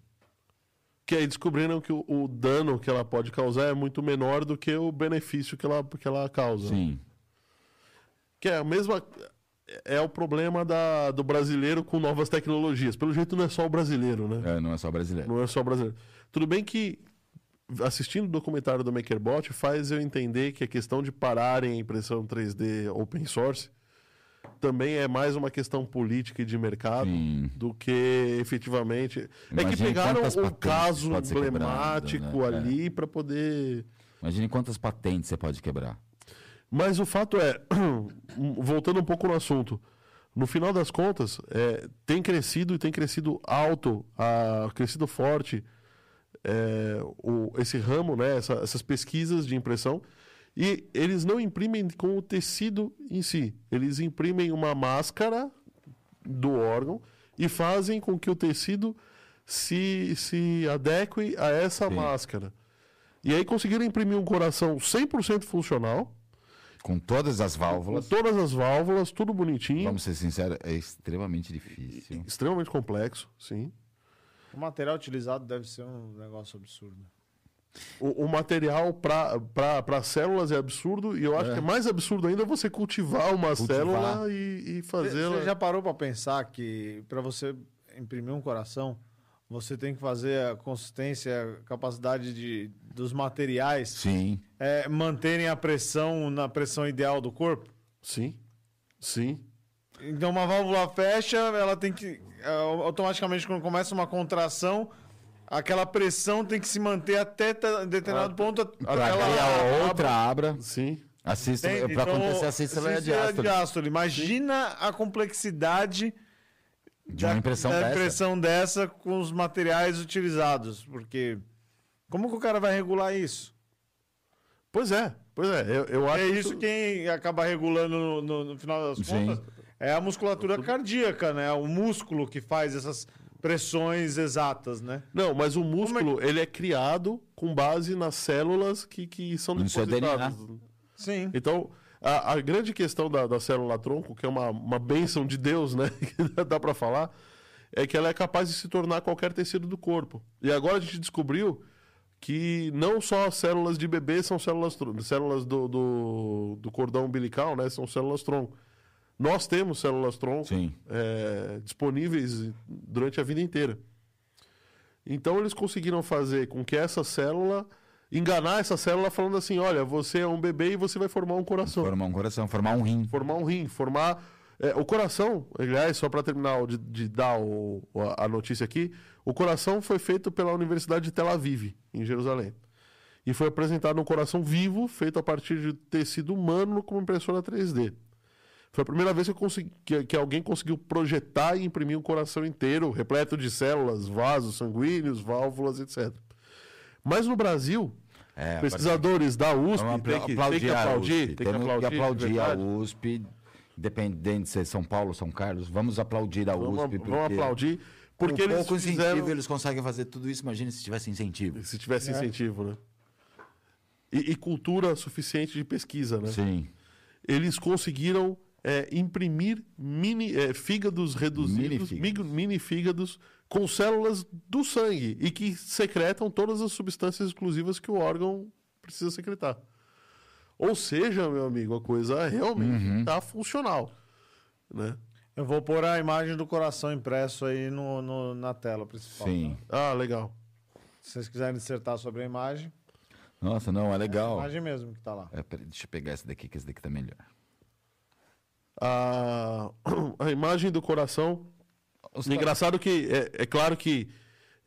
Speaker 1: Que aí descobriram que o, o dano que ela pode causar é muito menor do que o benefício que ela, que ela causa.
Speaker 2: Sim.
Speaker 1: Que é a mesma. É o problema da, do brasileiro com novas tecnologias. Pelo jeito, não é só o brasileiro, né?
Speaker 2: É, não é só brasileiro.
Speaker 1: Não é só brasileiro. Tudo bem que assistindo o documentário do MakerBot faz eu entender que a questão de pararem a impressão 3D open source também é mais uma questão política e de mercado
Speaker 2: Sim.
Speaker 1: do que efetivamente. é que
Speaker 2: Imagina
Speaker 1: pegaram
Speaker 2: quantas
Speaker 1: o
Speaker 2: patentes
Speaker 1: caso
Speaker 2: pode ser quebrado,
Speaker 1: emblemático
Speaker 2: né? É.
Speaker 1: ali pra poder.
Speaker 2: Imagine quantas patentes você pode quebrar.
Speaker 1: Mas o fato é, voltando um pouco no assunto, no final das contas, é, tem crescido e tem crescido alto, a, crescido forte é, o- esse ramo, né, essa- essas pesquisas de impressão. E eles não imprimem com o tecido em si, eles imprimem uma máscara do órgão e fazem com que o tecido se, se adeque a essa máscara. E aí conseguiram imprimir um coração 100% funcional,
Speaker 2: Com todas as
Speaker 1: com
Speaker 2: válvulas,
Speaker 1: todas as válvulas, tudo bonitinho.
Speaker 2: vamos ser sinceros, é extremamente difícil.
Speaker 1: Extremamente complexo, sim.
Speaker 3: O material utilizado deve ser um negócio absurdo.
Speaker 1: O, o material para células é absurdo, e eu acho que é mais absurdo ainda você cultivar uma
Speaker 2: Cultivar.
Speaker 1: célula e, e fazê-la.
Speaker 3: Você já parou pra pensar que pra você imprimir um coração, você tem que fazer a consistência, a capacidade de, dos materiais
Speaker 2: Sim.
Speaker 3: é, manterem a pressão na pressão ideal do corpo?
Speaker 1: Sim. Sim.
Speaker 3: Então uma válvula fecha, ela tem que é, automaticamente quando começa uma contração, aquela pressão tem que se manter até ta- determinado ponto até
Speaker 2: Ah, Pra
Speaker 3: ela-
Speaker 2: que a outra abra,
Speaker 1: Sim.
Speaker 2: a sístole,
Speaker 3: Entende?
Speaker 2: pra
Speaker 3: Então,
Speaker 2: acontecer a sístole é a
Speaker 3: sístole
Speaker 2: diástole.
Speaker 3: diástole. Imagina a complexidade
Speaker 2: De uma impressão
Speaker 3: da
Speaker 2: dessa.
Speaker 3: impressão dessa com os materiais utilizados. Porque como que o cara vai regular isso?
Speaker 1: Pois é, pois é. Eu, eu acho
Speaker 3: É isso quem acaba regulando no, no- no final das
Speaker 2: Sim.
Speaker 3: contas é a musculatura cardíaca, né? O músculo que faz essas pressões exatas, né?
Speaker 1: Não, mas o músculo, ele é criado com base nas células que, que são
Speaker 2: No seu
Speaker 1: depositadas.
Speaker 3: Sim.
Speaker 1: Então, a, a grande questão da, da célula tronco, que é uma, uma bênção de Deus, né? Que dá pra falar, é que ela é capaz de se tornar qualquer tecido do corpo. E agora a gente descobriu que não só as células de bebê são células, tron- células do, do, do cordão umbilical, né? São células tronco. Nós temos células tronco
Speaker 2: Sim.
Speaker 1: é, disponíveis durante a vida inteira. Então eles conseguiram fazer com que essa célula enganar essa célula falando assim, olha, você é um bebê e você vai formar um coração,
Speaker 2: Formar um coração, formar um rim.
Speaker 1: formar um rim, formar é, o coração. Aliás, só para terminar o de, de dar o- o- a notícia aqui, o coração foi feito pela Universidade de Tel Aviv em Jerusalém e foi apresentado um coração vivo feito a partir de tecido humano com impressora 3D. Foi a primeira vez que, eu consegui- que- que alguém conseguiu projetar e imprimir um coração inteiro, repleto de células, vasos sanguíneos, válvulas, etc. Mas no Brasil,
Speaker 2: É,
Speaker 1: pesquisadores da USP
Speaker 2: Vamos
Speaker 1: tem
Speaker 2: apla-
Speaker 1: que aplaudir, tem que
Speaker 2: a
Speaker 1: aplaudir,
Speaker 2: USP.
Speaker 1: tem que
Speaker 2: Temos
Speaker 1: aplaudir,
Speaker 2: que aplaudir a
Speaker 1: verdade.
Speaker 2: USP, independente se é São Paulo, São Carlos, vamos aplaudir a USP.
Speaker 1: Vamos,
Speaker 2: porque
Speaker 1: vamos aplaudir, porque
Speaker 2: com
Speaker 1: eles
Speaker 2: pouco
Speaker 1: fizeram...
Speaker 2: incentivo É. eles conseguem fazer tudo isso, imagina se tivesse incentivo.
Speaker 1: Se tivesse incentivo, né? E, e cultura suficiente de pesquisa, né?
Speaker 2: Sim.
Speaker 1: eles conseguiram é, imprimir mini, é, fígados reduzidos,
Speaker 2: Mini
Speaker 1: mini,
Speaker 2: fígados.
Speaker 1: mini fígados, com células do sangue e que secretam todas as substâncias exclusivas que o órgão precisa secretar. Ou seja, meu amigo, a coisa realmente
Speaker 2: Uhum.
Speaker 1: está funcional. Né?
Speaker 3: Eu vou pôr a imagem do coração impresso aí no, no- na tela principal.
Speaker 2: Sim.
Speaker 3: tá?
Speaker 1: Ah, legal.
Speaker 3: Se vocês quiserem dissertar sobre a imagem,
Speaker 2: Nossa, não, é
Speaker 3: a
Speaker 2: legal.
Speaker 3: imagem mesmo que tá lá.
Speaker 2: É, peraí, deixa eu pegar esse daqui, que esse daqui tá melhor.
Speaker 1: A, Ah, a imagem do coração.
Speaker 2: Os
Speaker 1: Engraçado que é, é claro que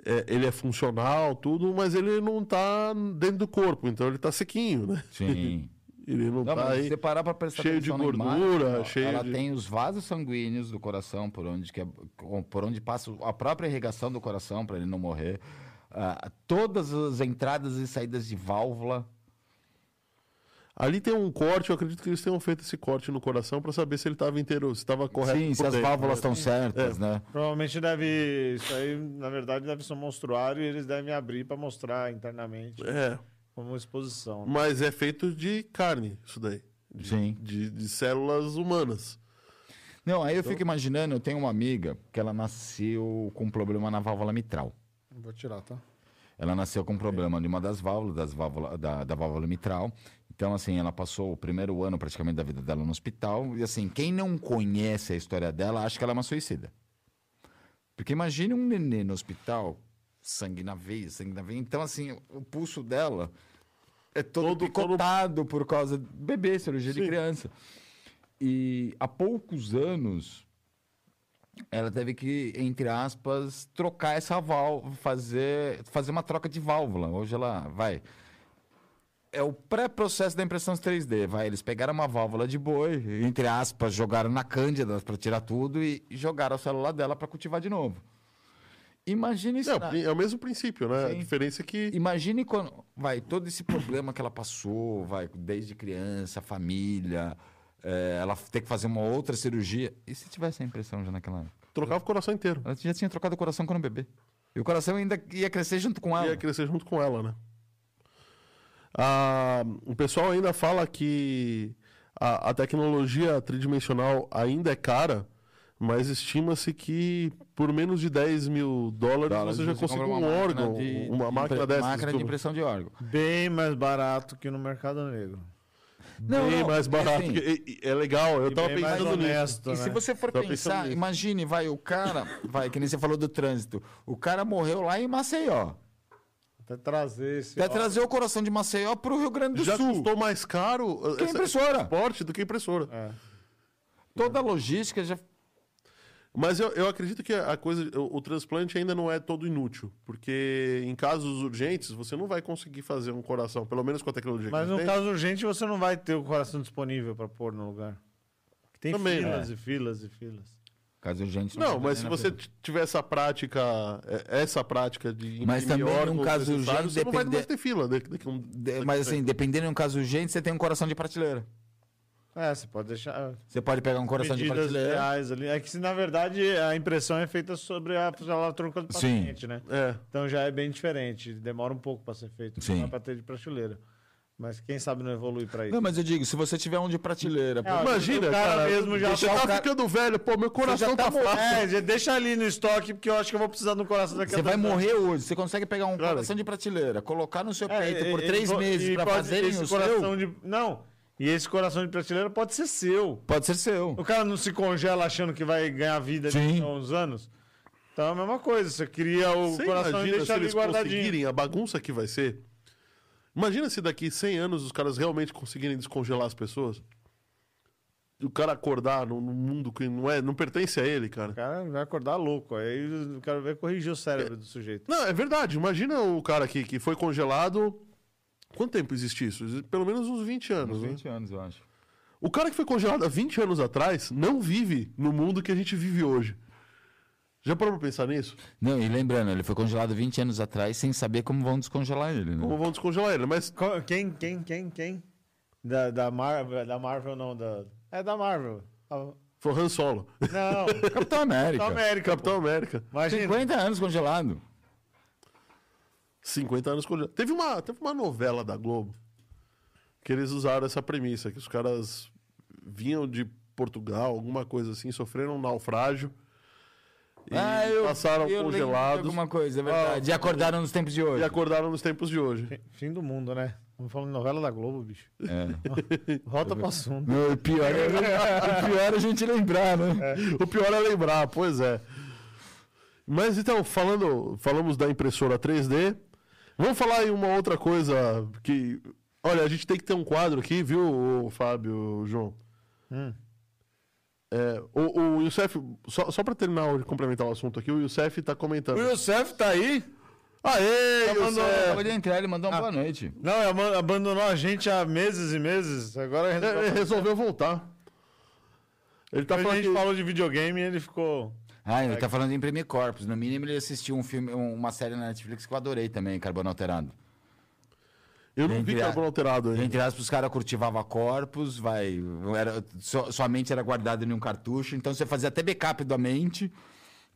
Speaker 1: é, ele é funcional, tudo, mas ele não tá dentro do corpo, então ele tá sequinho, né?
Speaker 2: Sim.
Speaker 1: Ele não,
Speaker 2: Não,
Speaker 1: tá
Speaker 2: mas
Speaker 1: aí.
Speaker 2: se você parar pra prestar
Speaker 1: cheio
Speaker 2: atenção
Speaker 1: de
Speaker 2: na imagem,
Speaker 1: gordura,
Speaker 2: ó,
Speaker 1: cheio
Speaker 2: ela
Speaker 1: de-
Speaker 2: tem os vasos sanguíneos do coração, por onde, que é- com- por onde passa a própria irrigação do coração, para ele não morrer. Ah, todas as entradas e saídas de válvula.
Speaker 1: Ali tem um corte, eu acredito que eles tenham feito esse corte no coração pra saber se ele tava inteiro, se tava correto.
Speaker 2: Sim,
Speaker 1: por
Speaker 2: se as
Speaker 1: dentro,
Speaker 2: válvulas
Speaker 1: né?
Speaker 2: estão certas, né?
Speaker 3: Provavelmente deve. Isso aí, na verdade, deve ser um monstruário e eles devem abrir pra mostrar internamente
Speaker 1: É,
Speaker 3: como exposição. né?
Speaker 1: mas é feito de carne, isso daí. De,
Speaker 2: Sim.
Speaker 1: De, de células humanas.
Speaker 2: Não, aí eu
Speaker 1: Então
Speaker 2: fico imaginando, eu tenho uma amiga que ela nasceu com um problema na válvula mitral.
Speaker 3: Vou tirar, tá?
Speaker 2: Ela nasceu com um problema de uma das válvulas, das válvula, da, da válvula mitral. Então, assim, ela passou o primeiro ano praticamente da vida dela no hospital. E, assim, quem não conhece a história dela acha que ela é uma suicida. Porque imagine um nenê no hospital, sangue na veia, sangue na veia. Então, assim, o pulso dela é todo,
Speaker 1: Todo- todo-
Speaker 2: picotado por causa do bebê, cirurgia de criança. E há poucos anos, ela teve que, entre aspas, trocar essa válvula, fazer, fazer uma troca de válvula. Hoje ela vai. É o pré-processo da impressão 3D. Vai, eles pegaram uma válvula de boi, entre aspas, jogaram na cândida para tirar tudo e jogaram a célula dela para cultivar de novo. Imagine isso.
Speaker 1: É, o
Speaker 2: na-
Speaker 1: prin- é o mesmo princípio, né? A
Speaker 2: Sim.
Speaker 1: diferença é que.
Speaker 2: Imagine quando. Vai, todo esse problema que ela passou, vai, desde criança, família, é, ela ter que fazer uma outra cirurgia. E se tivesse a impressão já naquela época?
Speaker 1: Trocava o coração inteiro.
Speaker 2: Ela já tinha trocado o coração quando bebê. E o coração ainda ia crescer junto com ela.
Speaker 1: Ia crescer junto com ela, né? Ah, o pessoal ainda fala que a, a tecnologia tridimensional ainda é cara, mas estima-se que por menos de 10 mil dólares você já consegue
Speaker 2: compra
Speaker 1: um
Speaker 2: máquina
Speaker 1: órgão,
Speaker 2: de-
Speaker 1: uma
Speaker 2: de
Speaker 1: máquina
Speaker 2: impre-
Speaker 1: dessa.
Speaker 2: Máquina de impressão de órgão.
Speaker 3: Bem mais barato que no mercado negro.
Speaker 1: bem mais
Speaker 2: é
Speaker 1: barato.
Speaker 2: assim,
Speaker 1: que- e- e- é legal, eu
Speaker 3: E
Speaker 1: tava
Speaker 3: bem mais
Speaker 1: pensando nisso.
Speaker 3: honesto,
Speaker 2: E
Speaker 3: né?
Speaker 2: se você for
Speaker 1: Tava pensando
Speaker 2: pensar,
Speaker 1: nisso.
Speaker 2: imagine, vai, o cara, vai, que nem você falou do trânsito. O cara morreu lá em Maceió.
Speaker 3: Até trazer esse...
Speaker 2: Vai trazer o coração de Maceió pro Rio Grande do
Speaker 1: Já
Speaker 2: Sul.
Speaker 1: custou mais caro
Speaker 2: Que é
Speaker 1: essa-
Speaker 2: impressora.
Speaker 1: transporte do que impressora.
Speaker 3: É.
Speaker 2: Toda a logística já.
Speaker 1: Mas eu, eu acredito que a coisa, o, o transplante ainda não é todo inútil, porque em casos urgentes você não vai conseguir fazer um coração, pelo menos com a tecnologia
Speaker 3: Mas
Speaker 1: que
Speaker 3: no
Speaker 1: tem.
Speaker 3: caso urgente, você não vai ter o coração disponível para pôr no lugar. Tem
Speaker 1: Também,
Speaker 2: né?
Speaker 3: filas e filas e filas.
Speaker 2: Caso urgente.
Speaker 1: Não,
Speaker 2: fica
Speaker 1: mas
Speaker 2: nem
Speaker 1: se
Speaker 2: na
Speaker 1: você
Speaker 2: frente.
Speaker 1: t- tiver essa prática, é- essa prática de
Speaker 2: Mas
Speaker 1: imprimir
Speaker 2: também num
Speaker 1: órgãos
Speaker 2: caso
Speaker 1: necessários,
Speaker 2: urgente,
Speaker 1: você não vai
Speaker 2: depender-
Speaker 1: mais ter fila. daqui- daqui um-
Speaker 2: De- Mas assim, dependendo de um caso urgente, você tem um coração de prateleira.
Speaker 3: É, você pode deixar
Speaker 2: Você pode pegar um coração de
Speaker 3: medidas
Speaker 2: prateleira.
Speaker 3: reais ali. É que, se, na verdade, a impressão é feita sobre a, a troca do
Speaker 2: Sim.
Speaker 3: paciente, né?
Speaker 1: É,
Speaker 3: Então já é bem diferente. Demora um pouco para ser feito.
Speaker 2: Sim.
Speaker 3: Não é para ter de prateleira. Mas quem sabe não evolui para isso.
Speaker 2: Não, mas eu digo, se você tiver um de prateleira. por-
Speaker 1: Imagina,
Speaker 3: o cara
Speaker 1: cara,
Speaker 3: mesmo já
Speaker 1: você
Speaker 2: o
Speaker 1: tá
Speaker 2: cara-
Speaker 1: ficando velho, pô, meu coração
Speaker 2: já
Speaker 1: tá,
Speaker 2: tá
Speaker 1: fraco.
Speaker 3: É, já deixa ali no estoque, porque eu acho que eu vou precisar do coração daqui
Speaker 2: Você
Speaker 3: a
Speaker 2: vai
Speaker 3: dois anos.
Speaker 2: morrer hoje. Você consegue pegar um
Speaker 1: Claro.
Speaker 2: coração de prateleira, colocar no seu peito
Speaker 3: É,
Speaker 2: por
Speaker 3: e-
Speaker 2: três
Speaker 3: e-
Speaker 2: meses
Speaker 3: e
Speaker 2: pra
Speaker 3: pode-
Speaker 2: fazerem
Speaker 3: esse
Speaker 2: o
Speaker 3: coração
Speaker 2: seu.
Speaker 3: de- Não, e esse coração de prateleira pode ser seu.
Speaker 2: Pode ser seu.
Speaker 3: O cara não se congela achando que vai ganhar vida
Speaker 2: Sim.
Speaker 3: de uns anos. Então é a mesma coisa. Você cria o
Speaker 1: Você
Speaker 3: coração e
Speaker 1: imagina se
Speaker 3: deixa ali
Speaker 1: eles
Speaker 3: guardadinho.
Speaker 1: conseguirem a bagunça que vai ser? Imagina se daqui 100 anos os caras realmente conseguirem descongelar as pessoas? E o cara acordar num num mundo que não, é, não pertence a ele, cara.
Speaker 3: O cara vai acordar louco. Aí o cara vai corrigir o cérebro do sujeito.
Speaker 1: Não, é verdade. Imagina o cara que, que foi congelado. Quanto tempo existe isso? Pelo menos uns 20 anos.
Speaker 2: Uns
Speaker 1: né?
Speaker 2: 20 anos, eu acho.
Speaker 1: O cara que foi congelado há 20 anos atrás não vive no mundo que a gente vive hoje. Já parou pra pensar nisso?
Speaker 2: Não, e lembrando, ele foi congelado 20 anos atrás sem saber como vão descongelar ele, né?
Speaker 1: Como vão descongelar ele? Mas
Speaker 3: Co- Quem, quem, quem, quem? Da, da Marvel, da Marvel não, da... É da Marvel. Ah,
Speaker 1: foi Han Solo.
Speaker 3: Não,
Speaker 2: Capitão América.
Speaker 3: da América. pô.
Speaker 1: Capitão América.
Speaker 3: Imagina.
Speaker 2: 50 anos congelado.
Speaker 1: 50 anos congelado. Teve uma, teve uma novela da Globo que eles usaram essa premissa, que os caras vinham de Portugal, alguma coisa assim, sofreram um naufrágio e
Speaker 2: Ah, eu-
Speaker 1: passaram
Speaker 2: eu lembro de
Speaker 1: congelados
Speaker 2: Alguma coisa, é verdade. e acordaram nos tempos de
Speaker 1: e
Speaker 2: hoje.
Speaker 1: acordaram nos tempos de hoje.
Speaker 3: Fim do mundo, né? Vamos falando de novela da Globo, bicho.
Speaker 2: É.
Speaker 3: Volta pro assunto.
Speaker 2: Não, e pior, é, o pior é a gente lembrar, né?
Speaker 1: O pior é lembrar, pois é. Mas então, falando, falamos da impressora 3D. Vamos falar em uma outra coisa que. Olha, a gente tem que ter um quadro aqui, viu, ô, Fábio, ô, João?
Speaker 3: Hum.
Speaker 1: É, o, o Youssef, só, só pra terminar de complementar o assunto aqui, o Youssef tá comentando.
Speaker 3: Youssef tá aí?
Speaker 1: Aê,
Speaker 3: Tá
Speaker 2: Ele mandou, acabou
Speaker 1: Youssef!
Speaker 2: de entrar, ele mandou uma boa noite.
Speaker 3: Não, é ama- abandonou a gente há meses e meses. Agora
Speaker 1: É, Ele
Speaker 3: resolveu-
Speaker 1: resolveu voltar. Ele tá
Speaker 3: a
Speaker 1: falando
Speaker 3: gente
Speaker 1: que...
Speaker 3: falou de videogame e ele ficou.
Speaker 2: Ah, ele tá falando de imprimir corpos. No mínimo, ele assistiu um filme, um- uma série na Netflix que eu adorei também, Carbono Alterado.
Speaker 1: Eu não vi
Speaker 2: Entre a-
Speaker 1: carbono alterado ainda.
Speaker 2: Entre aspas, os caras cultivavam corpos, vai. Era, sua, sua mente era guardada em um cartucho, então você fazia até backup da mente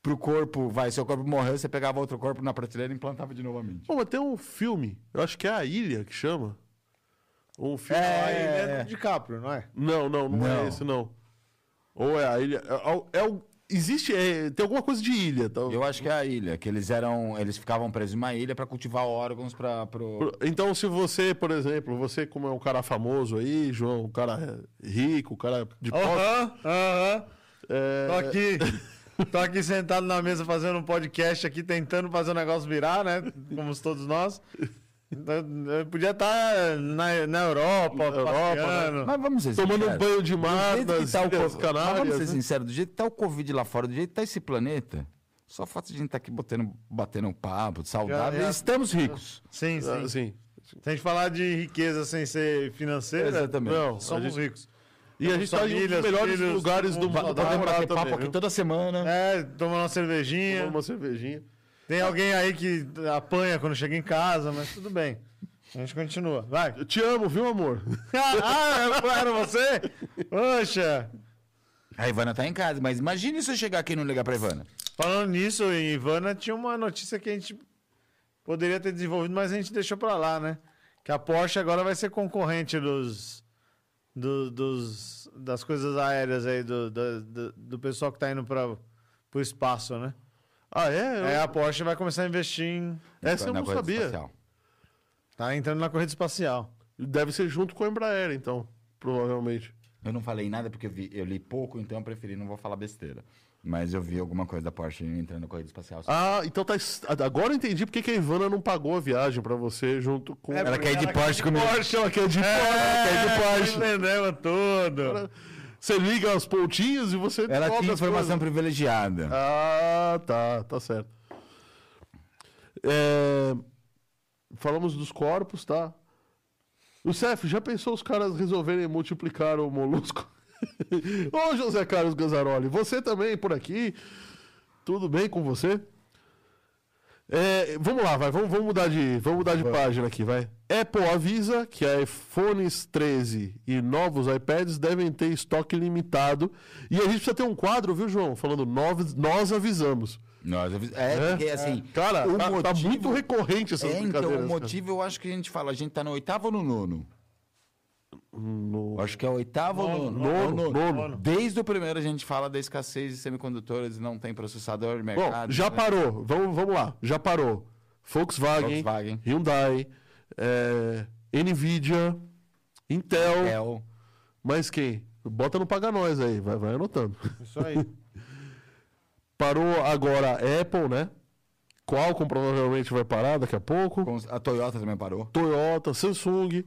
Speaker 2: pro corpo, vai. Seu corpo morreu, você pegava outro corpo na prateleira e implantava de novo a mente.
Speaker 1: Pô, mas tem um filme, eu acho que é A Ilha que chama. Um filme.
Speaker 3: Aí
Speaker 1: Ah,
Speaker 3: é, é. DiCaprio, não é?
Speaker 1: Não, não, não, é
Speaker 2: Não.
Speaker 1: esse, não. Ou é a ilha. É, é, é o- existe. é, tem alguma coisa de ilha. tá?
Speaker 2: Eu acho que é a ilha, que eles eram. Eles ficavam presos em uma ilha pra cultivar órgãos pra. Pro...
Speaker 1: Por- Então, se você, por exemplo, você, como é um cara famoso aí, João, um cara rico, um cara de posse,
Speaker 3: Aham, aham.
Speaker 1: é,
Speaker 3: Tô aqui. Tô aqui sentado na mesa fazendo um podcast aqui, tentando fazer o negócio virar, né? Como todos nós. Eu podia estar na, na Europa,
Speaker 1: Europa,
Speaker 3: passeando.
Speaker 2: Mas vamos ser
Speaker 1: Tomando um
Speaker 2: sinceros.
Speaker 1: banho de
Speaker 2: Do
Speaker 1: mar
Speaker 2: jeito que
Speaker 1: nas
Speaker 2: tá o
Speaker 1: Ilhas
Speaker 2: co- Mas vamos
Speaker 1: Canárias.
Speaker 2: ser
Speaker 1: né?
Speaker 2: sinceros, do jeito que tá o Covid lá fora, do jeito que tá esse planeta, só o fato de a gente estar aqui botando, batendo um papo, saudável,
Speaker 1: é
Speaker 3: Já- já-
Speaker 2: estamos ricos.
Speaker 3: Sim, sim.
Speaker 1: Ah, sim.
Speaker 3: Se a gente falar de riqueza sem ser financeira,
Speaker 2: Exatamente.
Speaker 3: não,
Speaker 1: A
Speaker 3: somos
Speaker 1: gente-
Speaker 3: ricos.
Speaker 1: E a gente tá em um
Speaker 3: Famílias,
Speaker 1: dos melhores
Speaker 3: filhos,
Speaker 1: lugares do
Speaker 2: um
Speaker 3: todo mundo
Speaker 1: mundo. pra
Speaker 2: Podemos
Speaker 1: morar
Speaker 2: bater papo
Speaker 1: também,
Speaker 2: aqui
Speaker 1: né?
Speaker 2: toda semana.
Speaker 3: É, tomando uma cervejinha.
Speaker 1: Tomando uma cervejinha.
Speaker 3: Tem alguém aí que apanha quando chega em casa, mas tudo bem. A gente continua. Vai.
Speaker 1: Eu te amo, viu, amor?
Speaker 3: ah, era você? Poxa.
Speaker 2: A Ivana tá em casa, mas imagine se eu chegar aqui e não ligar pra Ivana.
Speaker 3: Falando nisso, em Ivana, tinha uma notícia que a gente poderia ter desenvolvido, mas a gente deixou pra lá, né? Que a Porsche agora vai ser concorrente dos. do- dos das coisas aéreas aí, do, do, do- do pessoal que tá indo pra, pro espaço, né?
Speaker 1: Ah, é? Eu-
Speaker 3: É, a Porsche vai começar a investir em.
Speaker 1: Essa eu
Speaker 2: Na
Speaker 1: não
Speaker 2: corrida
Speaker 1: sabia.
Speaker 2: espacial.
Speaker 3: Tá entrando na corrida espacial.
Speaker 1: Deve ser junto com a Embraer, então. Provavelmente.
Speaker 2: Eu não falei nada porque eu, vi- eu li pouco, então eu preferi não vou falar besteira. Mas eu vi alguma coisa da Porsche entrando na corrida espacial.
Speaker 1: Ah, então tá. es- Agora eu entendi porque que a Ivana não pagou a viagem pra você junto com.
Speaker 2: ela quer ir de
Speaker 3: ela
Speaker 2: Porsche comigo. É,
Speaker 1: Porsche, ela quer ir de Porsche. Ela quer ir de Porsche.
Speaker 3: Entendemos tudo.
Speaker 1: Você liga aos pontinhos e você
Speaker 2: Ela
Speaker 1: descobre
Speaker 2: tinha
Speaker 1: as
Speaker 2: informação privilegiada.
Speaker 1: Ah, tá, tá certo. É, Falamos dos corpos, tá? O Cef, já pensou os caras resolverem multiplicar o molusco? Ô, José Carlos Gazzaroli, você também por aqui? Tudo bem com você? É, vamos lá, vai, vamos, vamos mudar de, vamos mudar de página aqui, vai. Apple avisa que iPhones 13 e novos iPads devem ter estoque limitado. E a gente precisa ter um quadro, viu, João? Falando, nós, nós avisamos.
Speaker 2: Nós avis- é, porque assim.
Speaker 1: Cara,
Speaker 2: o
Speaker 1: tá, tá
Speaker 2: motivo-
Speaker 1: muito recorrente tá. essas
Speaker 2: É, então,
Speaker 1: brincadeiras.
Speaker 2: o
Speaker 1: cara.
Speaker 2: motivo eu acho que a gente fala, a gente tá no oitavo ou no nono?
Speaker 1: No-
Speaker 2: Eu acho que é o oitavo ou nono?
Speaker 1: Nono,
Speaker 2: É o
Speaker 1: nono.
Speaker 2: Desde o primeiro a gente fala da escassez de semicondutores, não tem processador,
Speaker 1: Bom,
Speaker 2: mercado.
Speaker 1: já
Speaker 2: né?
Speaker 1: parou. Vamos, vamos lá. Já parou. Volkswagen,
Speaker 2: Volkswagen.
Speaker 1: Hyundai, é, Nvidia, Intel,
Speaker 2: É o...
Speaker 1: mais quem? Bota no Paga Nós aí, vai, vai anotando.
Speaker 3: Isso aí.
Speaker 1: Parou agora a Apple, né? Qualcomm provavelmente vai parar daqui a pouco.
Speaker 2: com- A Toyota também parou.
Speaker 1: Toyota, Samsung.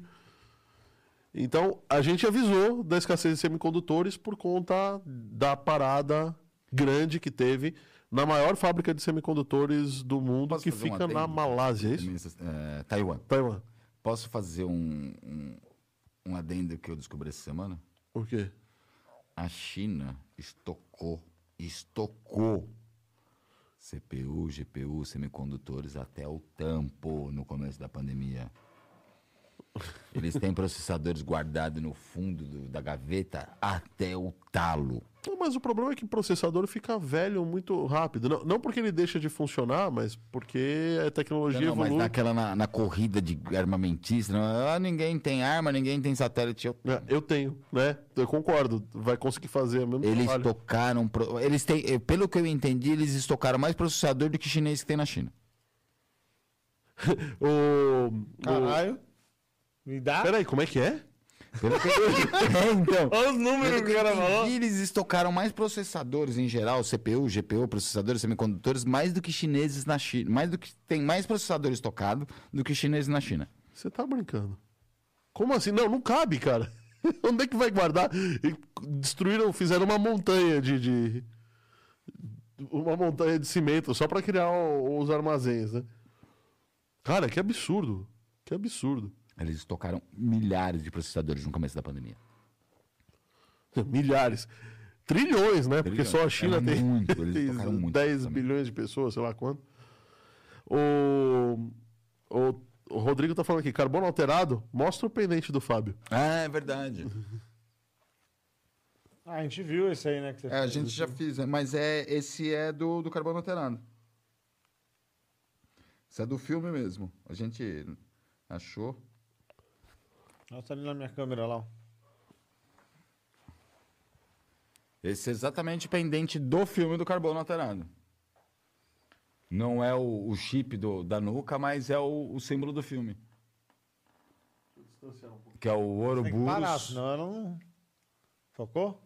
Speaker 1: Então, a gente avisou da escassez de semicondutores por conta da parada grande que teve na maior fábrica de semicondutores do mundo,
Speaker 2: Posso
Speaker 1: que
Speaker 2: fazer um
Speaker 1: fica na
Speaker 2: adendo?
Speaker 1: Malásia, é isso? Tá,
Speaker 2: É, Taiwan.
Speaker 1: Taiwan.
Speaker 2: Posso fazer um, um, um adendo que eu descobri essa semana?
Speaker 1: O quê?
Speaker 2: A China estocou, estocou CPU, GPU, semicondutores até o tampo no começo da pandemia. Eles têm processadores guardados no fundo do- da gaveta até o talo.
Speaker 1: Não, mas o problema é que o processador fica velho muito rápido. Não, não porque ele deixa de funcionar, mas porque a tecnologia
Speaker 2: Não, mas
Speaker 1: evolui.
Speaker 2: naquela na, na corrida de armamentista, não, ah, ninguém tem arma, ninguém tem satélite. Eu-
Speaker 1: É, Eu tenho, né? Eu concordo. Vai conseguir fazer o mesmo
Speaker 2: Eles
Speaker 1: trabalho.
Speaker 2: tocaram. pro- Eles têm, eh, pelo que eu entendi, eles estocaram mais processador do que chinês que tem na China.
Speaker 1: O- o-
Speaker 3: Caralho. Me dá.
Speaker 1: Peraí, como é que é?
Speaker 2: Pelo que... é, então.
Speaker 3: Olha os números que o cara falou.
Speaker 2: E eles estocaram mais processadores em geral, CPU, GPU, processadores, semicondutores, mais do que chineses na China. Mais do que tem mais processador estocado do que chineses na China.
Speaker 1: Você tá brincando. Como assim? Não, não cabe, cara. Onde é que vai guardar? E Destruíram, fizeram uma montanha de. de- uma montanha de cimento só pra criar o- os armazéns, né? Cara, que absurdo. Que absurdo.
Speaker 2: Eles estocaram milhares de processadores no começo da pandemia.
Speaker 1: Milhares. Trilhões, né? Porque
Speaker 2: Trilhões.
Speaker 1: só a China
Speaker 2: Era
Speaker 1: tem,
Speaker 2: muito, eles
Speaker 1: tem
Speaker 2: tocaram muito
Speaker 1: 10
Speaker 2: também.
Speaker 1: bilhões de pessoas, sei lá quanto. O, o, o Rodrigo tá falando aqui, carbono alterado, mostra o pendente do Fábio.
Speaker 2: Ah, é verdade.
Speaker 3: Ah, a gente viu esse aí, né? Que você
Speaker 2: É, a gente já fez, né? mas é esse é do, do carbono alterado. Isso é do filme mesmo. A gente achou.
Speaker 3: Nossa, ali na minha câmera lá. ó.
Speaker 2: Esse é exatamente o pendente do filme do carbono alterado. Não é o, o chip do- da nuca, mas é o, o símbolo do filme. Que é o
Speaker 3: um Tem que parar,
Speaker 2: Ouroboros.
Speaker 3: senão ela não. Focou?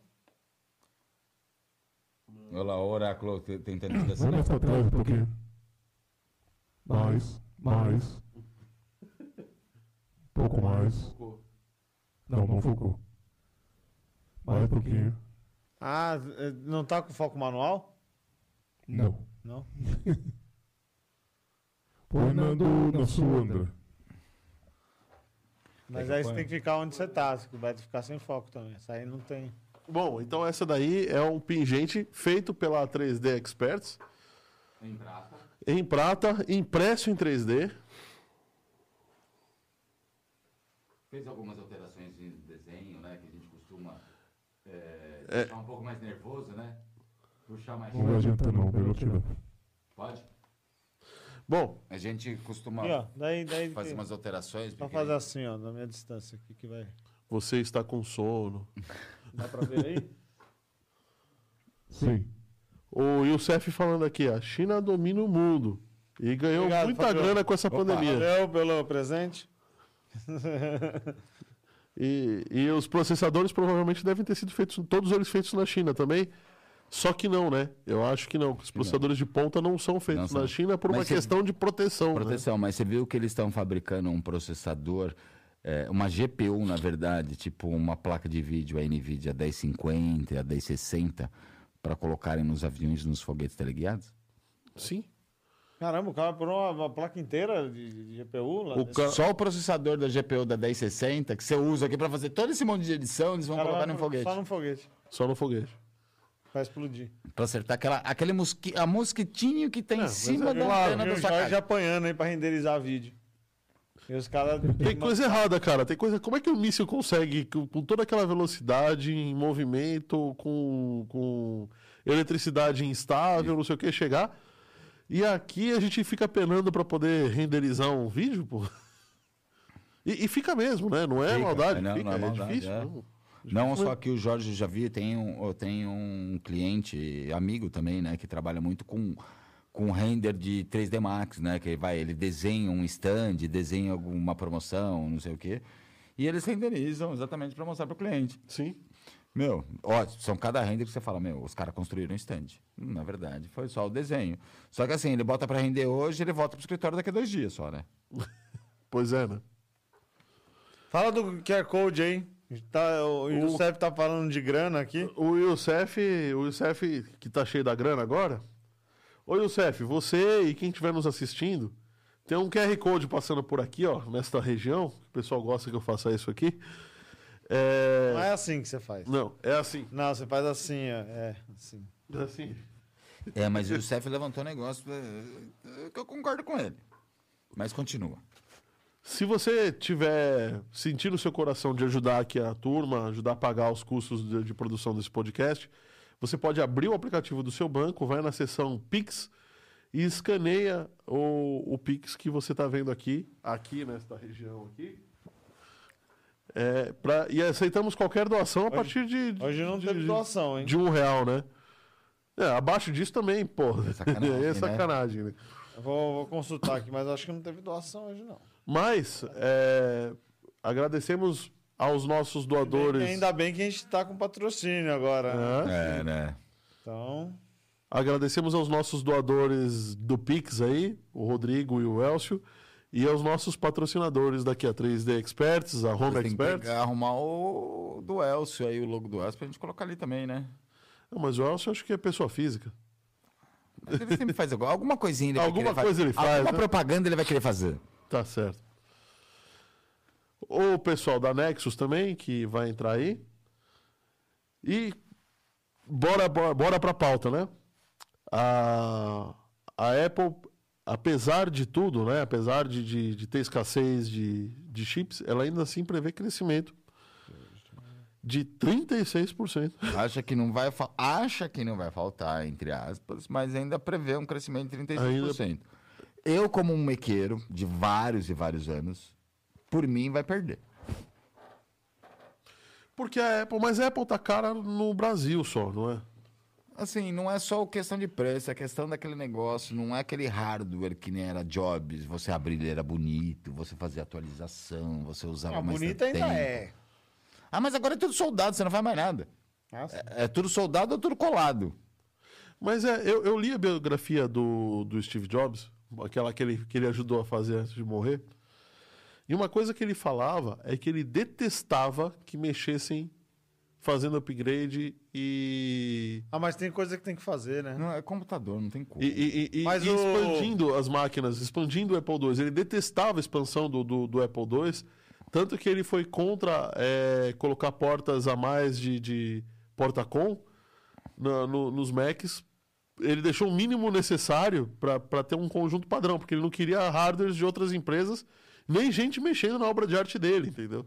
Speaker 2: Olha lá, o oráculo te- tentando
Speaker 4: é
Speaker 2: entendido
Speaker 4: Vamos pra trás um pouquinho. Mais, mais. Pouco mais. Não, não focou. Mais um pouquinho.
Speaker 3: Ah, eh, não tá com foco manual?
Speaker 4: Não.
Speaker 3: Não?
Speaker 4: Põe Nando na sua, André.
Speaker 3: Mas aí você tem que ficar onde você tá, você vai ficar sem foco também. Isso aí não tem.
Speaker 1: Bom, então essa daí é um pingente feito pela 3D Experts. Em prata. Em prata, impresso em 3D.
Speaker 5: Fez algumas alterações de desenho, né? Que a gente costuma é, deixar um pouco mais nervoso, né? Puxar mais.
Speaker 4: Não vai adiantar não, pelo tiro.
Speaker 5: Pode?
Speaker 1: Bom,
Speaker 5: A gente costuma
Speaker 3: E, ó, daí, daí.
Speaker 5: fazer
Speaker 3: que-
Speaker 5: umas alterações.
Speaker 3: Só
Speaker 5: porque
Speaker 3: fazer assim, ó, na minha distância aqui que vai.
Speaker 1: você está com sono.
Speaker 3: Dá pra ver aí?
Speaker 4: Sim.
Speaker 1: O Youssef falando aqui, a China domina o mundo. E ganhou
Speaker 3: Obrigado,
Speaker 1: muita
Speaker 3: Fabiano.
Speaker 1: grana com essa pandemia.
Speaker 3: Valeu pelo presente.
Speaker 1: E, e os processadores provavelmente devem ter sido feitos, todos eles feitos na China também. Só que não, né? Eu acho que não. que Os processadores de ponta não são feitos
Speaker 2: Não são.
Speaker 1: na China por
Speaker 2: Mas
Speaker 1: uma
Speaker 2: você-
Speaker 1: questão de proteção. né?
Speaker 2: Proteção, mas você viu que eles estão fabricando um processador, é, uma GPU, na verdade, tipo uma placa de vídeo, a NVIDIA 1050, a 1060, para colocarem nos aviões, nos foguetes teleguiados?
Speaker 1: Sim.
Speaker 3: Caramba, o cara por uma, uma placa inteira de, de GPU lá.
Speaker 1: O
Speaker 3: desse-
Speaker 1: ca-
Speaker 2: Só o processador da GPU da 1060, que você usa aqui para fazer todo esse monte de edição, eles vão
Speaker 3: cara
Speaker 2: colocar
Speaker 3: vai
Speaker 2: num
Speaker 3: pro-
Speaker 2: foguete.
Speaker 3: Só num foguete.
Speaker 1: Só no foguete.
Speaker 3: Vai explodir.
Speaker 2: Pra acertar aquela, aquele mosqui, a mosquitinho que tá em
Speaker 1: mas
Speaker 2: cima
Speaker 1: é
Speaker 2: da
Speaker 1: claro,
Speaker 2: antena
Speaker 3: E
Speaker 2: da
Speaker 3: o
Speaker 2: sua
Speaker 3: Jorge
Speaker 2: casa.
Speaker 3: apanhando aí pra renderizar vídeo. E os caras.
Speaker 1: Tem coisa errada, cara. Tem coisa. Como é que o míssil consegue, com com toda aquela velocidade, em movimento, com, com eletricidade instável, não sei o que, chegar? E aqui a gente fica penando pra poder renderizar um vídeo, pô. E, e fica mesmo, né? Não é
Speaker 2: Fica,
Speaker 1: maldade,
Speaker 2: não,
Speaker 1: fica,
Speaker 2: não é
Speaker 1: é,
Speaker 2: maldade,
Speaker 1: difícil.
Speaker 2: é.
Speaker 1: não.
Speaker 2: Não só que o Jorge já vi, tem um, eu tenho um cliente, amigo também, né, que trabalha muito com com render de 3D Max, né, que vai, ele desenha um stand, desenha alguma promoção, não sei o quê. E eles renderizam exatamente para mostrar pro cliente.
Speaker 1: Sim.
Speaker 2: Meu, ó, são cada render que você fala, meu, os caras construíram um stand. Hum, Na verdade, foi só o desenho. Só que assim, ele bota para render hoje, ele volta pro escritório daqui a dois dias só, né?
Speaker 1: Pois é, né?
Speaker 3: Fala do QR Code aí. Tá, o o Youssef tá falando de grana aqui.
Speaker 1: O Youssef, o Youssef que tá cheio da grana agora. Ô Youssef, você e quem estiver nos assistindo, tem um QR Code passando por aqui, ó, nesta região. O pessoal gosta que eu faça isso aqui. É...
Speaker 3: Não é assim que você faz.
Speaker 1: Não, é assim.
Speaker 3: Não, você faz assim, ó. É, assim.
Speaker 1: É assim.
Speaker 2: É, mas o Youssef levantou um negócio eh, eh, que eu concordo com ele. Mas continua.
Speaker 1: Se você tiver sentindo o seu coração de ajudar aqui a turma, ajudar a pagar os custos de, de produção desse podcast, você pode abrir o aplicativo do seu banco, vai na seção Pix e escaneia o, o Pix que você está vendo aqui, aqui nesta região aqui. É, pra- e aceitamos qualquer doação a partir de, de,
Speaker 3: Hoje não
Speaker 1: de-
Speaker 3: teve
Speaker 1: de-
Speaker 3: doação, hein?
Speaker 1: de um real, né? É, abaixo disso também, pô. É
Speaker 2: sacanagem, né?
Speaker 1: é sacanagem né?
Speaker 3: Eu Vou, vou consultar aqui, mas acho que não teve doação hoje, não.
Speaker 1: Mas é, agradecemos aos nossos doadores.
Speaker 3: Ainda bem que a gente tá com patrocínio agora. né?
Speaker 1: Hã?
Speaker 2: É, né?
Speaker 3: Então,
Speaker 1: Agradecemos aos nossos doadores do Pix aí, o Rodrigo e o Elcio, e aos nossos patrocinadores daqui a 3D Experts, a Home
Speaker 2: Você tem que
Speaker 1: Experts.
Speaker 2: pegar, arrumar o do Elcio aí, o logo do Elcio, pra gente colocar ali também, né?
Speaker 1: Não, mas o Elcio acho que é pessoa física.
Speaker 2: Mas ele sempre faz igual. Alguma coisinha ele
Speaker 1: Alguma
Speaker 2: vai querer
Speaker 1: coisa
Speaker 2: fazer.
Speaker 1: ele faz,
Speaker 2: Alguma
Speaker 1: né?
Speaker 2: propaganda ele vai querer fazer.
Speaker 1: Tá certo. O pessoal da Nexus também, que vai entrar aí. E bora, bora, bora pra pauta, né? A, a Apple, apesar de tudo, né? Apesar de, de, de ter escassez de, de chips, ela ainda assim prevê crescimento de 36%.
Speaker 2: Acha que não vai fa- acha que não vai faltar, entre aspas, mas ainda prevê um crescimento de 35%. Eu, como um mequeiro de vários e vários anos, por mim vai perder.
Speaker 1: Porque a Apple, mas a Apple tá cara no Brasil só, não é?
Speaker 2: Assim, não é só questão de preço, é questão daquele negócio, não é aquele hardware que nem era Jobs, você abrir ele era bonito, você fazia atualização, você usava
Speaker 3: ah,
Speaker 2: mais
Speaker 3: bonita ainda
Speaker 2: Tá, tempo.
Speaker 3: é.
Speaker 2: Ah, mas agora é tudo soldado, você não faz mais nada.
Speaker 3: Nossa.
Speaker 2: É, é tudo soldado ou tudo colado.
Speaker 1: Mas é, eu, eu li a biografia do, do Steve Jobs, aquela que ele, que ele ajudou a fazer antes de morrer. E uma coisa que ele falava é que ele detestava que mexessem fazendo upgrade e.
Speaker 3: Ah, mas tem coisa que tem que fazer, né?
Speaker 2: Não, é computador, não tem como.
Speaker 1: E, e- e- e-
Speaker 3: Mas
Speaker 1: e
Speaker 3: o-
Speaker 1: expandindo as máquinas, expandindo o Apple II. Ele detestava a expansão do, do, do Apple II, tanto que ele foi contra é, colocar portas a mais de, de porta-com na- no- nos Macs. Ele deixou o mínimo necessário para ter um conjunto padrão, porque ele não queria hardwares de outras empresas, nem gente mexendo na obra de arte dele, entendeu?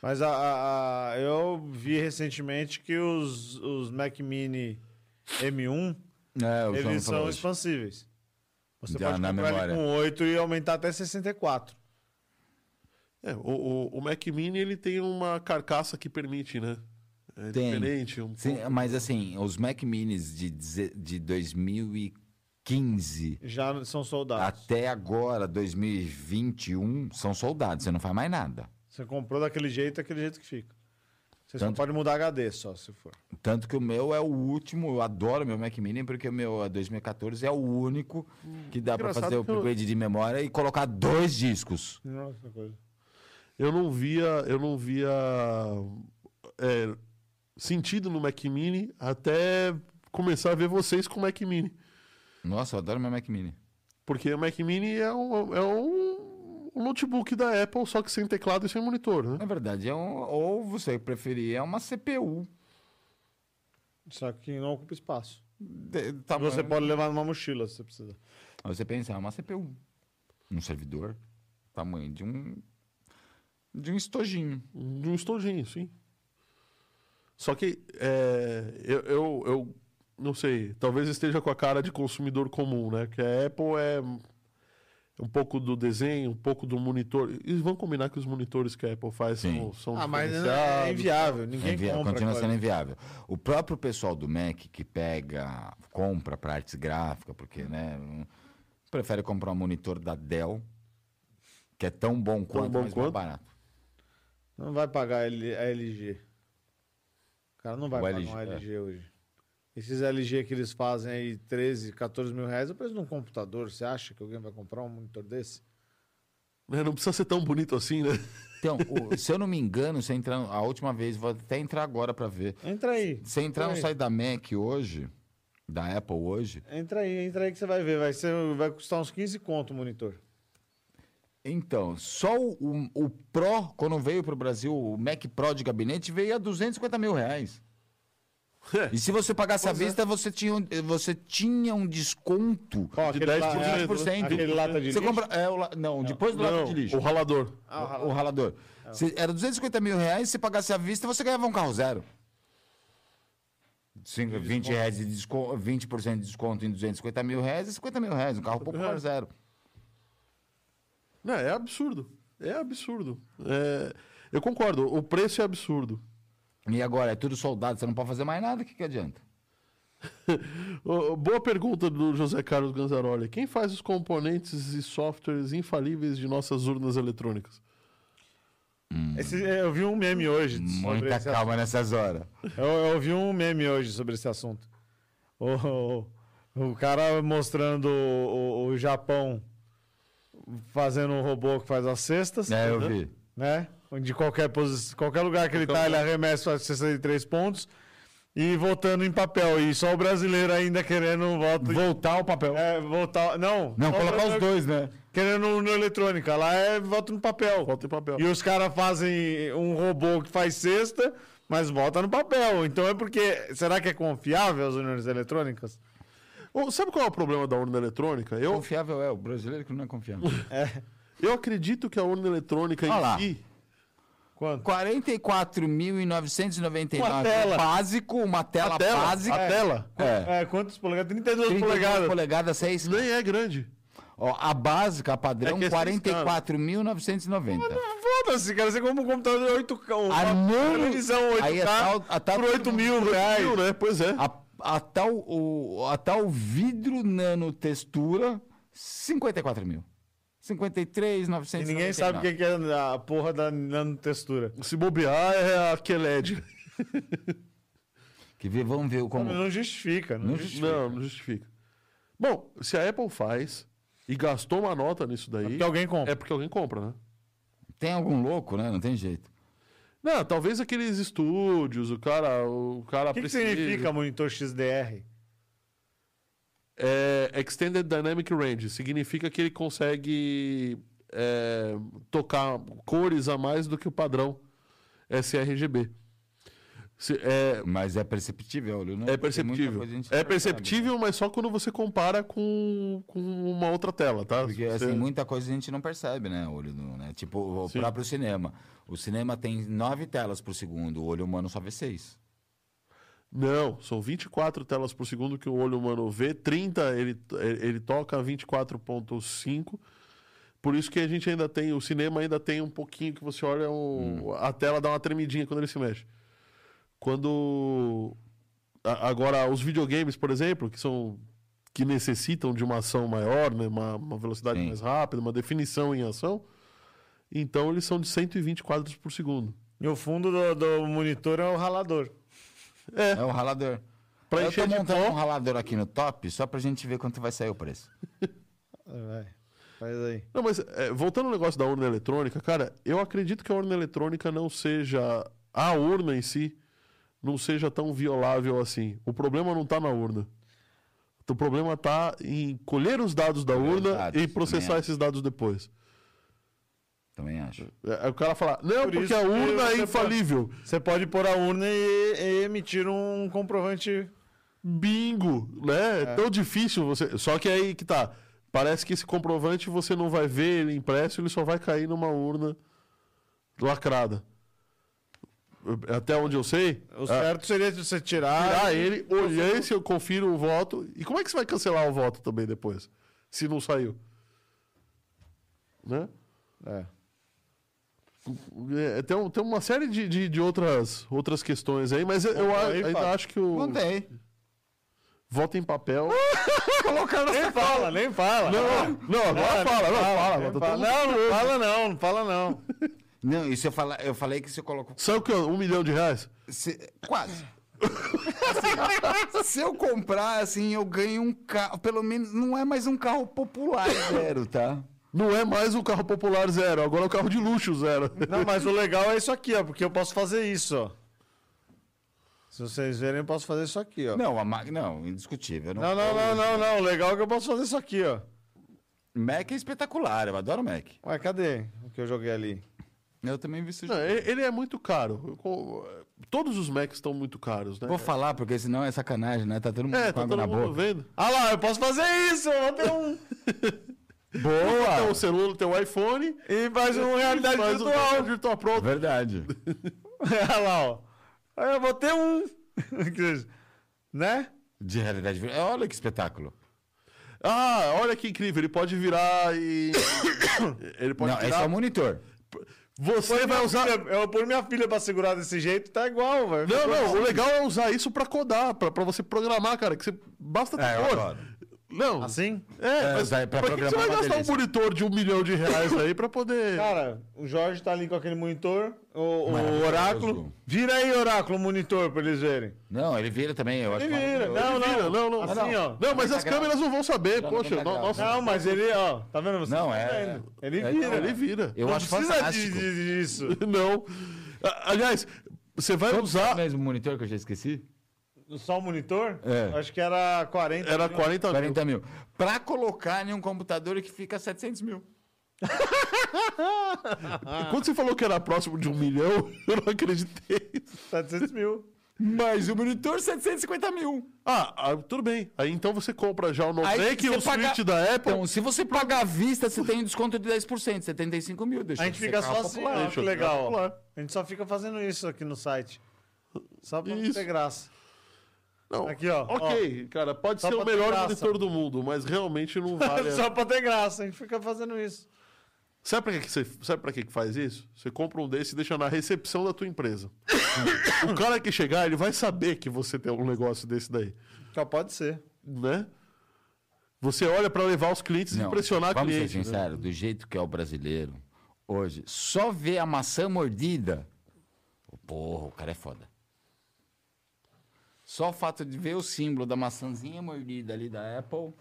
Speaker 3: Mas a, a- a- eu vi recentemente que os, os Mac Mini M1
Speaker 2: É, o João
Speaker 3: eles
Speaker 2: falou
Speaker 3: são
Speaker 2: hoje.
Speaker 3: expansíveis. Você
Speaker 2: Já
Speaker 3: pode
Speaker 2: na
Speaker 3: comprar ele
Speaker 2: memória.
Speaker 3: com 8 e aumentar até 64.
Speaker 1: É, o, o, o Mac Mini ele tem uma carcaça que permite, né? É
Speaker 2: Tem.
Speaker 1: diferente. Um
Speaker 2: Sim,
Speaker 1: pouco.
Speaker 2: mas assim, os Mac Minis de, deze- de 2015
Speaker 3: Já são soldados.
Speaker 2: até agora, 2021, são soldados, você não faz mais nada.
Speaker 3: Você comprou daquele jeito, é aquele jeito que fica. Você só
Speaker 2: Tanto-
Speaker 3: pode mudar HD só, se for.
Speaker 2: Tanto que o meu é o último, eu adoro meu Mac Mini, porque o meu é 2014 é o único que dá pra
Speaker 1: Engraçado
Speaker 2: fazer o
Speaker 1: que eu-
Speaker 2: upgrade de memória e colocar dois discos.
Speaker 3: Nossa coisa.
Speaker 1: Eu não via, eu não via é, sentido no Mac Mini até começar a ver vocês com o Mac Mini.
Speaker 2: Nossa, eu adoro meu Mac Mini.
Speaker 1: Porque o Mac Mini é um, é um notebook da Apple, só que sem teclado e sem monitor, né?
Speaker 2: Na verdade, é um, ou você preferir, é uma CPU.
Speaker 3: Só que não ocupa espaço.
Speaker 2: De- tamanho-
Speaker 3: Você pode levar numa mochila se você precisar.
Speaker 2: Aí você pensa, é uma CPU. Um servidor. Tamanho de um. De um estojinho.
Speaker 1: De um estojinho, sim. Só que é, eu, eu, eu não sei, talvez esteja com a cara de consumidor comum, né? Que a Apple é um pouco do desenho, um pouco do monitor. E vão combinar que os monitores que a Apple faz são, são
Speaker 3: Ah, mas é
Speaker 1: diferenciados.
Speaker 3: inviável.
Speaker 2: É
Speaker 3: Ninguém
Speaker 2: invia-
Speaker 3: compra.
Speaker 2: Continua
Speaker 3: aquela-
Speaker 2: sendo inviável. O próprio pessoal do Mac que pega, compra para artes gráficas, porque, né? um- Prefere comprar um monitor da Dell, que é tão bom quanto,
Speaker 1: bom
Speaker 2: mas
Speaker 1: quanto?
Speaker 2: mais barato.
Speaker 3: Não vai pagar a L- a LG. O cara não vai
Speaker 2: O
Speaker 3: pagar
Speaker 2: LG,
Speaker 3: um
Speaker 2: é.
Speaker 3: LG hoje. Esses LG que eles fazem aí, 13, 14 mil reais, é o preço de um computador. Você acha que alguém vai comprar um monitor desse?
Speaker 1: Né? Não precisa ser tão bonito assim, né?
Speaker 2: Então, o- se eu não me engano, se entrar a última vez, vou até entrar agora para ver.
Speaker 3: Entra aí.
Speaker 2: Se entrar no
Speaker 3: Oi.
Speaker 2: site da Mac hoje, da Apple hoje,
Speaker 3: Entra aí, entra aí que você vai ver. Vai, ser, vai custar uns 15 conto o monitor.
Speaker 2: Então, só o, o Pro, quando veio para o Brasil, o Mac Pro de gabinete, veio a 250 mil reais.
Speaker 1: É.
Speaker 2: E se você pagasse à vista, você, tinha, um- você tinha um desconto
Speaker 3: Ó,
Speaker 1: De
Speaker 3: aquele
Speaker 1: 10%.
Speaker 3: lá- é,
Speaker 2: 10%.
Speaker 3: Aquele lata de
Speaker 2: você
Speaker 3: lixo.
Speaker 2: compra. é, o la- não, É. depois do lado de lixo. né?
Speaker 1: o ralador.
Speaker 3: Ah, o
Speaker 2: O,
Speaker 3: rala-
Speaker 2: ralador. Você- era 250 mil reais, se pagasse à vista, você ganhava um carro zero. Cinco- 20 reais de desconto, 20% de desconto em 250 mil reais é 50 mil reais, um carro popular zero.
Speaker 1: Não, é absurdo. É absurdo. É, Eu concordo, o preço é absurdo.
Speaker 2: E agora, é tudo soldado, você não pode fazer mais nada, o que, que adianta?
Speaker 1: Ô, Boa pergunta do José Carlos Ganzaroli. Quem faz os componentes e softwares infalíveis de nossas urnas eletrônicas?
Speaker 3: Esse- eu vi um meme hoje sobre
Speaker 2: Muita
Speaker 3: esse
Speaker 2: calma nessas horas.
Speaker 3: Eu, eu vi um meme hoje sobre esse assunto. O, o, o cara mostrando o, o- o Japão fazendo um robô que faz as cestas,
Speaker 2: É, eu vi.
Speaker 3: né? De qualquer posição, qualquer lugar que ele tá, ele arremessa as 63 pontos e votando em papel. E só o brasileiro ainda querendo um voto. em-
Speaker 2: Voltar o papel.
Speaker 3: É, voltar. Não,
Speaker 2: Não,
Speaker 3: só o
Speaker 2: colocar os
Speaker 3: brasileiro
Speaker 2: dois, né?
Speaker 3: Querendo urna eletrônica. Lá é voto no papel.
Speaker 1: Falta em papel.
Speaker 3: E os caras fazem um robô que faz cesta, mas volta no papel. Então é porque. Será que é confiável as urnas eletrônicas?
Speaker 1: Ô, sabe qual é o problema da urna eletrônica? Eu,
Speaker 2: Confiável é, o brasileiro que não é confiável.
Speaker 1: eu acredito que a urna eletrônica
Speaker 2: Olha lá.
Speaker 1: em si.
Speaker 3: Quanto?
Speaker 2: 44.999
Speaker 3: Uma tela.
Speaker 2: básico, uma tela,
Speaker 1: A tela,
Speaker 2: básica.
Speaker 1: a tela
Speaker 2: É.
Speaker 3: É, quantos polegadas? 32,
Speaker 2: 32
Speaker 3: polegadas.
Speaker 2: polegadas, 6.
Speaker 1: nem é grande.
Speaker 2: Ó, a básica, a padrão,
Speaker 1: É que é seis
Speaker 2: 44.990.
Speaker 3: Foda-se, cara. Você compra um computador de 8K. um-
Speaker 2: A
Speaker 3: uma
Speaker 2: Ah, não-
Speaker 3: televisão 8K
Speaker 2: Aí é tal- a tal-
Speaker 3: por 8 mil reais.
Speaker 1: Viu, né? Pois é.
Speaker 2: A, a tal, o, a tal vidro nanotextura, 54 mil. 53.999.
Speaker 3: E ninguém sabe o que que é a porra da nanotextura.
Speaker 1: Se bobear é a QLED.
Speaker 2: Que vê, vamos ver como.
Speaker 3: Não justifica. Não, justifica.
Speaker 1: Não, não justifica. Bom, se a Apple faz e gastou uma nota nisso daí,
Speaker 3: É Porque alguém compra.
Speaker 1: é porque alguém compra, né?
Speaker 2: Tem algum louco, né? Não tem jeito.
Speaker 1: Não, talvez aqueles estúdios, o cara, o cara
Speaker 3: O que, que
Speaker 1: precisa-
Speaker 3: significa monitor XDR?
Speaker 1: É, Extended Dynamic Range significa que ele consegue é, tocar cores a mais do que o padrão sRGB. Se- é,
Speaker 2: Mas é perceptível, olho.
Speaker 1: é perceptível.
Speaker 2: né?
Speaker 1: É perceptível, mas só quando você compara com, com uma outra tela, tá?
Speaker 2: Porque,
Speaker 1: Você-
Speaker 2: assim, muita coisa a gente não percebe, né? Olho nu, né? Tipo, o
Speaker 1: Sim.
Speaker 2: próprio cinema. O cinema tem nove telas por segundo, o olho humano só vê seis.
Speaker 1: Não, são 24 telas por segundo que o olho humano vê, 30 ele, ele toca 24.5. Por isso que a gente ainda tem, o cinema ainda tem um pouquinho que você olha,
Speaker 2: Hum.
Speaker 1: o- a tela dá uma tremidinha quando ele se mexe. Quando. a- agora, os videogames, por exemplo, que são. que necessitam de uma ação maior, né? uma, uma velocidade
Speaker 2: Sim.
Speaker 1: mais rápida, uma definição em ação. Então eles são de 120 quadros por segundo.
Speaker 3: E o fundo do, do monitor é o ralador.
Speaker 2: É, o ralador.
Speaker 1: Pra
Speaker 2: Eu tô
Speaker 1: encher de
Speaker 2: montando
Speaker 1: pó.
Speaker 2: um ralador aqui no top só pra gente ver quanto vai sair o preço.
Speaker 3: Vai, faz aí.
Speaker 1: Não, mas é, voltando ao negócio da urna eletrônica, cara, eu acredito que a urna eletrônica não seja. A urna em si não seja tão violável assim. O problema não tá na urna. O problema tá em colher os dados da
Speaker 2: Colher os
Speaker 1: urna
Speaker 2: dados,
Speaker 1: e processar
Speaker 2: também
Speaker 1: esses dados depois.
Speaker 2: Também acho.
Speaker 1: É, aí o cara fala, não,
Speaker 3: Por
Speaker 1: porque
Speaker 3: isso
Speaker 1: a
Speaker 3: que
Speaker 1: urna é
Speaker 3: você
Speaker 1: infalível.
Speaker 3: Você pode pôr a urna e, e emitir um comprovante.
Speaker 1: Bingo, né? É. tão difícil você. Só que aí que tá. Parece que esse comprovante você não vai ver ele impresso, ele só vai cair numa urna lacrada. É, Até onde eu sei.
Speaker 3: O
Speaker 1: é,
Speaker 3: certo seria você tirar.
Speaker 1: tirar ele, olhar se eu confiro o voto. E como é que você vai cancelar o voto também depois? Se não saiu? Né?
Speaker 3: É.
Speaker 1: É, tem, um- tem uma série de, de, de outras, outras questões aí, mas eu, eu a-
Speaker 3: Aí,
Speaker 1: ainda
Speaker 3: Fábio.
Speaker 1: acho que o
Speaker 2: Não tem.
Speaker 1: voto em papel.
Speaker 3: Nem fala, nem fala.
Speaker 1: Não, não, agora fala, não, fala.
Speaker 3: Não,
Speaker 1: mas tô
Speaker 3: fala.
Speaker 1: todo-
Speaker 3: não, não fala não, não fala não.
Speaker 2: Não, isso eu, fala, eu falei que se eu coloco.
Speaker 1: Sabe o que? é Um milhão de reais?
Speaker 2: se- quase. Assim, se eu comprar, assim, eu ganho um carro. Pelo menos não é mais um carro popular zero, tá?
Speaker 1: Não é mais um carro popular zero, agora é um carro de luxo zero.
Speaker 3: Não, mas o legal é isso aqui, ó, porque eu posso fazer isso, ó. Se vocês verem, eu posso fazer isso aqui, ó. Não,
Speaker 2: Não, a Mac. Não, indiscutível. eu
Speaker 3: não, não, não, não, O legal é que eu posso fazer isso aqui, ó.
Speaker 2: Mac é espetacular, eu adoro Mac.
Speaker 3: Ué, cadê o que eu joguei ali?
Speaker 2: Eu também vi isso.
Speaker 1: Não, ele ele é muito caro. Eu co- Todos os Macs estão muito caros, né?
Speaker 2: Vou falar, porque senão é sacanagem, né? Tá todo mundo
Speaker 1: É,
Speaker 2: com
Speaker 1: tá
Speaker 2: água
Speaker 1: todo
Speaker 2: na
Speaker 1: mundo
Speaker 2: boca.
Speaker 1: vendo.
Speaker 3: Ah lá, eu posso fazer isso, eu vou ter um.
Speaker 1: Boa! Tem um celular, tem um iPhone.
Speaker 3: E faz um realidade
Speaker 1: faz um
Speaker 3: virtual.
Speaker 1: cartão virtual pronto.
Speaker 2: Verdade.
Speaker 3: Olha lá, ó. Aí eu vou ter um. né?
Speaker 2: De realidade virtual. Olha que espetáculo.
Speaker 1: Ah, olha que incrível, ele pode virar e. ele pode
Speaker 2: não, esse é
Speaker 1: tirar.
Speaker 2: o monitor.
Speaker 1: Você vai usar.
Speaker 3: Filha- Eu pôr minha filha pra segurar desse jeito, tá igual, velho.
Speaker 1: Não, não, o legal é usar isso pra codar, pra, pra você programar, cara, que você basta ter
Speaker 2: É, eu
Speaker 1: cor.
Speaker 2: adoro.
Speaker 1: Não.
Speaker 3: Assim?
Speaker 1: É,
Speaker 2: É,
Speaker 1: mas
Speaker 2: usar pra
Speaker 1: pra que que você
Speaker 2: programar
Speaker 1: vai
Speaker 2: uma
Speaker 1: gastar
Speaker 2: delícia.
Speaker 1: um monitor de um milhão de reais aí pra poder.
Speaker 3: Cara, o Jorge tá ali com aquele monitor, o, o
Speaker 2: Maravilhoso.
Speaker 3: oráculo. Vira aí, oráculo, o monitor pra eles verem.
Speaker 2: Não, ele vira também, eu acho. é
Speaker 3: Ele vira,
Speaker 2: maravilhoso.
Speaker 3: não,
Speaker 1: Vira,
Speaker 3: não.
Speaker 1: não, não.
Speaker 3: Assim,
Speaker 2: não.
Speaker 3: ó.
Speaker 1: Não, mas as câmeras não vão saber,
Speaker 2: Já não
Speaker 1: poxa.
Speaker 2: tá
Speaker 1: no-
Speaker 2: grave.
Speaker 1: nossa,
Speaker 3: Não, mas ele, ó, tá vendo? Você
Speaker 2: Não,
Speaker 3: tá
Speaker 2: é-
Speaker 3: vendo? Ele
Speaker 2: é-
Speaker 3: vira.
Speaker 1: ele vira.
Speaker 2: Eu
Speaker 3: Não
Speaker 2: acho
Speaker 3: precisa de,
Speaker 2: fantástico.
Speaker 3: de- disso.
Speaker 1: Não. A- Aliás, você vai
Speaker 2: Qual
Speaker 1: usar.
Speaker 2: mesmo monitor que é? eu já esqueci?
Speaker 3: Só o monitor?
Speaker 2: É.
Speaker 3: Acho que era 40.
Speaker 1: Era 40 mil.
Speaker 2: 40 mil. Pra colocar em um computador que fica 700 mil.
Speaker 1: Quando você falou que era próximo de um milhão, eu não acreditei.
Speaker 3: 700 mil.
Speaker 2: Mas o monitor, 750 mil.
Speaker 1: Ah, ah, tudo bem. Aí então você compra já o Notebook e
Speaker 2: você
Speaker 1: o
Speaker 2: paga-
Speaker 1: Switch da Apple.
Speaker 2: Então, se você pagar à vista, você tem um desconto de 10%, 75 mil. Deixa
Speaker 3: A gente
Speaker 2: de ser
Speaker 3: fica
Speaker 2: carro
Speaker 3: só assim,
Speaker 2: é popular.
Speaker 3: ó,
Speaker 1: deixa
Speaker 3: que
Speaker 1: eu-
Speaker 3: legal.
Speaker 1: popular.
Speaker 3: A gente só fica fazendo isso aqui no site. Só pra
Speaker 1: Isso.
Speaker 3: ter graça.
Speaker 1: Não.
Speaker 3: Aqui, ó,
Speaker 1: Ok, cara, pode
Speaker 3: Só
Speaker 1: ser o
Speaker 3: pra ter
Speaker 1: melhor
Speaker 3: graça.
Speaker 1: monitor do mundo, mas realmente não vale. a-
Speaker 3: Só pra ter graça, a gente fica fazendo isso.
Speaker 1: Sabe pra, que que você, sabe pra que que faz isso? Você compra um desse e deixa na recepção da tua empresa. o cara que chegar, ele vai saber que você tem um negócio desse daí,
Speaker 3: Já pode ser.
Speaker 1: né? Você olha pra levar os clientes e
Speaker 2: Não,
Speaker 1: impressionar
Speaker 2: vamos
Speaker 1: clientes.
Speaker 2: ser
Speaker 1: né?
Speaker 2: sincero, do jeito que é o brasileiro hoje, só vê a maçã mordida, porra, o cara é foda. Só o fato de ver o símbolo da maçãzinha mordida ali da Apple,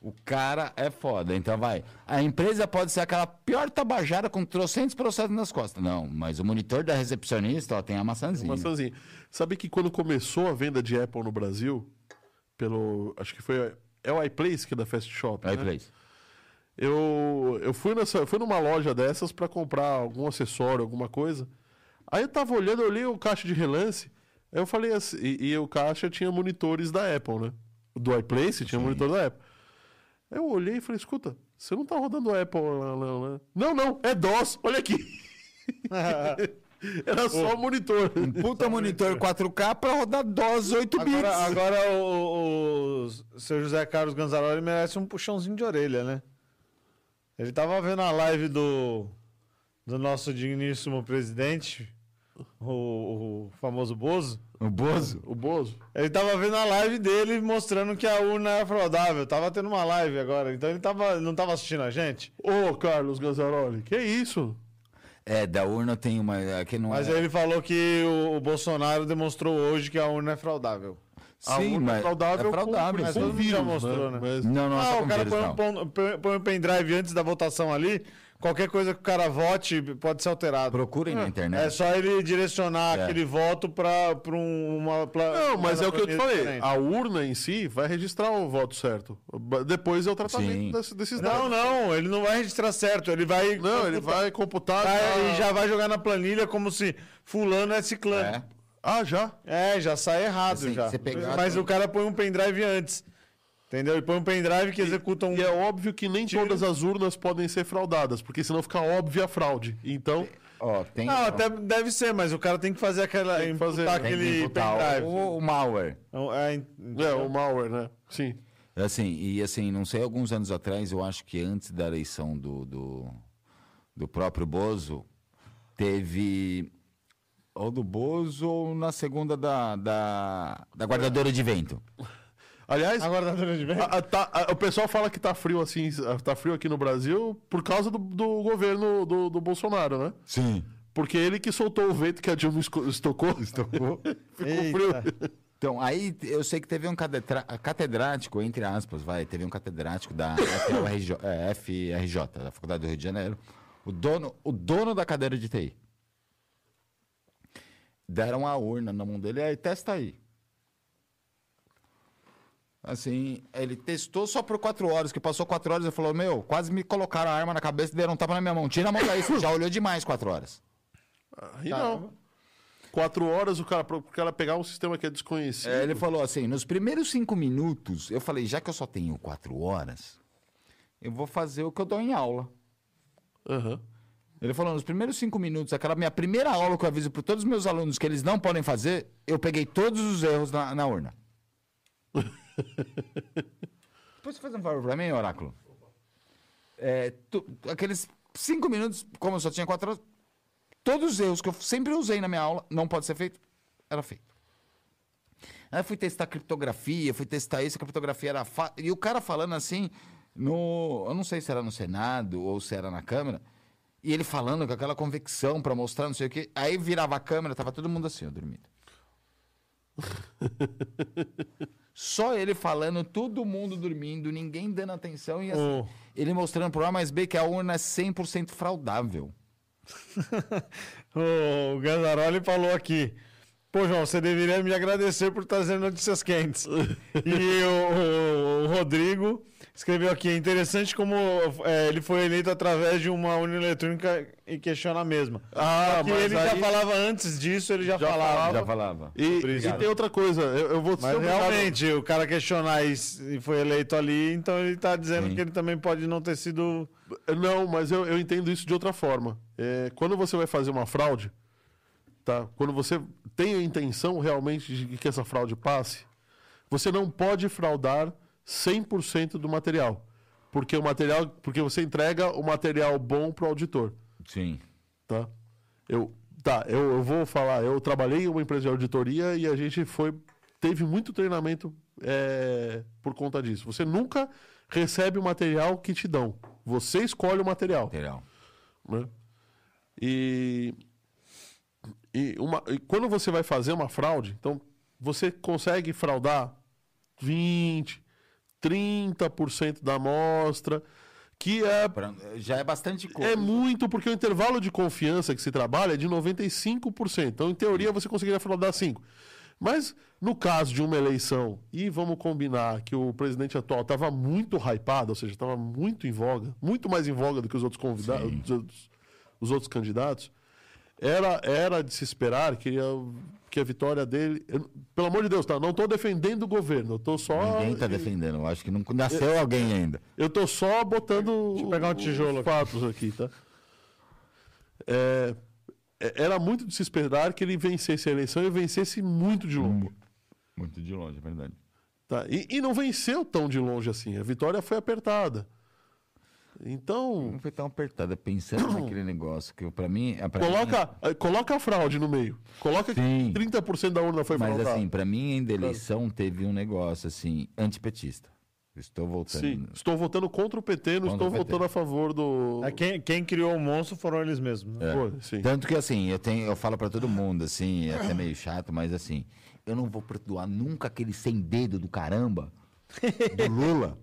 Speaker 2: O cara é foda. Então vai. A empresa pode ser aquela pior tabajara com trocentos processos nas costas. Não, mas o monitor da recepcionista ó, tem a maçãzinha.
Speaker 1: Maçãzinha. Sabe que quando começou a venda de Apple no Brasil, pelo. Acho que foi. É o iPlace que é da Fast Shop.
Speaker 2: Aí,
Speaker 1: né?
Speaker 2: Place.
Speaker 1: Eu, eu, fui nessa, eu fui numa loja dessas pra comprar algum acessório, alguma coisa. Aí eu tava olhando, eu li o caixa de relance. Aí eu falei assim, e, e o caixa tinha monitores da Apple, né? Do iPlace tinha monitor da Apple. Aí eu olhei e falei, escuta, você não tá rodando Apple lá, não, né? Não, não, é DOS, olha aqui. Era só monitor.
Speaker 2: Um puta monitor 4K pra rodar DOS 8 bits.
Speaker 3: Agora, agora o, o seu José Carlos Ganzaroli merece um puxãozinho de orelha, né? Ele tava vendo a live do, do nosso digníssimo presidente, o, o famoso Bozo.
Speaker 2: O Bozo.
Speaker 1: O Bozo.
Speaker 3: Ele tava vendo a live dele mostrando que a urna era fraudável. Tava tendo uma live agora, então ele tava, não tava assistindo a gente.
Speaker 1: Ô, Carlos Ganzaroli, que isso?
Speaker 2: É, da urna tem uma. é, Que não
Speaker 3: Mas
Speaker 2: é...
Speaker 3: ele falou que o, o Bolsonaro demonstrou hoje que a urna é fraudável.
Speaker 1: A
Speaker 2: Sim,
Speaker 1: urna
Speaker 2: mas
Speaker 1: é fraudável,
Speaker 2: é fraudável,
Speaker 1: com,
Speaker 3: mas
Speaker 1: com
Speaker 3: todo mundo já
Speaker 1: vírus,
Speaker 3: mostrou,
Speaker 1: né?
Speaker 3: né?
Speaker 1: Mas-
Speaker 2: Não, não,
Speaker 3: ah,
Speaker 2: só
Speaker 3: o
Speaker 2: com
Speaker 3: cara
Speaker 2: vírus,
Speaker 3: põe um,
Speaker 2: não.
Speaker 1: então.
Speaker 3: pon- põe- põe um pendrive antes da votação ali, qualquer coisa que o cara vote pode ser alterado.
Speaker 2: Procurem na
Speaker 3: É
Speaker 1: né?
Speaker 2: internet.
Speaker 3: só ele direcionar
Speaker 2: É.
Speaker 3: aquele voto pra, pra um- uma... pla-
Speaker 1: Não, mas é
Speaker 3: uma
Speaker 1: o que eu te
Speaker 3: planilha
Speaker 1: falei.
Speaker 3: diferente.
Speaker 1: A urna em si vai registrar o voto certo. Ba- Depois é o
Speaker 2: Sim.
Speaker 1: tratamento desse- desses dados.
Speaker 3: Não, não, ele não vai registrar certo, ele vai...
Speaker 1: Não, ele vai computar.
Speaker 3: vai-
Speaker 1: já-
Speaker 3: E já vai jogar na planilha como se fulano é ciclano.
Speaker 2: né?
Speaker 1: Ah, já?
Speaker 3: É, já sai errado
Speaker 2: Assim,
Speaker 3: já.
Speaker 2: você pegar-
Speaker 3: Mas o cara põe um pendrive antes, entendeu? Ele põe um pendrive que executa um...
Speaker 1: E é óbvio que nem todas as urnas podem ser fraudadas, porque senão fica óbvia a fraude. Então,
Speaker 2: Ó, tem.
Speaker 3: Não, Ah, até deve ser, mas o cara tem que fazer aquela.
Speaker 1: Tem que
Speaker 3: imputar
Speaker 1: fazer,
Speaker 2: tem que
Speaker 3: aquele
Speaker 2: imputar
Speaker 3: pendrive.
Speaker 2: o, o malware.
Speaker 3: Então, é,
Speaker 1: é o malware, né? Sim.
Speaker 2: Assim, e assim, não sei, alguns anos atrás, eu acho que antes da eleição do, do, do próprio Bozo, teve. Ou do Bozo ou na segunda da, da, da guardadora de vento.
Speaker 1: Aliás,
Speaker 3: Agora tá dando de ver?
Speaker 1: a- a- tá- a- o pessoal fala que tá frio assim, tá frio aqui no Brasil por causa do, do governo do, do Bolsonaro, né?
Speaker 2: Sim.
Speaker 1: Porque ele que soltou o vento que a Dilma esco- estocou. Estocou. Ficou frio.
Speaker 3: Eita.
Speaker 2: Então, aí te- eu sei que teve um catetra- catedrático, entre aspas, vai, teve um catedrático da FRJ, é, FRJ, da Faculdade do Rio de Janeiro, o dono, o dono da cadeira de TI. Deram a urna na mão dele, aí testa aí. Assim, ele testou só por quatro horas, que passou quatro horas, ele falou, meu, quase me colocaram a arma na cabeça e deram um tapa na minha mão. Tira a mão daí, você já olhou demais quatro horas.
Speaker 1: Aí não. Quatro horas o cara, pro cara pegar um sistema que é desconhecido.
Speaker 2: É, ele falou assim: nos primeiros cinco minutos, eu falei, já que eu só tenho quatro horas, eu vou fazer o que eu dou em aula.
Speaker 1: Aham.
Speaker 2: Ele falou: nos primeiros cinco minutos, aquela minha primeira aula que eu aviso para todos os meus alunos que eles não podem fazer, eu peguei todos os erros na, na urna. Depois você faz um favor para mim, Oráculo. É, tu- aqueles cinco minutos, como eu só tinha quatro horas, todos os erros que eu sempre usei na minha aula, não pode ser feito, era feito. Aí eu fui testar criptografia, fui testar isso, a criptografia era fa... E o cara falando assim, no. Eu não sei se era no Senado ou se era na Câmara. E ele falando com aquela convicção pra mostrar, não sei o quê. Aí virava a câmera, tava todo mundo assim, ó, dormindo. Só ele falando, todo mundo dormindo, ninguém dando atenção. E assim,
Speaker 3: Oh.
Speaker 2: ele mostrando pro A mais B que a urna é 100% fraudável.
Speaker 3: o Gandaroli falou aqui. Pô, João, você deveria me agradecer por trazer notícias quentes. e o, o- o Rodrigo escreveu aqui: é interessante como é, ele foi eleito através de uma urna eletrônica e questiona a mesma.
Speaker 1: Ah,
Speaker 3: que
Speaker 1: mas
Speaker 3: ele já
Speaker 1: aí-
Speaker 3: falava antes disso, ele já, falava.
Speaker 2: falava.
Speaker 1: E,
Speaker 3: Obrigado.
Speaker 1: e tem outra coisa, eu, eu vou ser
Speaker 3: Mas
Speaker 1: obrigado-
Speaker 3: realmente, o cara questionar e e foi eleito ali, então ele tá dizendo
Speaker 2: Sim.
Speaker 3: que ele também pode não ter sido.
Speaker 1: Não, mas eu, eu entendo isso de outra forma. É, quando você vai fazer uma fraude, tá? Quando você tem a intenção realmente de que essa fraude passe, você não pode fraudar 100% do material, porque o material, porque você entrega o material bom pro auditor,
Speaker 2: Sim.
Speaker 1: tá? Eu, tá, eu, eu vou falar, eu trabalhei em uma empresa de auditoria e a gente foi teve muito treinamento é, por conta disso. Você nunca recebe o material que te dão. Você escolhe o material
Speaker 2: Material.
Speaker 1: né? E, e, uma, e quando você vai fazer uma fraude, então você consegue fraudar 20, 30% da amostra, que é
Speaker 2: Pra- Já é bastante coisa.
Speaker 1: é muito, porque o intervalo de confiança que se trabalha é de 95%. Então, em teoria, você conseguiria fraudar 5%. Mas, no caso de uma eleição, e vamos combinar que o presidente atual estava muito hypado, ou seja, estava muito em voga, muito mais em voga do que os outros convidados, os outros, os outros candidatos, era, era de se esperar que, a- que a vitória dele. eu- pelo amor de Deus, tá? Não estou defendendo o governo, eu estou só.
Speaker 2: Ninguém tá defendendo. Eu acho que não
Speaker 1: É.
Speaker 2: nasceu alguém ainda.
Speaker 1: Eu tô só botando
Speaker 3: eu pegar um
Speaker 1: o-
Speaker 3: tijolo
Speaker 1: os
Speaker 3: aqui.
Speaker 1: fatos aqui, tá? É, é- era muito de se esperar que ele vencesse a eleição e vencesse muito de longe.
Speaker 2: Muito de longe, é verdade.
Speaker 1: Tá? E, e não venceu tão de longe assim. A vitória foi apertada. Então,
Speaker 2: Não foi tão tá apertada pensando naquele negócio que eu- pra mim, é pra mim-
Speaker 1: coloca, eh, coloca a fraude no meio. Coloca que
Speaker 2: Sim.
Speaker 1: 30% da urna foi
Speaker 2: mas
Speaker 1: fraudada.
Speaker 2: assim, pra mim ainda a eleição teve um negócio assim antipetista. Eu Estou voltando.
Speaker 1: Sim, estou votando contra o PT, não
Speaker 2: Contra
Speaker 1: estou
Speaker 2: o PT.
Speaker 1: votando a favor do.
Speaker 3: É, quem, quem criou o monstro foram eles mesmos.
Speaker 2: É.
Speaker 3: né?
Speaker 1: Foi, sim.
Speaker 2: Tanto que assim, eu tenho, eu falo pra todo mundo assim, é até meio chato, mas assim, eu não vou perdoar nunca aquele sem dedo do caramba do Lula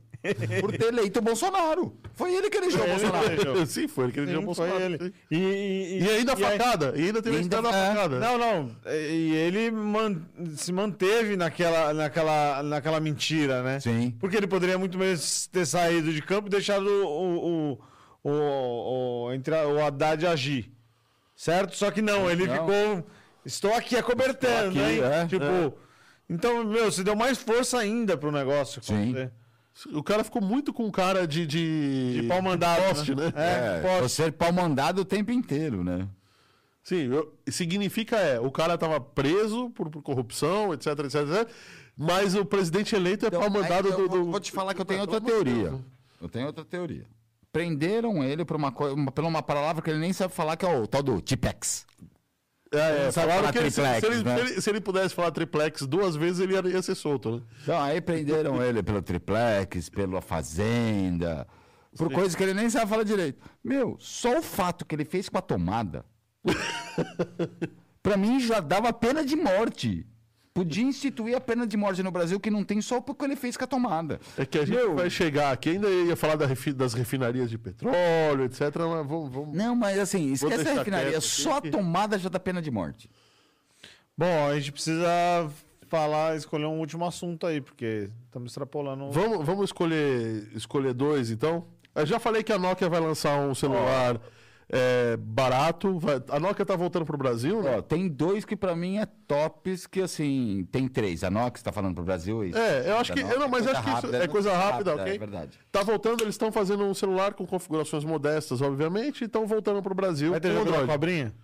Speaker 2: por ter eleito o Bolsonaro. Foi ele que elegeu o
Speaker 1: É.
Speaker 3: Foi ele que
Speaker 2: Bolsonaro.
Speaker 3: elegeu.
Speaker 1: sim, foi ele que elegeu o
Speaker 3: Sim, foi
Speaker 1: Bolsonaro.
Speaker 3: ele. E, e-
Speaker 1: E ainda a
Speaker 3: aí-
Speaker 1: facada, e ainda teve
Speaker 2: E
Speaker 1: a
Speaker 2: ainda-
Speaker 1: história da
Speaker 2: é.
Speaker 1: facada.
Speaker 3: Não, não. E e ele man- se manteve naquela, naquela, naquela mentira, né?
Speaker 2: Sim.
Speaker 3: Porque ele poderia muito bem ter saído de campo e deixado o, o, o, o, entre a- o Haddad agir. Certo? Só que não, ele
Speaker 2: Não.
Speaker 3: ficou. Estou aqui acobertando,
Speaker 2: Estou aqui,
Speaker 3: hein?
Speaker 2: é,
Speaker 3: tipo. Então, meu, você deu mais força ainda pro negócio.
Speaker 2: Sim.
Speaker 3: Você-
Speaker 1: O cara ficou muito com cara de. De,
Speaker 3: De pau mandado,
Speaker 1: poste, né?
Speaker 3: É,
Speaker 2: É,
Speaker 3: pode.
Speaker 2: você é pau mandado o tempo inteiro, né?
Speaker 1: Sim, eu- significa é, o cara tava preso por, por corrupção, etc, etc, etc. Mas o presidente eleito é pau mandado
Speaker 2: Então, aí
Speaker 1: do,
Speaker 2: eu vou-
Speaker 1: do- né?
Speaker 2: Vou te falar que eu tenho outra
Speaker 1: Pelo amor de
Speaker 2: teoria.
Speaker 1: Deus.
Speaker 2: Eu tenho outra teoria. Prenderam ele por uma, coi- uma, por uma palavra que ele nem sabe falar, que é o tal do Tipex.
Speaker 1: É, é,
Speaker 2: Sabe
Speaker 1: falaram
Speaker 2: falar
Speaker 1: que ele- se- se,
Speaker 2: triplex,
Speaker 1: ele,
Speaker 2: né?
Speaker 1: se ele- se ele pudesse falar triplex duas vezes, ele ia, ia ser solto, né?
Speaker 2: Então, aí prenderam ele pelo triplex, pela fazenda, por coisas que ele nem sabe falar direito. Meu, só o fato que ele fez com a tomada, pra mim já dava pena de morte. Podia instituir a pena de morte no Brasil, que não tem só porque ele fez com a tomada.
Speaker 1: É que a gente vai chegar aqui, ainda ia falar da refi- das refinarias de petróleo, etc. Mas vamos. vamos-
Speaker 2: Não, mas assim, esquece a
Speaker 1: deixar
Speaker 2: refinaria,
Speaker 1: quieto aqui
Speaker 2: só a
Speaker 1: que-
Speaker 2: tomada já dá pena de morte.
Speaker 3: Bom, a gente precisa falar, escolher um último assunto aí, porque estamos extrapolando.
Speaker 1: Vamos, vamos escolher, escolher dois, então? Eu já falei que a Nokia vai lançar um celular é, barato. vai- a Nokia tá voltando pro Brasil, né?
Speaker 2: Ó, tem dois que pra mim é tops, que assim, tem três. A Nox tá falando pro Brasil isso.
Speaker 1: É, eu acho que. eu não, mas acho que isso é coisa rápida, ok?
Speaker 2: É verdade.
Speaker 1: Tá voltando, eles estão fazendo um celular com configurações modestas, obviamente, e estão voltando pro Brasil
Speaker 3: Vai ter
Speaker 1: com
Speaker 3: jogo da
Speaker 1: Android.
Speaker 3: cobrinha?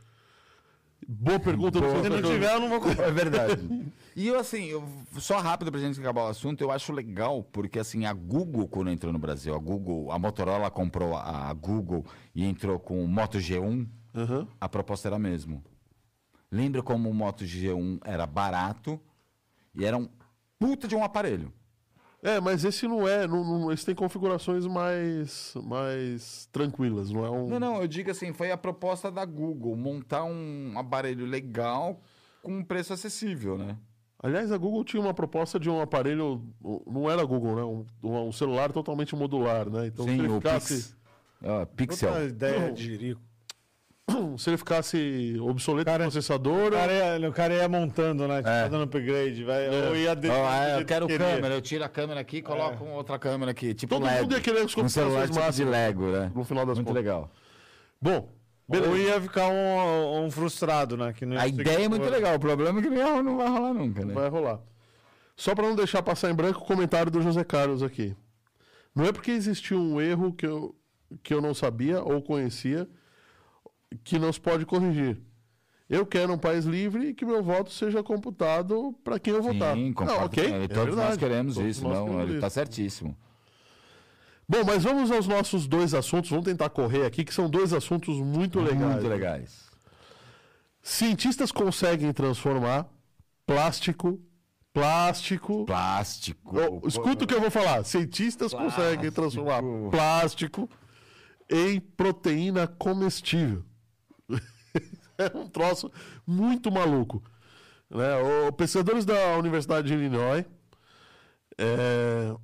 Speaker 1: Boa pergunta, não sei
Speaker 3: Se
Speaker 1: se
Speaker 3: não
Speaker 1: eu-
Speaker 3: tiver, eu não vou comprar.
Speaker 2: É verdade. E eu, assim, eu- só rápido pra gente acabar o assunto, eu acho legal, porque assim, a Google, quando entrou no Brasil, a Google, a Motorola comprou a, a Google e entrou com o Moto G1,
Speaker 1: Aham.
Speaker 2: a proposta era a mesma. Lembra como o Moto G1 era barato e era um puta de um aparelho.
Speaker 1: É, mas esse não é. Não, não- esse tem configurações mais. mais tranquilas, não é um.
Speaker 2: Não, não, eu digo assim, foi a proposta da Google, montar um aparelho legal com um preço acessível, né?
Speaker 1: Aliás, a Google tinha uma proposta de um aparelho. Não era Google, né? Um, um celular totalmente modular, né? Então, se ele ficasse.
Speaker 2: Ah, Pixel.
Speaker 3: Outra ideia de Jerico.
Speaker 1: Se ele ficasse obsoleto
Speaker 3: Cara-
Speaker 1: processador.
Speaker 3: O cara, ia, o cara ia montando, né? Tipo,
Speaker 2: É.
Speaker 3: dando upgrade, vai. Ou ia de-
Speaker 2: Ah,
Speaker 3: do
Speaker 2: é, eu
Speaker 3: jeito
Speaker 2: quero
Speaker 3: que queria.
Speaker 2: câmera, eu tiro a câmera aqui e coloco outra câmera aqui, tipo
Speaker 1: É. Todo
Speaker 2: Lego.
Speaker 1: mundo ia querer as
Speaker 2: um celular
Speaker 1: configurações
Speaker 2: tipo de
Speaker 1: máximas,
Speaker 2: Lego, né?
Speaker 1: no final das
Speaker 2: Muito
Speaker 1: contas.
Speaker 2: legal.
Speaker 1: Bom,
Speaker 3: Ou
Speaker 1: beleza.
Speaker 3: ia ficar um, um frustrado, né? Que não ia
Speaker 2: A
Speaker 3: conseguir
Speaker 2: ideia é muito
Speaker 3: pôr.
Speaker 2: legal, o problema é que não não vai rolar nunca, né?
Speaker 1: Vai rolar. Só para não deixar passar em branco o comentário do José Carlos aqui. Não é porque existiu um erro que eu, que eu não sabia ou conhecia que não se pode corrigir. Eu quero um país livre e que meu voto seja computado para quem eu votar.
Speaker 2: Sim,
Speaker 1: não,
Speaker 2: concordo
Speaker 1: ok.
Speaker 2: com ele.
Speaker 1: é
Speaker 2: Todos nós
Speaker 1: verdade.
Speaker 2: queremos
Speaker 1: Todos
Speaker 2: isso,
Speaker 1: nós
Speaker 2: não,
Speaker 1: queremos
Speaker 2: ele
Speaker 1: isso.
Speaker 2: tá certíssimo.
Speaker 1: Bom, mas vamos aos nossos dois assuntos. Vamos tentar correr aqui, que são dois assuntos muito legais.
Speaker 2: Muito legais.
Speaker 1: Cientistas conseguem transformar plástico, plástico,
Speaker 2: Plástico.
Speaker 1: Ó, Escuta o que eu vou falar. Cientistas conseguem transformar plástico em proteína comestível. é um troço muito maluco. Né? O, pesquisadores da Universidade de Illinois é,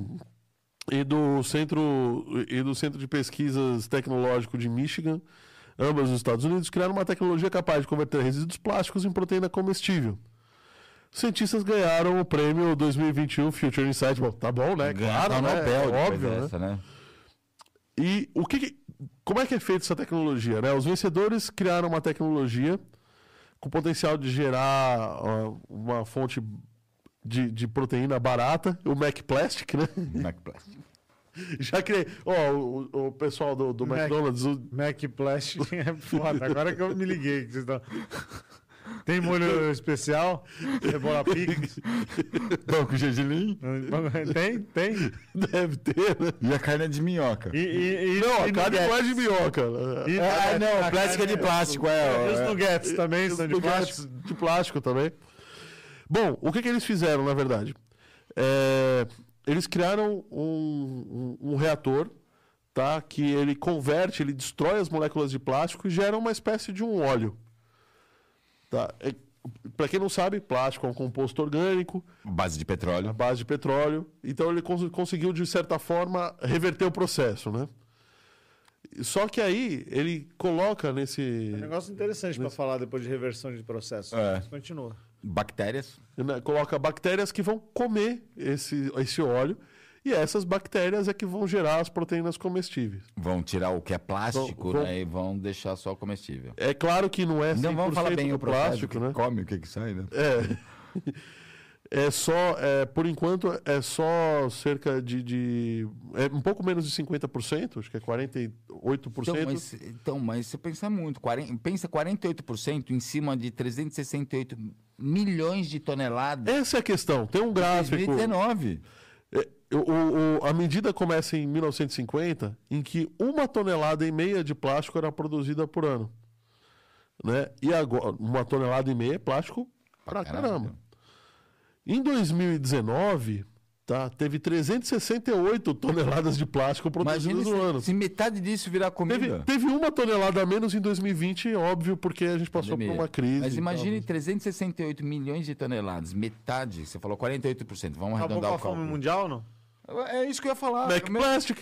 Speaker 1: e do centro e do centro de pesquisas tecnológico de Michigan, ambas nos Estados Unidos, criaram uma tecnologia capaz de converter resíduos plásticos em proteína comestível. Cientistas ganharam o prêmio 2021 Future Insight. Bom, tá bom, né?
Speaker 2: Ganhar
Speaker 1: Claro,
Speaker 2: o
Speaker 1: né?
Speaker 2: Nobel
Speaker 1: É
Speaker 2: depois
Speaker 1: óbvio, né?
Speaker 2: dessa, né?
Speaker 1: E o que, que- como é que é feita essa tecnologia? né? Os vencedores criaram uma tecnologia com potencial de gerar ó, uma fonte de, de proteína barata, o MacPlastic, né?
Speaker 2: é McPlastic.
Speaker 1: Já criei. Ó, o, o pessoal do, do
Speaker 3: Mac.
Speaker 1: McDonald's, o-
Speaker 3: Mac Plastic é foda. Agora que eu me liguei que vocês estão. Tem molho especial? Cebola Pix?
Speaker 2: Banco gergelim
Speaker 3: Tem, tem.
Speaker 1: deve ter, né?
Speaker 2: e a carne é de minhoca.
Speaker 3: E, e, e,
Speaker 1: Não,
Speaker 3: e
Speaker 1: a carne
Speaker 3: nuggets.
Speaker 1: não é de minhoca. né?
Speaker 3: E-
Speaker 2: Ah,
Speaker 3: a-
Speaker 2: não,
Speaker 3: a
Speaker 2: plástico
Speaker 3: carne
Speaker 2: é de plástico, é.
Speaker 3: E os
Speaker 2: é.
Speaker 3: nuggets também
Speaker 1: Os
Speaker 3: são de
Speaker 1: nuggets
Speaker 3: plástico?
Speaker 1: de plástico também. Bom, o que, que eles fizeram, na verdade? É, eles criaram um, um- um reator, tá? Que ele converte, ele destrói as moléculas de plástico e gera uma espécie de um óleo. Tá? Para quem não sabe, plástico é um composto orgânico,
Speaker 2: Base de
Speaker 1: à
Speaker 2: petróleo.
Speaker 1: base de petróleo. Então ele cons- conseguiu, de certa forma, reverter o processo, né? Só que aí ele coloca nesse.
Speaker 3: Um negócio interessante pra falar depois de reversão de processo.
Speaker 2: É.
Speaker 3: Mas Continua.
Speaker 2: Bactérias.
Speaker 1: né, coloca bactérias que vão comer esse, esse óleo e essas bactérias é que vão gerar as proteínas comestíveis.
Speaker 2: Vão tirar o que é plástico,
Speaker 1: Vão- vão-
Speaker 2: né? E vão deixar só o comestível.
Speaker 1: É claro que não é 100%
Speaker 2: Então vamos falar bem
Speaker 1: do
Speaker 2: o processo,
Speaker 1: plástico,
Speaker 2: que
Speaker 1: né?
Speaker 2: come, o que que sai, né?
Speaker 1: É. É só, é, por enquanto, é só cerca de, de- É um pouco menos de 50%, acho que é 48%.
Speaker 2: Então mas, então, mas você pensa muito. 40, pensa 48% em cima de 368 milhões de toneladas
Speaker 1: Essa é a questão. Tem um
Speaker 2: em
Speaker 1: gráfico.
Speaker 2: 2019.
Speaker 1: É, o- o- a medida começa em 1950, em que uma tonelada e meia de plástico era produzida por ano. Né? E agora, uma tonelada e meia é plástico pra caramba. Em 2019, tá, teve 368 toneladas de plástico
Speaker 2: Imagina
Speaker 1: produzidas no ano.
Speaker 2: se, se metade disso virar
Speaker 1: Teve,
Speaker 2: comida.
Speaker 1: teve uma tonelada a menos em 2020, óbvio, porque a gente passou
Speaker 2: Pandemia.
Speaker 1: por uma crise.
Speaker 2: Mas
Speaker 1: e
Speaker 2: imagine
Speaker 1: tal.
Speaker 2: 368 milhões de toneladas, metade, você falou 48%,
Speaker 3: Acabou
Speaker 2: vamos arredondar
Speaker 3: com
Speaker 2: o
Speaker 3: a fome
Speaker 2: cálculo.
Speaker 3: mundial, não?
Speaker 2: É isso que eu ia falar.
Speaker 1: Mac
Speaker 2: Meu-
Speaker 1: Plastic.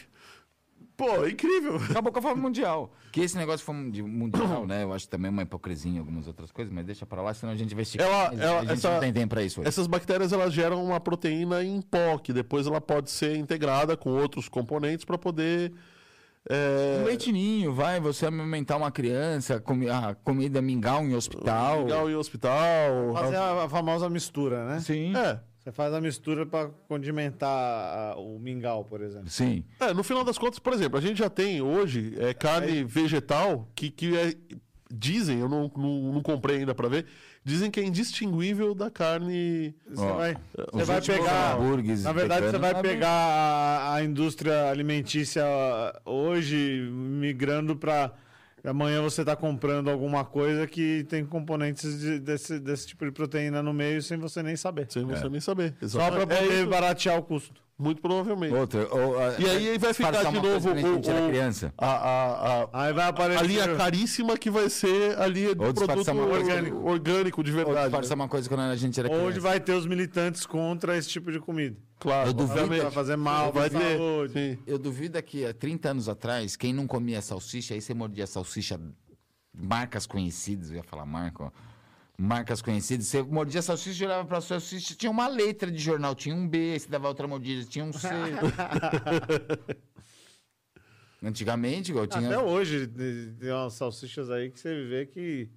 Speaker 1: Pô, é incrível.
Speaker 2: Acabou com a fome mundial. Que esse negócio foi de mundial, né? Eu acho também uma hipocrisia em algumas outras coisas, mas deixa pra lá, senão a gente vai esticar.
Speaker 1: Ela-
Speaker 2: mas
Speaker 1: ela-
Speaker 2: a gente
Speaker 1: essa-
Speaker 2: não tem tempo pra isso hoje.
Speaker 1: Essas bactérias elas geram uma proteína em pó, que depois ela pode ser integrada com outros componentes para poder. é,
Speaker 2: Um leitinho, vai, você amamentar uma criança, comi- a comida mingau em hospital.
Speaker 1: ligar em hospital.
Speaker 3: Fazer a, a famosa mistura, né?
Speaker 2: Sim.
Speaker 1: É,
Speaker 3: Você faz a mistura pra condimentar a- o mingau, por exemplo.
Speaker 2: Sim.
Speaker 1: é, no final das contas, por exemplo, a gente já tem hoje é, carne vegetal que, que é, dizem, eu não, não, não comprei ainda para ver, dizem que é indistinguível da carne.
Speaker 3: Você
Speaker 2: Ó,
Speaker 3: vai, você vai
Speaker 1: últimos
Speaker 3: pegar.
Speaker 2: hambúrgueres
Speaker 3: Na verdade, você
Speaker 2: veganos,
Speaker 3: vai
Speaker 2: sabe?
Speaker 3: pegar a, a indústria alimentícia hoje migrando pra. Amanhã você tá comprando alguma coisa que tem componentes de- desse, desse tipo de proteína no meio sem você nem saber.
Speaker 1: Sem você nem saber.
Speaker 3: Só pra
Speaker 1: Exatamente. É
Speaker 3: poder
Speaker 1: isso,
Speaker 3: baratear o custo.
Speaker 1: muito provavelmente.
Speaker 2: Outra. ou, a-
Speaker 1: E aí vai ficar
Speaker 2: disfarçar
Speaker 1: de
Speaker 2: uma coisa
Speaker 1: novo
Speaker 2: que nem quando tira
Speaker 1: o-
Speaker 2: a
Speaker 1: o-
Speaker 2: criança.
Speaker 1: A, a, a,
Speaker 3: Aí vai aparecer.
Speaker 1: a linha caríssima que vai ser a linha de
Speaker 2: Ou
Speaker 1: produto
Speaker 2: disfarçar uma coisa.
Speaker 1: orgânico. orgânico de
Speaker 2: Ou
Speaker 1: verdade.
Speaker 2: disfarçar uma coisa que quando a gente era criança.
Speaker 1: né?
Speaker 3: Onde vai ter os militantes contra esse tipo de comida?
Speaker 1: Claro,
Speaker 2: Eu duvido
Speaker 1: obviamente.
Speaker 3: Vai fazer mal
Speaker 1: Vai
Speaker 3: pra
Speaker 1: ter,
Speaker 3: saúde.
Speaker 1: sim.
Speaker 2: Eu duvido é que há 30 anos atrás, quem não comia salsicha, aí você mordia salsicha, marcas conhecidas, eu ia falar marca, ó. marcas conhecidas, você mordia salsicha, olhava pra salsicha, tinha uma letra de jornal, tinha um B, você dava outra mordida, tinha um C. Antigamente, eu tinha...
Speaker 3: Até hoje de- tem umas salsichas aí que você vê que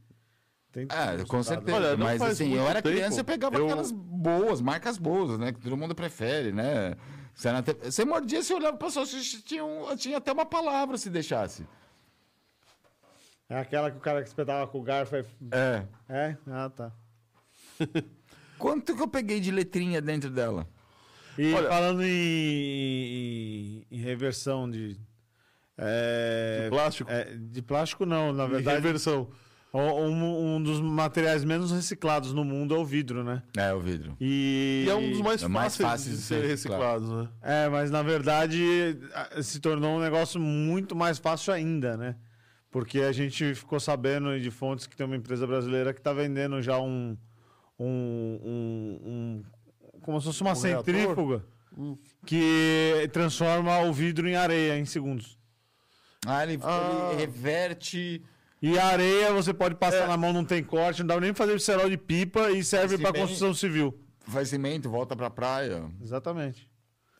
Speaker 3: tem
Speaker 1: É,
Speaker 2: Ah,
Speaker 3: tudo
Speaker 2: com
Speaker 3: misturado.
Speaker 2: certeza.
Speaker 1: Olha, não
Speaker 2: mas
Speaker 1: faz
Speaker 2: assim,
Speaker 1: muito
Speaker 2: eu era
Speaker 1: tempo,
Speaker 2: criança, eu pegava
Speaker 1: eu-
Speaker 2: aquelas boas, marcas boas, né? Que todo mundo prefere, né? Você, era até- você mordia, você olhava pra salsicha, tinha, um- tinha até uma palavra se deixasse.
Speaker 3: É aquela que o cara que espetava com o garfo aí-
Speaker 2: É.
Speaker 3: é. Ah, tá.
Speaker 2: Quanto que eu peguei de letrinha dentro dela?
Speaker 3: E
Speaker 1: Olha-
Speaker 3: falando em, em- em reversão de. é,
Speaker 1: De plástico?
Speaker 3: é, de plástico, não, na
Speaker 1: E
Speaker 3: verdade.
Speaker 1: reversão.
Speaker 3: o- Um, um dos materiais menos reciclados no mundo é o vidro, né?
Speaker 2: É, o vidro.
Speaker 3: E,
Speaker 1: E é um dos mais,
Speaker 2: É mais
Speaker 1: fáceis,
Speaker 2: fácil
Speaker 1: de
Speaker 2: de
Speaker 1: ser
Speaker 2: ser
Speaker 1: reciclados, né?
Speaker 3: É, mas na verdade a- se tornou um negócio muito mais fácil ainda, né? Porque a gente ficou sabendo de fontes que tem uma empresa brasileira que está vendendo já um, Hum. um, um, um- Como se fosse uma
Speaker 1: Um reator?
Speaker 3: centrífuga. que transforma o vidro em areia em segundos.
Speaker 2: Ah, ele,
Speaker 1: Ah.
Speaker 2: ele reverte.
Speaker 3: E a areia você pode passar na mão, não tem corte, não dá nem pra fazer cerol de pipa e serve
Speaker 2: Esse
Speaker 3: pra
Speaker 2: bem-
Speaker 3: construção civil.
Speaker 2: Faz cimento, volta pra praia.
Speaker 3: Exatamente.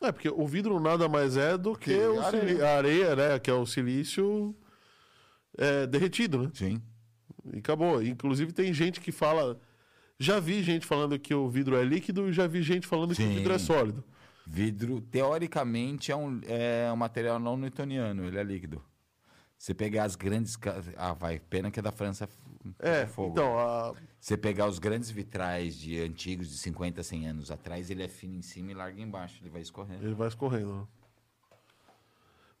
Speaker 1: É, porque o vidro nada mais é do que,
Speaker 2: Que
Speaker 1: o
Speaker 2: areia.
Speaker 1: cili- a areia, né? Que é o silício é, derretido, né?
Speaker 2: Sim.
Speaker 1: E acabou. Inclusive tem gente que fala. Já vi gente falando que o vidro é líquido e já vi gente falando que o
Speaker 2: Sim.
Speaker 1: vidro é sólido.
Speaker 2: Vidro, teoricamente, é um, é um material não newtoniano, ele é líquido. Você pegar as grandes. ca- Ah, vai, pena que é da França.
Speaker 1: É,
Speaker 2: fogo.
Speaker 1: então, a-
Speaker 2: Você pegar os grandes vitrais de antigos de 50, 100 anos atrás, ele é fino em cima e largo embaixo, ele vai escorrendo.
Speaker 1: ele vai escorrendo. né?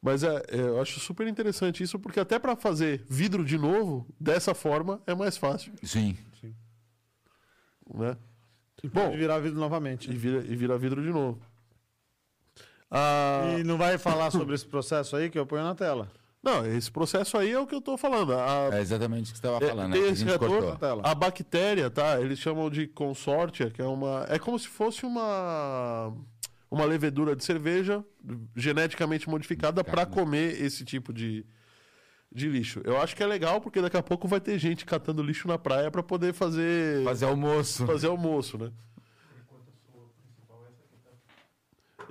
Speaker 1: Mas é, é, eu acho super interessante isso, porque até pra fazer vidro de novo, dessa forma, é mais fácil,
Speaker 2: Sim.
Speaker 1: né?
Speaker 3: Pode
Speaker 1: Bom,
Speaker 3: virar vidro novamente.
Speaker 1: e vira, e vira vidro de novo. Ah,
Speaker 3: E não vai falar sobre esse processo aí que eu ponho na tela.
Speaker 1: Não, esse processo aí é o que eu tô falando. A,
Speaker 2: É exatamente o que você estava
Speaker 1: É,
Speaker 2: falando, né?
Speaker 1: tem
Speaker 2: Que a
Speaker 1: esse
Speaker 2: gente
Speaker 1: retorno,
Speaker 2: cortou.
Speaker 3: tela.
Speaker 1: a bactéria, tá? Eles chamam de consórtia, que é uma. É como se fosse uma. Uma levedura de cerveja geneticamente modificada para
Speaker 2: Modificada.
Speaker 1: comer esse tipo de, de lixo. Eu acho que é legal porque daqui a pouco vai ter gente catando lixo na praia para poder fazer, fazer
Speaker 2: Fazer almoço.
Speaker 1: almoço, né?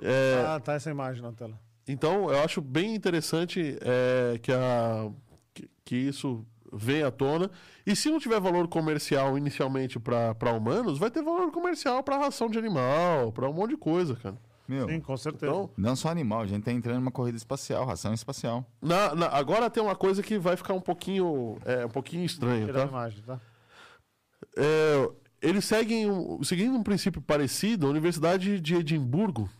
Speaker 1: É,
Speaker 3: Ah, tá essa imagem na tela.
Speaker 1: então, eu acho bem interessante é, que, a- que- que isso venha à tona. E se não tiver valor comercial inicialmente para humanos, vai ter valor comercial para ração de animal, para um monte de coisa, cara.
Speaker 2: Meu,
Speaker 3: Sim, com certeza.
Speaker 1: Então,
Speaker 2: não só animal, a gente tá entrando numa corrida espacial, ração espacial.
Speaker 1: na- na- agora tem uma coisa que vai ficar um pouquinho, é, um pouquinho estranho,
Speaker 3: Tirar a
Speaker 1: tá?
Speaker 3: imagem, tá?
Speaker 1: É, eles seguem, um- seguindo um princípio parecido, a Universidade de Edimburgo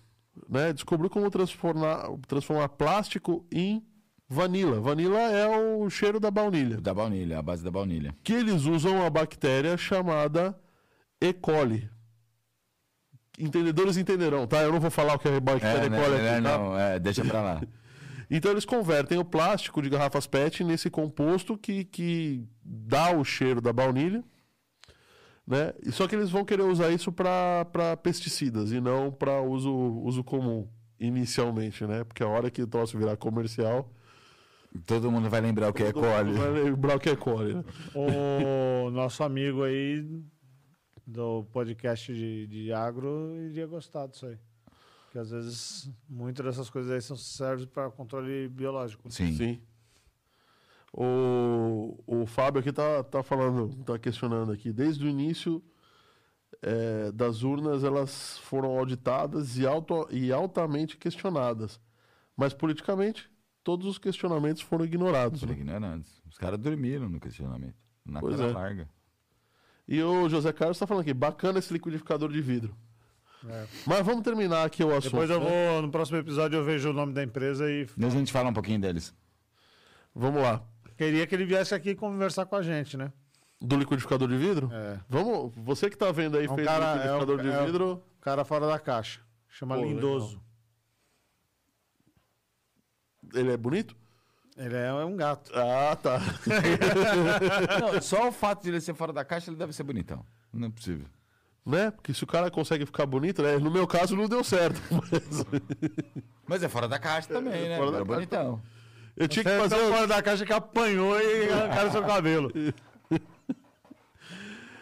Speaker 1: né, descobriu como transformar, transformar plástico em vanila. Vanila é o cheiro da baunilha.
Speaker 2: Da baunilha, a base da baunilha.
Speaker 1: que eles usam uma bactéria chamada E. coli. Entendedores entenderão, tá? Eu não vou falar o que é bactéria
Speaker 2: É,
Speaker 1: E.
Speaker 2: né,
Speaker 1: coli
Speaker 2: né,
Speaker 1: aqui, tá?
Speaker 2: não, é, deixa pra lá.
Speaker 1: Então eles convertem o plástico de garrafas PET nesse composto que, que dá o cheiro da baunilha, né? E Só que eles vão querer usar isso para pesticidas e não para uso, uso comum inicialmente, né? Porque a hora que o troço virar comercial,
Speaker 2: Todo mundo vai lembrar o que é
Speaker 1: todo mundo
Speaker 2: cole.
Speaker 1: vai lembrar o que é coli, né?
Speaker 3: O nosso amigo aí do podcast de, de agro iria gostar disso aí. Que às vezes muitas dessas coisas aí são servem para controle biológico.
Speaker 2: Sim.
Speaker 1: Sim. O, o Fábio aqui tá, tá falando, tá questionando aqui. Desde o início eh, das urnas, elas foram auditadas e, auto, e altamente questionadas. Mas politicamente, todos os questionamentos foram ignorados.
Speaker 2: Por
Speaker 1: né?
Speaker 2: ignorantes. Os caras dormiram no questionamento. Na
Speaker 1: Pois
Speaker 2: cara
Speaker 1: é.
Speaker 2: larga.
Speaker 1: E o José Carlos tá falando aqui, bacana esse liquidificador de vidro. É. Mas vamos terminar aqui o assunto.
Speaker 3: É. Depois eu
Speaker 1: né?
Speaker 3: vou, no próximo episódio eu vejo o nome da empresa e
Speaker 2: E a gente fala um pouquinho deles.
Speaker 1: Vamos lá.
Speaker 3: queria que ele viesse aqui conversar com a gente, né?
Speaker 1: Do liquidificador de vidro?
Speaker 3: É.
Speaker 1: Vamos, você que tá vendo aí,
Speaker 3: É um
Speaker 1: fez
Speaker 3: cara- é um-
Speaker 1: o liquidificador
Speaker 3: é
Speaker 1: de
Speaker 3: um-
Speaker 1: vidro.
Speaker 3: Cara fora da caixa. Chama
Speaker 1: Pô,
Speaker 3: Lindoso.
Speaker 1: Ele é bonito?
Speaker 3: Ele é um gato.
Speaker 1: Ah, tá.
Speaker 2: Ah, Não, só o fato de ele ser fora da caixa, ele deve ser bonitão. Não é possível.
Speaker 1: né? Porque se o cara consegue ficar bonito, né? No meu caso não deu certo. Mas
Speaker 2: Mas é fora da caixa também, né?
Speaker 1: fora da
Speaker 2: Era
Speaker 1: caixa
Speaker 2: bonitão.
Speaker 1: eu tinha que
Speaker 3: Ele é
Speaker 1: fazer.
Speaker 3: tão fora da caixa que apanhou e arrancaram seu cabelo.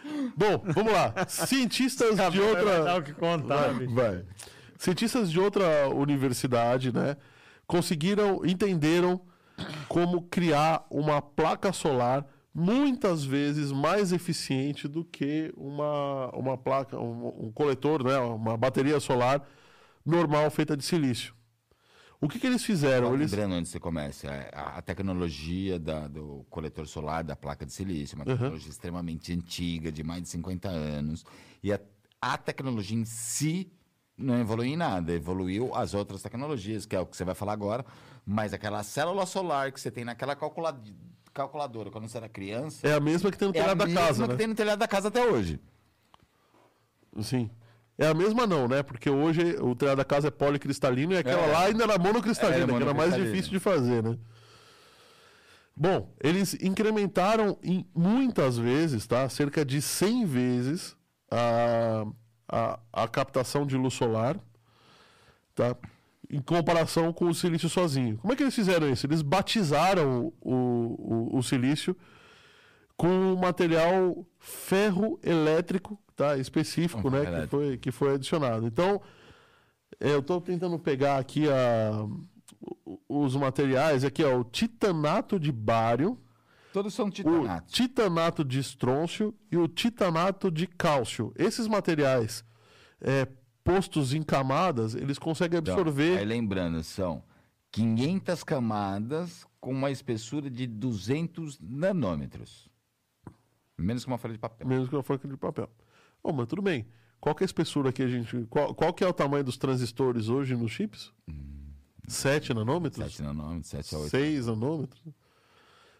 Speaker 1: um- Bom, vamos lá. Cientistas
Speaker 3: Tá
Speaker 1: de
Speaker 3: Dá
Speaker 1: outra.
Speaker 3: É o que contar, bicho.
Speaker 1: Vai. Cientistas de outra universidade, né? Conseguiram, entenderam como criar uma placa solar muitas vezes mais eficiente do que uma, uma placa, um, um coletor, né? Uma bateria solar normal feita de silício. O que, que eles fizeram? Eles
Speaker 2: Lembrando antes que você comece, é, a, a tecnologia da- do coletor solar, da placa de silício, uma tecnologia extremamente antiga, de mais de 50 anos. E a, a tecnologia em si não evoluiu em nada, evoluiu as outras tecnologias, que é o que você vai falar agora, mas aquela célula solar que você tem naquela calcula- calculadora quando você era criança.
Speaker 1: é a mesma que tem no
Speaker 2: É a
Speaker 1: telhado da
Speaker 2: mesma
Speaker 1: casa,
Speaker 2: que
Speaker 1: né?
Speaker 2: tem no telhado da casa até hoje.
Speaker 1: Sim. É a mesma não, né? Porque hoje o telhado da casa é policristalino e aquela
Speaker 2: É.
Speaker 1: lá ainda era monocristalina,
Speaker 2: Era
Speaker 1: que era mais
Speaker 2: monocristalina.
Speaker 1: difícil de fazer, né? Bom, eles incrementaram em muitas vezes, tá? Cerca de 100 vezes a, a, a captação de luz solar tá? Em comparação com o silício sozinho. Como é que eles fizeram isso? Eles batizaram o, o, o silício com o material ferro elétrico, tá? Específico,
Speaker 2: Ferro
Speaker 1: né? Que
Speaker 2: elétrico.
Speaker 1: foi, que foi adicionado. Então, é, eu tô tentando pegar aqui a, o- os materiais. Aqui, ó, o titanato de bário,
Speaker 2: Todos são
Speaker 1: o
Speaker 2: titanatos.
Speaker 1: titanato de estrôncio e o titanato de cálcio. Esses materiais é, postos em camadas, eles conseguem
Speaker 2: Então,
Speaker 1: absorver.
Speaker 2: Aí lembrando, são 500 camadas com uma espessura de 200 nanômetros. Menos que uma folha de papel.
Speaker 1: É Menos que uma folha de papel. Oh, mas tudo bem. Qual que é a espessura que a gente. Qual, qual que é o tamanho dos transistores hoje nos chips? 7 nanômetros?
Speaker 2: 7 nanômetros, 7 Hum. a 8.
Speaker 1: 6 nanômetros?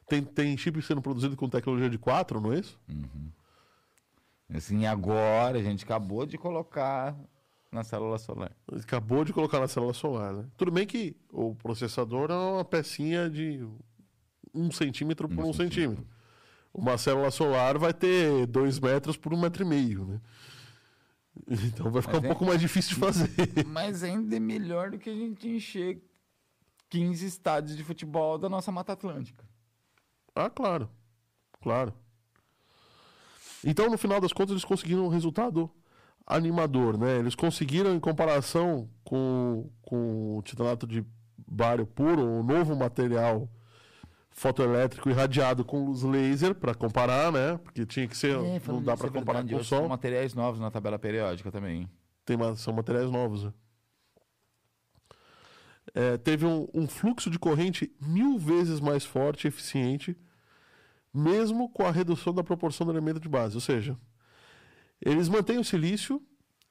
Speaker 1: Tem, tem chip sendo produzido com tecnologia de 4, não é isso?
Speaker 2: Assim, agora a gente acabou de colocar na célula solar.
Speaker 1: Acabou de colocar na célula solar, né? Tudo bem que o processador é uma pecinha de um centímetro por um, centímetro. Uma célula solar vai ter dois metros por um metro e meio, né? Então vai ficar
Speaker 2: Mas
Speaker 1: um
Speaker 2: é-
Speaker 1: pouco mais difícil de fazer.
Speaker 2: Mas ainda é melhor do que a gente encher 15 estádios de futebol da nossa Mata Atlântica.
Speaker 1: Ah, claro. Claro. Então, no final das contas, eles conseguiram um resultado animador, né? Eles conseguiram, em comparação com, com o titanato de bário puro, um novo material fotoelétrico irradiado com luz laser, para comparar, né? Porque tinha que ser... não
Speaker 2: falando
Speaker 1: dá
Speaker 2: nisso,
Speaker 1: para
Speaker 2: é
Speaker 1: comparar
Speaker 2: verdade,
Speaker 1: com o
Speaker 2: hoje são
Speaker 1: sol.
Speaker 2: materiais novos na tabela periódica também. hein?
Speaker 1: Tem, ma- são materiais novos, né? É, teve um, um fluxo de corrente mil vezes mais forte e eficiente, mesmo com a redução da proporção do elemento de base. Ou seja, eles mantêm o silício,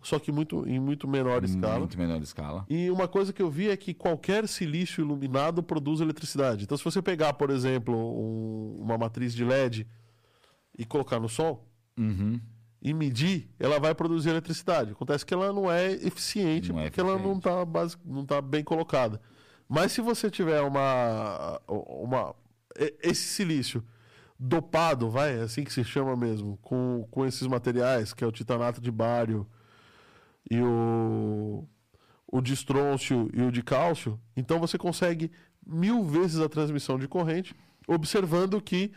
Speaker 1: só que muito, em muito menor escala.
Speaker 2: Muito menor escala.
Speaker 1: E uma coisa que eu vi é que qualquer silício iluminado produz eletricidade. Então, se você pegar, por exemplo, um- uma matriz de LED e colocar no sol,
Speaker 2: Uhum.
Speaker 1: e medir, ela vai produzir eletricidade. Acontece que ela não é eficiente,
Speaker 2: Não é
Speaker 1: porque ela não está não tá bem colocada. Mas se você tiver uma, uma. e- Esse silício dopado, vai, é assim que se chama mesmo, com, com esses materiais, que é o titanato de bário e o, o de estrôncio e o de cálcio, então você consegue mil vezes a transmissão de corrente, observando que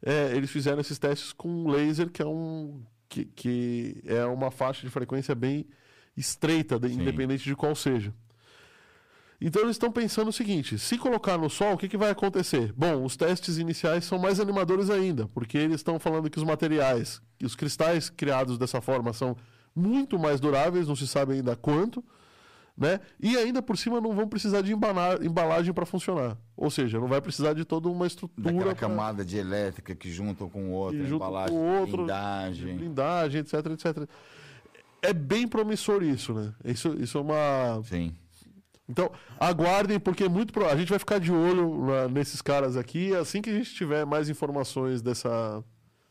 Speaker 1: é, eles fizeram esses testes com laser, que é, um, que, que é uma faixa de frequência bem estreita, de-
Speaker 2: Sim.
Speaker 1: independente de qual seja. Então eles estão pensando o seguinte: se colocar no sol, o que, que vai acontecer? Bom, os testes iniciais são mais animadores ainda, porque eles estão falando que os materiais, que os cristais criados dessa forma são muito mais duráveis, não se sabe ainda quanto, né? E ainda por cima não vão precisar de embana- embalagem para funcionar. Ou seja, não vai precisar de toda uma
Speaker 2: Daquela
Speaker 1: estrutura. pra-
Speaker 2: camada de elétrica que juntam com outra,
Speaker 1: E junto
Speaker 2: embalagem,
Speaker 1: com outro,
Speaker 2: blindagem.
Speaker 1: blindagem, etc, etc. É bem promissor isso, né? Isso, isso é uma.
Speaker 2: Sim.
Speaker 1: Então, aguardem, porque é muito pro... a gente vai ficar de olho na- nesses caras aqui. Assim que a gente tiver mais informações dessa,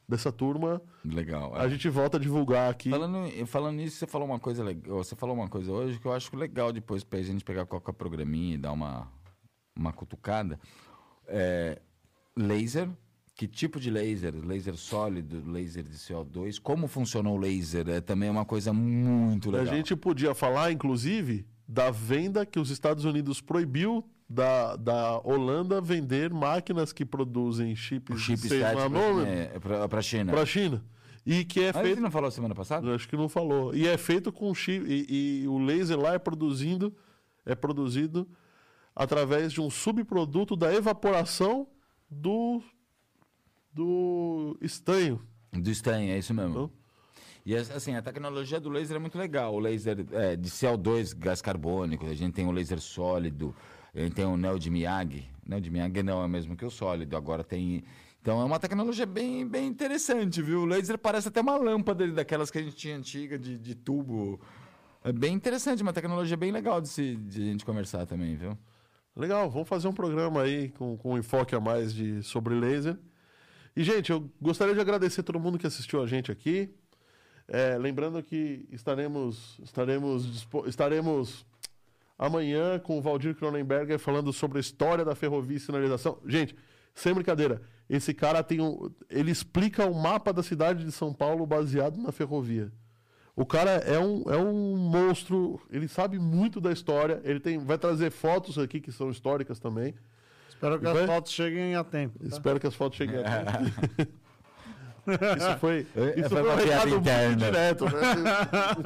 Speaker 1: dessa turma,
Speaker 2: Legal. É.
Speaker 1: a gente volta a divulgar aqui.
Speaker 2: Falando, falando nisso, você falou uma coisa legal. Você falou uma coisa hoje que eu acho legal depois pra gente pegar qualquer programinha e dar uma, uma cutucada. É, laser. Que tipo de laser? Laser sólido, laser de CO2? Como funcionou o laser? É também uma coisa muito
Speaker 1: A
Speaker 2: legal.
Speaker 1: gente podia falar, inclusive, da venda que os Estados Unidos proibiu da, da Holanda vender máquinas que produzem
Speaker 2: o
Speaker 1: chips,
Speaker 2: chip
Speaker 1: de 6
Speaker 2: estático
Speaker 1: nanômetros
Speaker 2: né, pra, pra China.
Speaker 1: para a China. E que é
Speaker 2: Mas
Speaker 1: feito
Speaker 2: você não falou semana passada?
Speaker 1: Acho que não falou. E é feito com chip. E, e o laser lá é produzindo, é produzido através de um subproduto da evaporação do, do estanho.
Speaker 2: Do estanho, é isso mesmo.
Speaker 1: Não?
Speaker 2: E as- assim, a tecnologia do laser é muito legal. O laser é, de CO2, gás carbônico, a gente tem o laser sólido, a gente tem o Neo de Miyagi. Neo de Miyagi não é o mesmo que o sólido, agora tem. Então é uma tecnologia bem, bem interessante, viu? O laser parece até uma lâmpada daquelas que a gente tinha antiga de, de tubo. É bem interessante, uma tecnologia bem legal de, se, de a gente conversar também, viu?
Speaker 1: Legal, vamos fazer um programa aí com, com um enfoque a mais de, sobre laser. E, gente, eu gostaria de agradecer todo mundo que assistiu a gente aqui. É, lembrando que estaremos, estaremos, dispo- estaremos amanhã com o Valdir Cronenberger falando sobre a história da ferrovia e sinalização. Gente, sem brincadeira, esse cara tem um, ele explica o mapa da cidade de São Paulo baseado na ferrovia. O cara é um, é um monstro, ele sabe muito da história, ele tem, vai trazer fotos aqui que são históricas também.
Speaker 2: Tá.
Speaker 3: Espero que
Speaker 1: E vai-
Speaker 3: as fotos cheguem a tempo. tá?
Speaker 1: Espero que as fotos cheguem a tempo. Isso foi,
Speaker 2: É,
Speaker 1: isso foi,
Speaker 2: foi uma
Speaker 1: um
Speaker 2: piada
Speaker 1: recado muito
Speaker 2: interna.
Speaker 1: direto, né?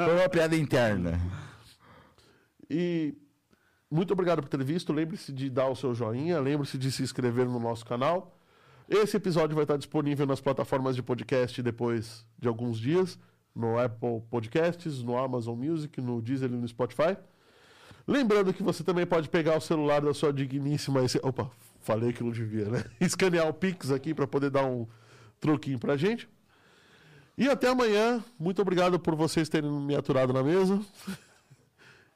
Speaker 2: Foi uma piada interna.
Speaker 1: E muito obrigado por ter visto. Lembre-se de dar o seu joinha, lembre-se de se inscrever no nosso canal. Esse episódio vai estar disponível nas plataformas de podcast depois de alguns dias, no Apple Podcasts, no Amazon Music, no Deezer e no Spotify. Lembrando que você também pode pegar o celular da sua digníssima. esse- Opa, falei que não devia, né? Escanear o Pix aqui para poder dar um troquinho pra gente. E até amanhã. Muito obrigado por vocês terem me aturado na mesa.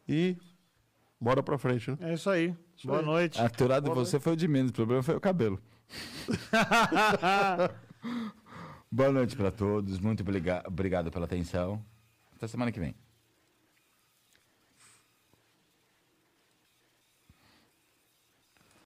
Speaker 1: E bora pra frente, né?
Speaker 3: É isso aí. Boa
Speaker 1: aí.
Speaker 3: noite.
Speaker 2: Aturado de você foi o de menos, o problema foi o cabelo. Boa noite pra todos, muito obriga- obrigado pela atenção. Até semana que vem.